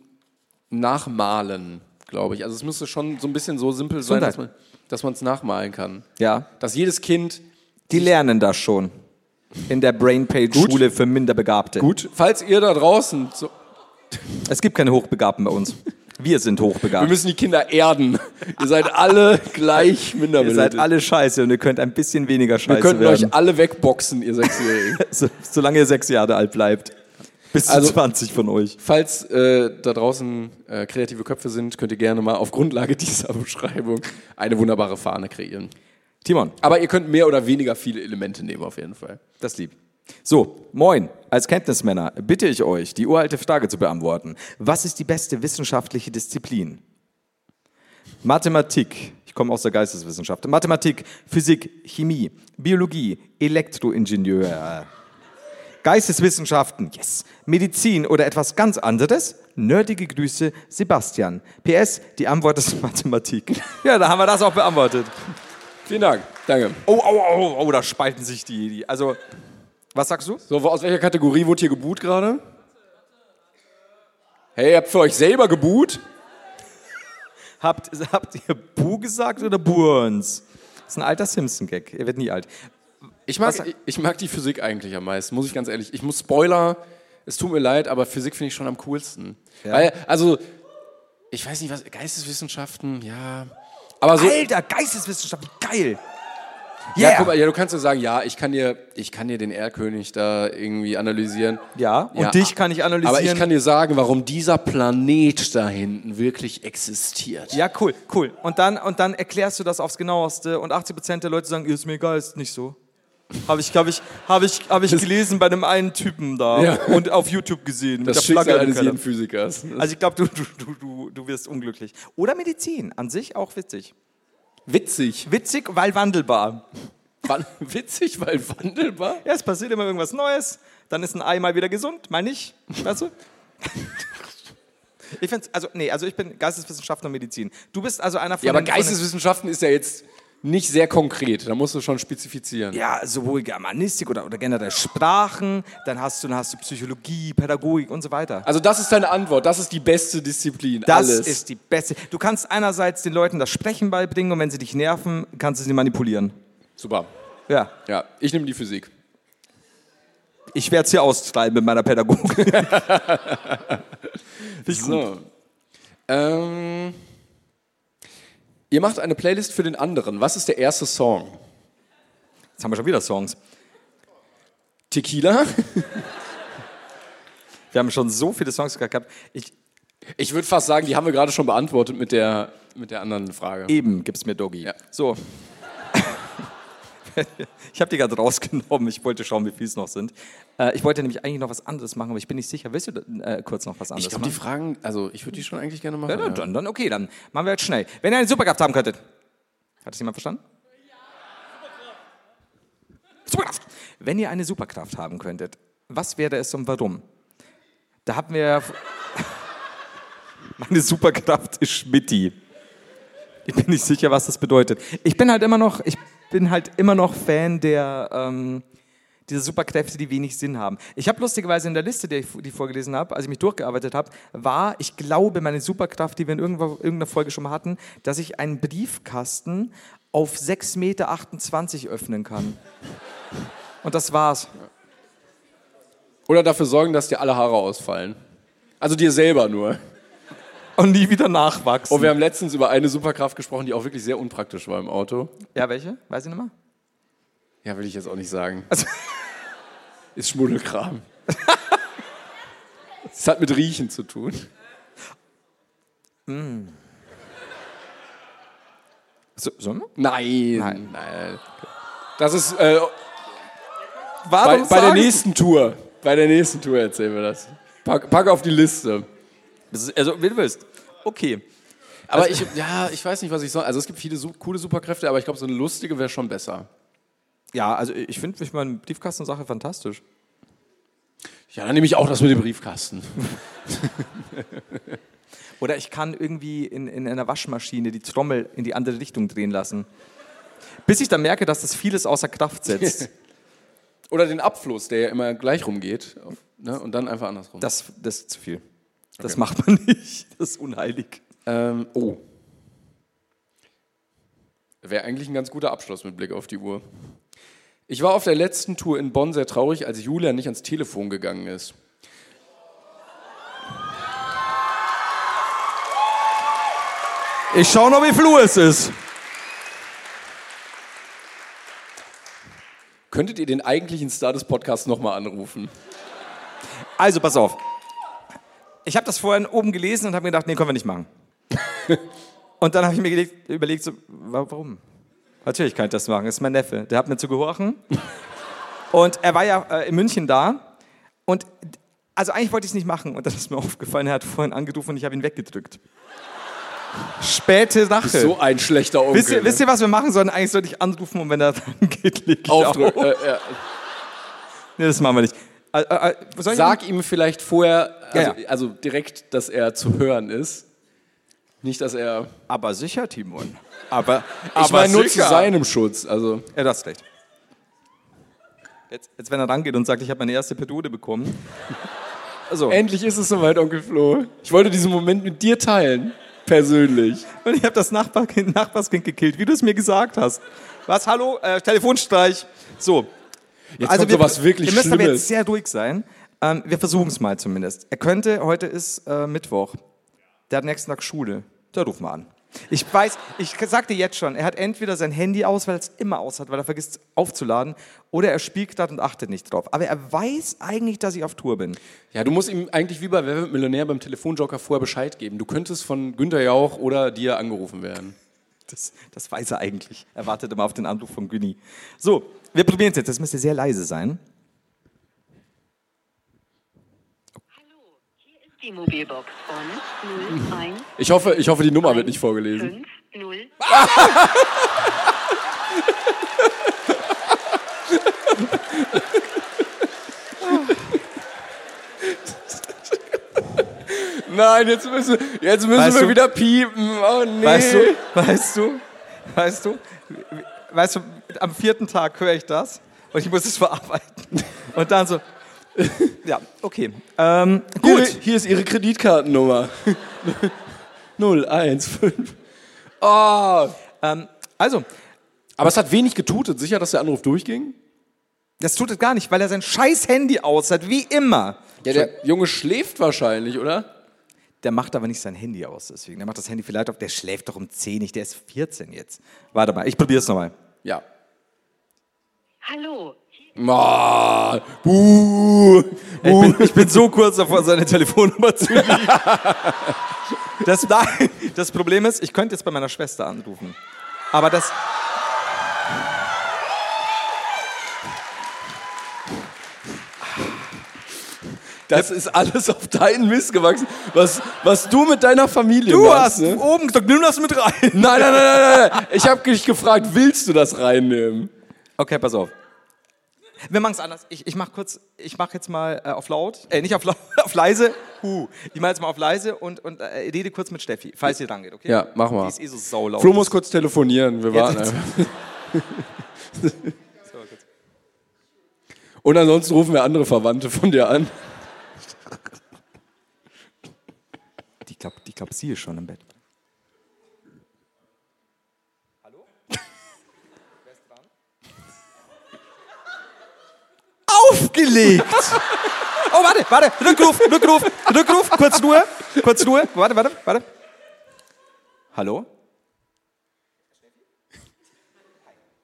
B: Nachmalen, glaube ich. Also es müsste schon so ein bisschen so simpel sein, dass man
C: Gesundheit.
B: dass man es nachmalen kann.
C: Ja.
B: Dass jedes Kind,
C: Die lernen das schon. In der Brainpage-Schule für Minderbegabte.
B: gut, falls ihr da draußen, so,
C: Es gibt keine Hochbegabten bei uns. Wir sind
B: wir
C: hochbegabt.
B: müssen die Kinder erden. ihr seid alle gleich
C: Ihr seid
B: minderbewertet.
C: alle scheiße und ihr könnt ein bisschen weniger scheiße
B: Wir könnten
C: werden.
B: euch alle wegboxen, ihr Sechsjährigen.
C: so, solange ihr sechs Jahre alt bleibt. Bis
B: Also-
C: zu 20 von euch.
B: Falls äh, da draußen äh, kreative Köpfe sind, könnt ihr gerne mal auf Grundlage dieser Beschreibung eine wunderbare Fahne kreieren.
C: Timon,
B: Aber ihr könnt mehr oder weniger viele Elemente nehmen, auf jeden Fall.
C: das lieb. So, moin. Als Kenntnismänner bitte ich euch, die uralte Frage zu beantworten. Was ist die beste wissenschaftliche Disziplin? Mathematik. Ich komme aus der Geisteswissenschaft. Mathematik, Physik, Chemie, Biologie, Elektroingenieur. Geisteswissenschaften, yes. Medizin oder etwas ganz anderes? Nerdige Grüße, Sebastian. PS, die Antwort ist Mathematik. Ja, da haben wir das auch beantwortet.
B: Vielen Dank. Danke.
C: Oh, oh, oh, oh, da spalten sich die. die also, was sagst du?
B: So, wo- aus welcher Kategorie wurde hier geboot gerade? Hey, ihr habt für euch selber geboot?
C: Habt, habt ihr Bu gesagt oder Burns? Das ist ein alter Simpson-Gag. Er wird nie alt.
B: Ich
C: Was-
B: mag, ich, ich mag die Physik eigentlich am meisten, muss ich ganz ehrlich. Ich muss Spoiler, es tut mir leid, aber Physik finde ich schon am coolsten. Weil, also, ich weiß nicht was, Geisteswissenschaften, ja. Aber so,
C: Alter, Geisteswissenschaft, geil.
B: Ja,
C: Yeah.
B: guck mal, ja, du kannst ja sagen, ja, ich kann dir, ich kann dir den Erdkönig da irgendwie analysieren.
C: Ja, und dich kann ich analysieren.
B: Aber ich kann dir sagen, warum dieser Planet da hinten wirklich existiert.
C: Ja, cool, cool. Und dann, und dann erklärst du das aufs Genaueste und 80% der Leute sagen, ist mir egal, ist nicht so. Habe ich, hab ich, hab ich, hab ich gelesen bei dem einen Typen da
B: Ja.
C: und auf YouTube gesehen.
B: das
C: mit der Flagge
B: Schicksal
C: im
B: eines
C: Keller.
B: jeden Physikers.
C: Also ich glaube, du, du, du, du, du wirst unglücklich. Oder Medizin, an sich auch witzig.
B: Witzig.
C: Witzig, weil wandelbar.
B: Wan- Witzig, weil wandelbar.
C: Ja, es passiert immer irgendwas Neues, dann ist ein Ei mal wieder gesund, mal nicht, weißt du? Ich find's, also, nee, also ich bin Geisteswissenschaftler und Medizin. Du bist also einer von
B: Ja, aber
C: den- von den-
B: Geisteswissenschaften ist ja jetzt nicht sehr konkret. Da musst du schon spezifizieren.
C: ja, sowohl Germanistik oder, oder generell Sprachen, dann hast du, dann hast du Psychologie, Pädagogik und so weiter.
B: Also das ist deine Antwort. Das ist die beste Disziplin.
C: Das
B: Alles.
C: ist die beste. Du kannst einerseits den Leuten das Sprechen beibringen und wenn sie dich nerven, kannst du sie manipulieren.
B: Super.
C: Ja,
B: Ja, ich nehme die Physik.
C: ich werde es hier austreiben mit meiner Pädagogik.
B: So. Ähm, ihr macht eine Playlist für den anderen. Was ist der erste Song?
C: Jetzt haben wir schon wieder Songs.
B: Tequila?
C: Wir haben schon so viele Songs gehabt. Ich,
B: Ich würde fast sagen, die haben wir gerade schon beantwortet mit der, mit der anderen Frage.
C: eben gibt's mir Doggy.
B: Ja.
C: So. ich habe die gerade rausgenommen. Ich wollte schauen, wie viel es noch sind. Äh, ich wollte nämlich eigentlich noch was anderes machen, aber ich bin nicht sicher. Willst du äh, kurz noch was anderes
B: Ich glaube,
C: machen?
B: die Fragen, also ich würde die schon eigentlich gerne machen.
C: Ja,
B: Ja,
C: dann, dann, dann, okay, dann machen wir jetzt schnell. Wenn ihr eine Superkraft haben könntet. Hat das jemand verstanden? Superkraft! Wenn ihr eine Superkraft haben könntet, was wäre es und warum? Da haben wir. Meine Superkraft ist Schmitti. Ich bin nicht sicher, was das bedeutet. Ich bin halt immer noch, ich bin halt immer noch Fan der, ähm, diese Superkräfte, die wenig Sinn haben. Ich habe lustigerweise in der Liste, die ich, die ich vorgelesen habe, als ich mich durchgearbeitet habe, war, ich glaube, meine Superkraft, die wir in irgendwo, irgendeiner Folge schon mal hatten, dass ich einen Briefkasten auf 6,28 Meter öffnen kann. Und das war's.
B: Oder dafür sorgen, dass dir alle Haare ausfallen. Also dir selber nur.
C: Und nie wieder nachwachsen.
B: Und wir haben letztens über eine Superkraft gesprochen, die auch wirklich sehr unpraktisch war im Auto.
C: ja, welche? Weiß ich nicht mehr.
B: Ja, will ich jetzt auch nicht sagen.
C: Also-
B: Ist Schmuddelkram. Es hat mit Riechen zu tun.
C: So, so?
B: Nein. Nein. Das ist äh, bei,
C: Warum
B: bei der
C: sagst-
B: nächsten Tour. Bei der nächsten Tour erzählen wir das. Pack, pack auf die Liste.
C: Das ist- Also, wie du willst. Okay.
B: Aber ich, ja, ich weiß nicht, was ich soll. Also es gibt viele su coole Superkräfte, aber ich glaube, so eine lustige wäre schon besser.
C: Ja, also ich finde ich meine Briefkastensache fantastisch.
B: Ja, dann nehme ich auch das mit dem Briefkasten.
C: Oder ich kann irgendwie in, in einer Waschmaschine die Trommel in die andere Richtung drehen lassen. Bis ich dann merke, dass das vieles außer Kraft setzt.
B: Oder den Abfluss, der ja immer gleich rumgeht. Ne? Und dann einfach andersrum.
C: Das, das ist zu viel. Das macht man nicht. Das ist unheilig.
B: Ähm, oh. Wäre eigentlich ein ganz guter Abschluss mit Blick auf die Uhr. Ich war auf der letzten Tour in Bonn sehr traurig, als Julia nicht ans Telefon gegangen ist.
C: Ich schaue noch, wie Flu es ist.
B: Könntet ihr den eigentlichen Star des Podcasts nochmal anrufen?
C: Also, pass auf. Ich habe das vorhin oben gelesen und habe mir gedacht, nee, können wir nicht machen. und dann habe ich mir gelegt, überlegt, so, wa- warum? Natürlich kann ich das machen, das ist mein Neffe. Der hat mir zu gehorchen. und er war ja äh, in München da. Und d- also eigentlich wollte ich es nicht machen. Und dann ist mir aufgefallen, er hat vorhin angerufen und ich habe ihn weggedrückt. Späte Sache.
B: So ein schlechter Onkel.
C: wisst, ihr,
B: ne?
C: wisst ihr, was wir machen sollen? Eigentlich sollte ich anrufen und wenn er dann geht, leg ich
B: Aufdruck.
C: auf.
B: Äh, ja.
C: Nee, das machen wir nicht. Äh, äh, äh, soll ich-
B: Sag ihm vielleicht vorher, also,
C: Ja, ja.
B: also direkt, dass er zu hören ist. Nicht, dass er.
C: Aber sicher, Timon. Aber,
B: Ich meine nur zu seinem Schutz. Also.
C: Ja, das ist recht. Jetzt, jetzt, wenn er rangeht und sagt, ich habe meine erste Periode bekommen. Also, und
B: Endlich ist es soweit, Onkel Flo. Ich wollte diesen Moment mit dir teilen. Persönlich.
C: ich habe das Nachbarkind, Nachbarskind gekillt, wie du es mir gesagt hast. Was, hallo? Äh, Telefonstreich. So.
B: Jetzt also kommt
C: wir,
B: sowas wirklich
C: wir müssen aber
B: Schlimmes.
C: jetzt sehr ruhig sein. Ähm, wir versuchen es mal zumindest. Er könnte, heute ist äh, Mittwoch. Der hat nächsten Tag Schule. Da ruf mal an. Ich weiß, ich sag dir jetzt schon, er hat entweder sein Handy aus, weil er es immer aus hat, weil er vergisst aufzuladen, oder er spielt gerade und achtet nicht drauf. Aber er weiß eigentlich, dass ich auf Tour bin.
B: Ja, du musst ihm eigentlich wie bei Wer wird Millionär beim Telefonjoker vorher Bescheid geben. Du könntest von Günther Jauch oder dir angerufen werden.
C: Das, das weiß er eigentlich. Er wartet immer auf den Anruf von Günni. So, wir probieren es jetzt. Das müsste sehr leise sein.
E: Hallo, hier ist die Mobilbox von 01
B: Ich hoffe, ich hoffe die Nummer wird nicht vorgelesen.
E: 5 0
B: Nein, jetzt müssen, jetzt müssen
C: Weißt
B: wir
C: du-
B: wieder piepen. Oh nee.
C: Weißt du, weißt du, weißt du, weißt du, am vierten Tag höre ich das und ich muss es verarbeiten. Und dann so, ja, okay. Ähm,
B: Ihre,
C: gut.
B: hier ist Ihre Kreditkartennummer. 015. Oh.
C: Ähm, also,
B: Aber es hat wenig getutet. Sicher, dass der Anruf durchging?
C: das tut es gar nicht, weil er sein scheiß Handy aus hat, wie immer.
B: Ja, der Junge schläft wahrscheinlich, oder?
C: Der macht aber nicht sein Handy aus, deswegen. Der macht das Handy vielleicht auf, der schläft doch um 10 nicht, der ist 14 jetzt. Warte mal, ich probiere es nochmal.
B: Ja.
E: Hallo,
B: Oh. Buh.
C: Ich bin, ich bin so kurz davor, seine Telefonnummer zu liegen. Das, nein, das Problem ist, ich könnte jetzt bei meiner Schwester anrufen. Aber das.
B: Das ist alles auf deinen Mist gewachsen. Was, was du mit deiner Familie
C: Du hast
B: machst. ne?
C: oben gesagt, nimm das mit rein.
B: Nein, nein, nein, nein, nein. Ich habe dich gefragt, willst du das reinnehmen?
C: Okay, pass auf. Wir machen es anders. Ich, ich mache kurz, ich mache jetzt mal äh, auf laut, äh, nicht auf laut, auf leise. Huh. Ich mache jetzt mal auf leise und, und äh, rede kurz mit Steffi, falls ihr dran geht, okay?
B: Ja, mach mal.
C: Die ist eh so saulaut.
B: Flo muss kurz telefonieren. Wir warten.
C: jetzt-
B: einfach. Und ansonsten rufen wir andere Verwandte von dir an.
C: Die glaubt, die glaubt, sie ist schon im Bett. Hallo? Aufgelegt! Oh, warte, warte, Rückruf, Rückruf, Rückruf, kurz Ruhe, kurz Ruhe, warte, warte, warte. Hallo?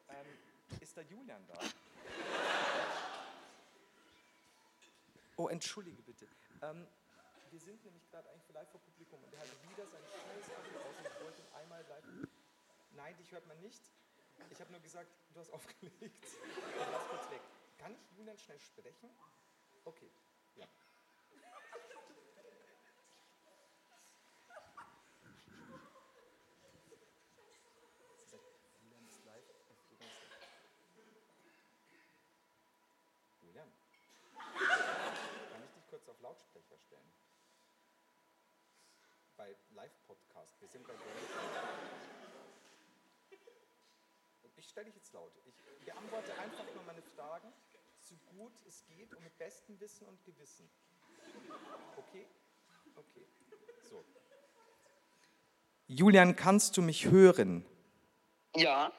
C: Ähm, Ist da Julian da? Oh, entschuldige bitte. Wir sind nämlich gerade eigentlich live vor Publikum und er hat wieder sein scheiß Akku aus und ich wollte ihn einmal live. Nein, dich hört man nicht. Ich habe nur gesagt, du hast aufgelegt. Dann lass kurz weg. Kann ich Julian schnell sprechen? Okay. Ja. Lautsprecher stellen. Bei Live-Podcast. Wir sind bei Ich stelle dich jetzt laut. Ich äh, beantworte einfach nur meine Fragen, so gut es geht und mit bestem Wissen und Gewissen. Okay? Okay. So. Julian, kannst du mich hören?
E: Ja.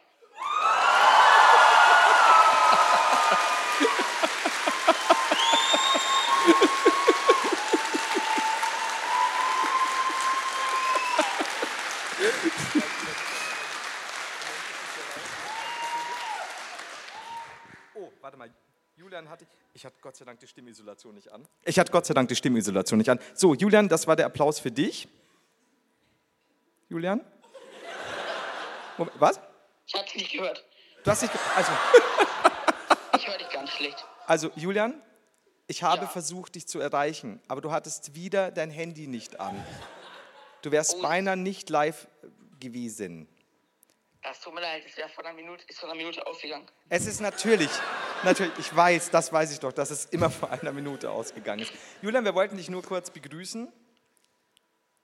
C: Oh, warte mal. Julian hatte. Ich hatte Gott sei Dank die Stimmisolation nicht an. Ich hatte Gott sei Dank die Stimmisolation nicht an. So, Julian, das war der Applaus für dich. Julian? Moment, was?
E: Ich hab's nicht gehört.
C: Du hast dich. ge- Also,
E: Ich höre dich ganz schlecht.
C: also, Julian, ich habe
E: Ja.
C: versucht, dich zu erreichen, aber du hattest wieder dein Handy nicht an. Du wärst
E: Oh.
C: beinahe nicht live gewesen.
E: Das tut mir leid, es wäre vor einer Minute, ist vor einer Minute ausgegangen.
C: Es ist natürlich, natürlich, ich weiß, das weiß ich doch, dass es immer vor einer Minute ausgegangen ist. Julian, wir wollten dich nur kurz begrüßen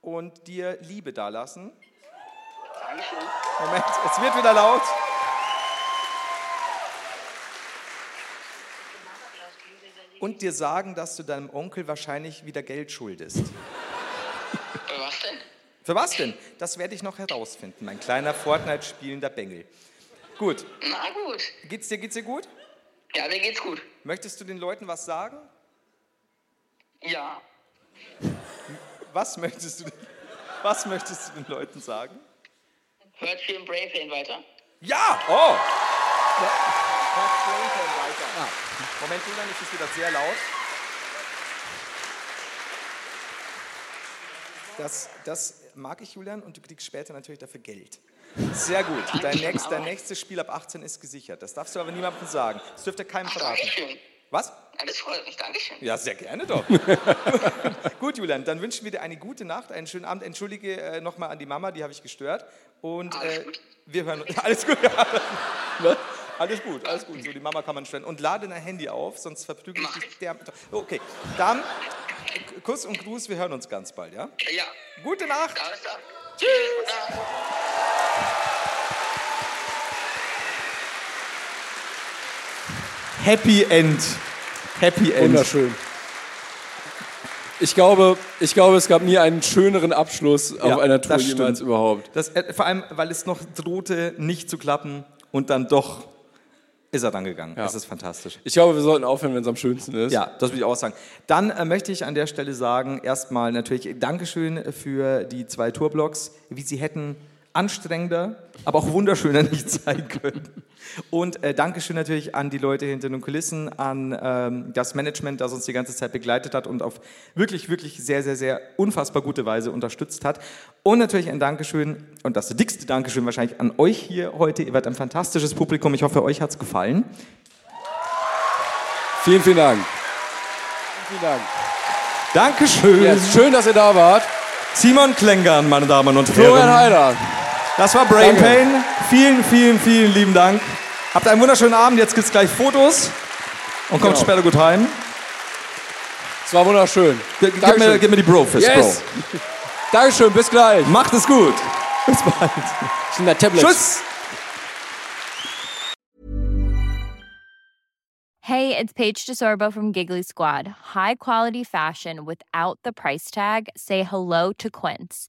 C: und dir Liebe dalassen.
E: Dankeschön.
C: Moment, es wird wieder laut. Und dir sagen, dass du deinem Onkel wahrscheinlich wieder Geld schuldest.
E: Äh, was denn?
C: Für was denn? Das werde ich noch herausfinden, mein kleiner Fortnite-spielender Bengel. Gut,
E: Na gut.
C: geht's dir, geht's dir gut?
E: Ja, mir geht's gut.
C: Möchtest du den Leuten was sagen?
E: Ja.
C: Was möchtest du, was möchtest du den Leuten sagen?
E: Hört viel im Brave Lane weiter.
C: Ja! Oh! Ja. Moment, Julian, es ist wieder sehr laut. Das, das mag ich, Julian, und du kriegst später natürlich dafür Geld. Sehr gut. Dein,
E: Dankeschön,
C: nächst, dein
E: aber-
C: nächstes Spiel ab 18 ist gesichert. Das darfst du aber niemandem sagen. Das dürfte keinem
E: Ach,
C: verraten.
E: Dankeschön.
C: Was?
E: Ja, das freut mich. Dankeschön.
C: Ja, sehr gerne doch. Gut, Julian, dann wünschen wir dir eine gute Nacht, einen schönen Abend. Entschuldige äh, nochmal an die Mama, die habe ich gestört. Und
E: Alles
C: äh,
E: gut.
C: wir hören uns. Alles gut, ja. Ne? Alles gut, alles gut. So, die Mama kann man stören. Und lade dein Handy auf, sonst verprügel ich dich. Der, okay, dann Kuss und Gruß, wir hören uns ganz bald, ja?
E: Ja.
C: Gute Nacht!
E: Alles klar. Tschüss. Guten Abend.
C: Happy End. Happy End.
B: Wunderschön. Ich glaube, ich glaube, es gab nie einen schöneren Abschluss auf
C: Ja,
B: einer Tour
C: das stimmt.
B: jemals überhaupt.
C: Das, äh, vor allem, weil es noch drohte, nicht zu klappen und dann doch ist er dann gegangen. Das ist fantastisch.
B: Ich glaube, wir sollten aufhören, wenn es am schönsten ist.
C: Ja, das würde ich auch sagen. Dann äh, möchte ich an der Stelle sagen, erstmal natürlich Dankeschön für die zwei Tourblocks, wie sie hätten anstrengender, aber auch wunderschöner nicht sein können. Und äh, Dankeschön natürlich an die Leute hinter den Kulissen, an ähm, das Management, das uns die ganze Zeit begleitet hat und auf wirklich, wirklich sehr, sehr, sehr unfassbar gute Weise unterstützt hat. Und natürlich ein Dankeschön und das dickste Dankeschön wahrscheinlich an euch hier heute. Ihr wart ein fantastisches Publikum. Ich hoffe, euch hat es gefallen.
B: Vielen, vielen Dank. Vielen Dank.
C: Dankeschön.
B: Ja, es ist schön, dass ihr da wart.
C: Simon Klengern, meine Damen und
B: Florian
C: Herren.
B: Heider.
C: Das war Brain
B: Danke.
C: Pain. Vielen, vielen, vielen lieben Dank. Habt einen wunderschönen Abend. Jetzt gibt's gleich Fotos. Und kommt
B: Genau.
C: später gut heim.
B: Es war wunderschön.
C: Gib gib mir,
B: Dankeschön.
C: gib mir die Bro fürs
B: yes. Dankeschön, bis gleich.
C: Bro. Macht es gut. Bis bald.
B: Ich bin der Tablet.
C: Tschüss.
A: Hey, it's Paige DeSorbo from Giggly Squad. High quality fashion without the price tag. Say hello to Quince.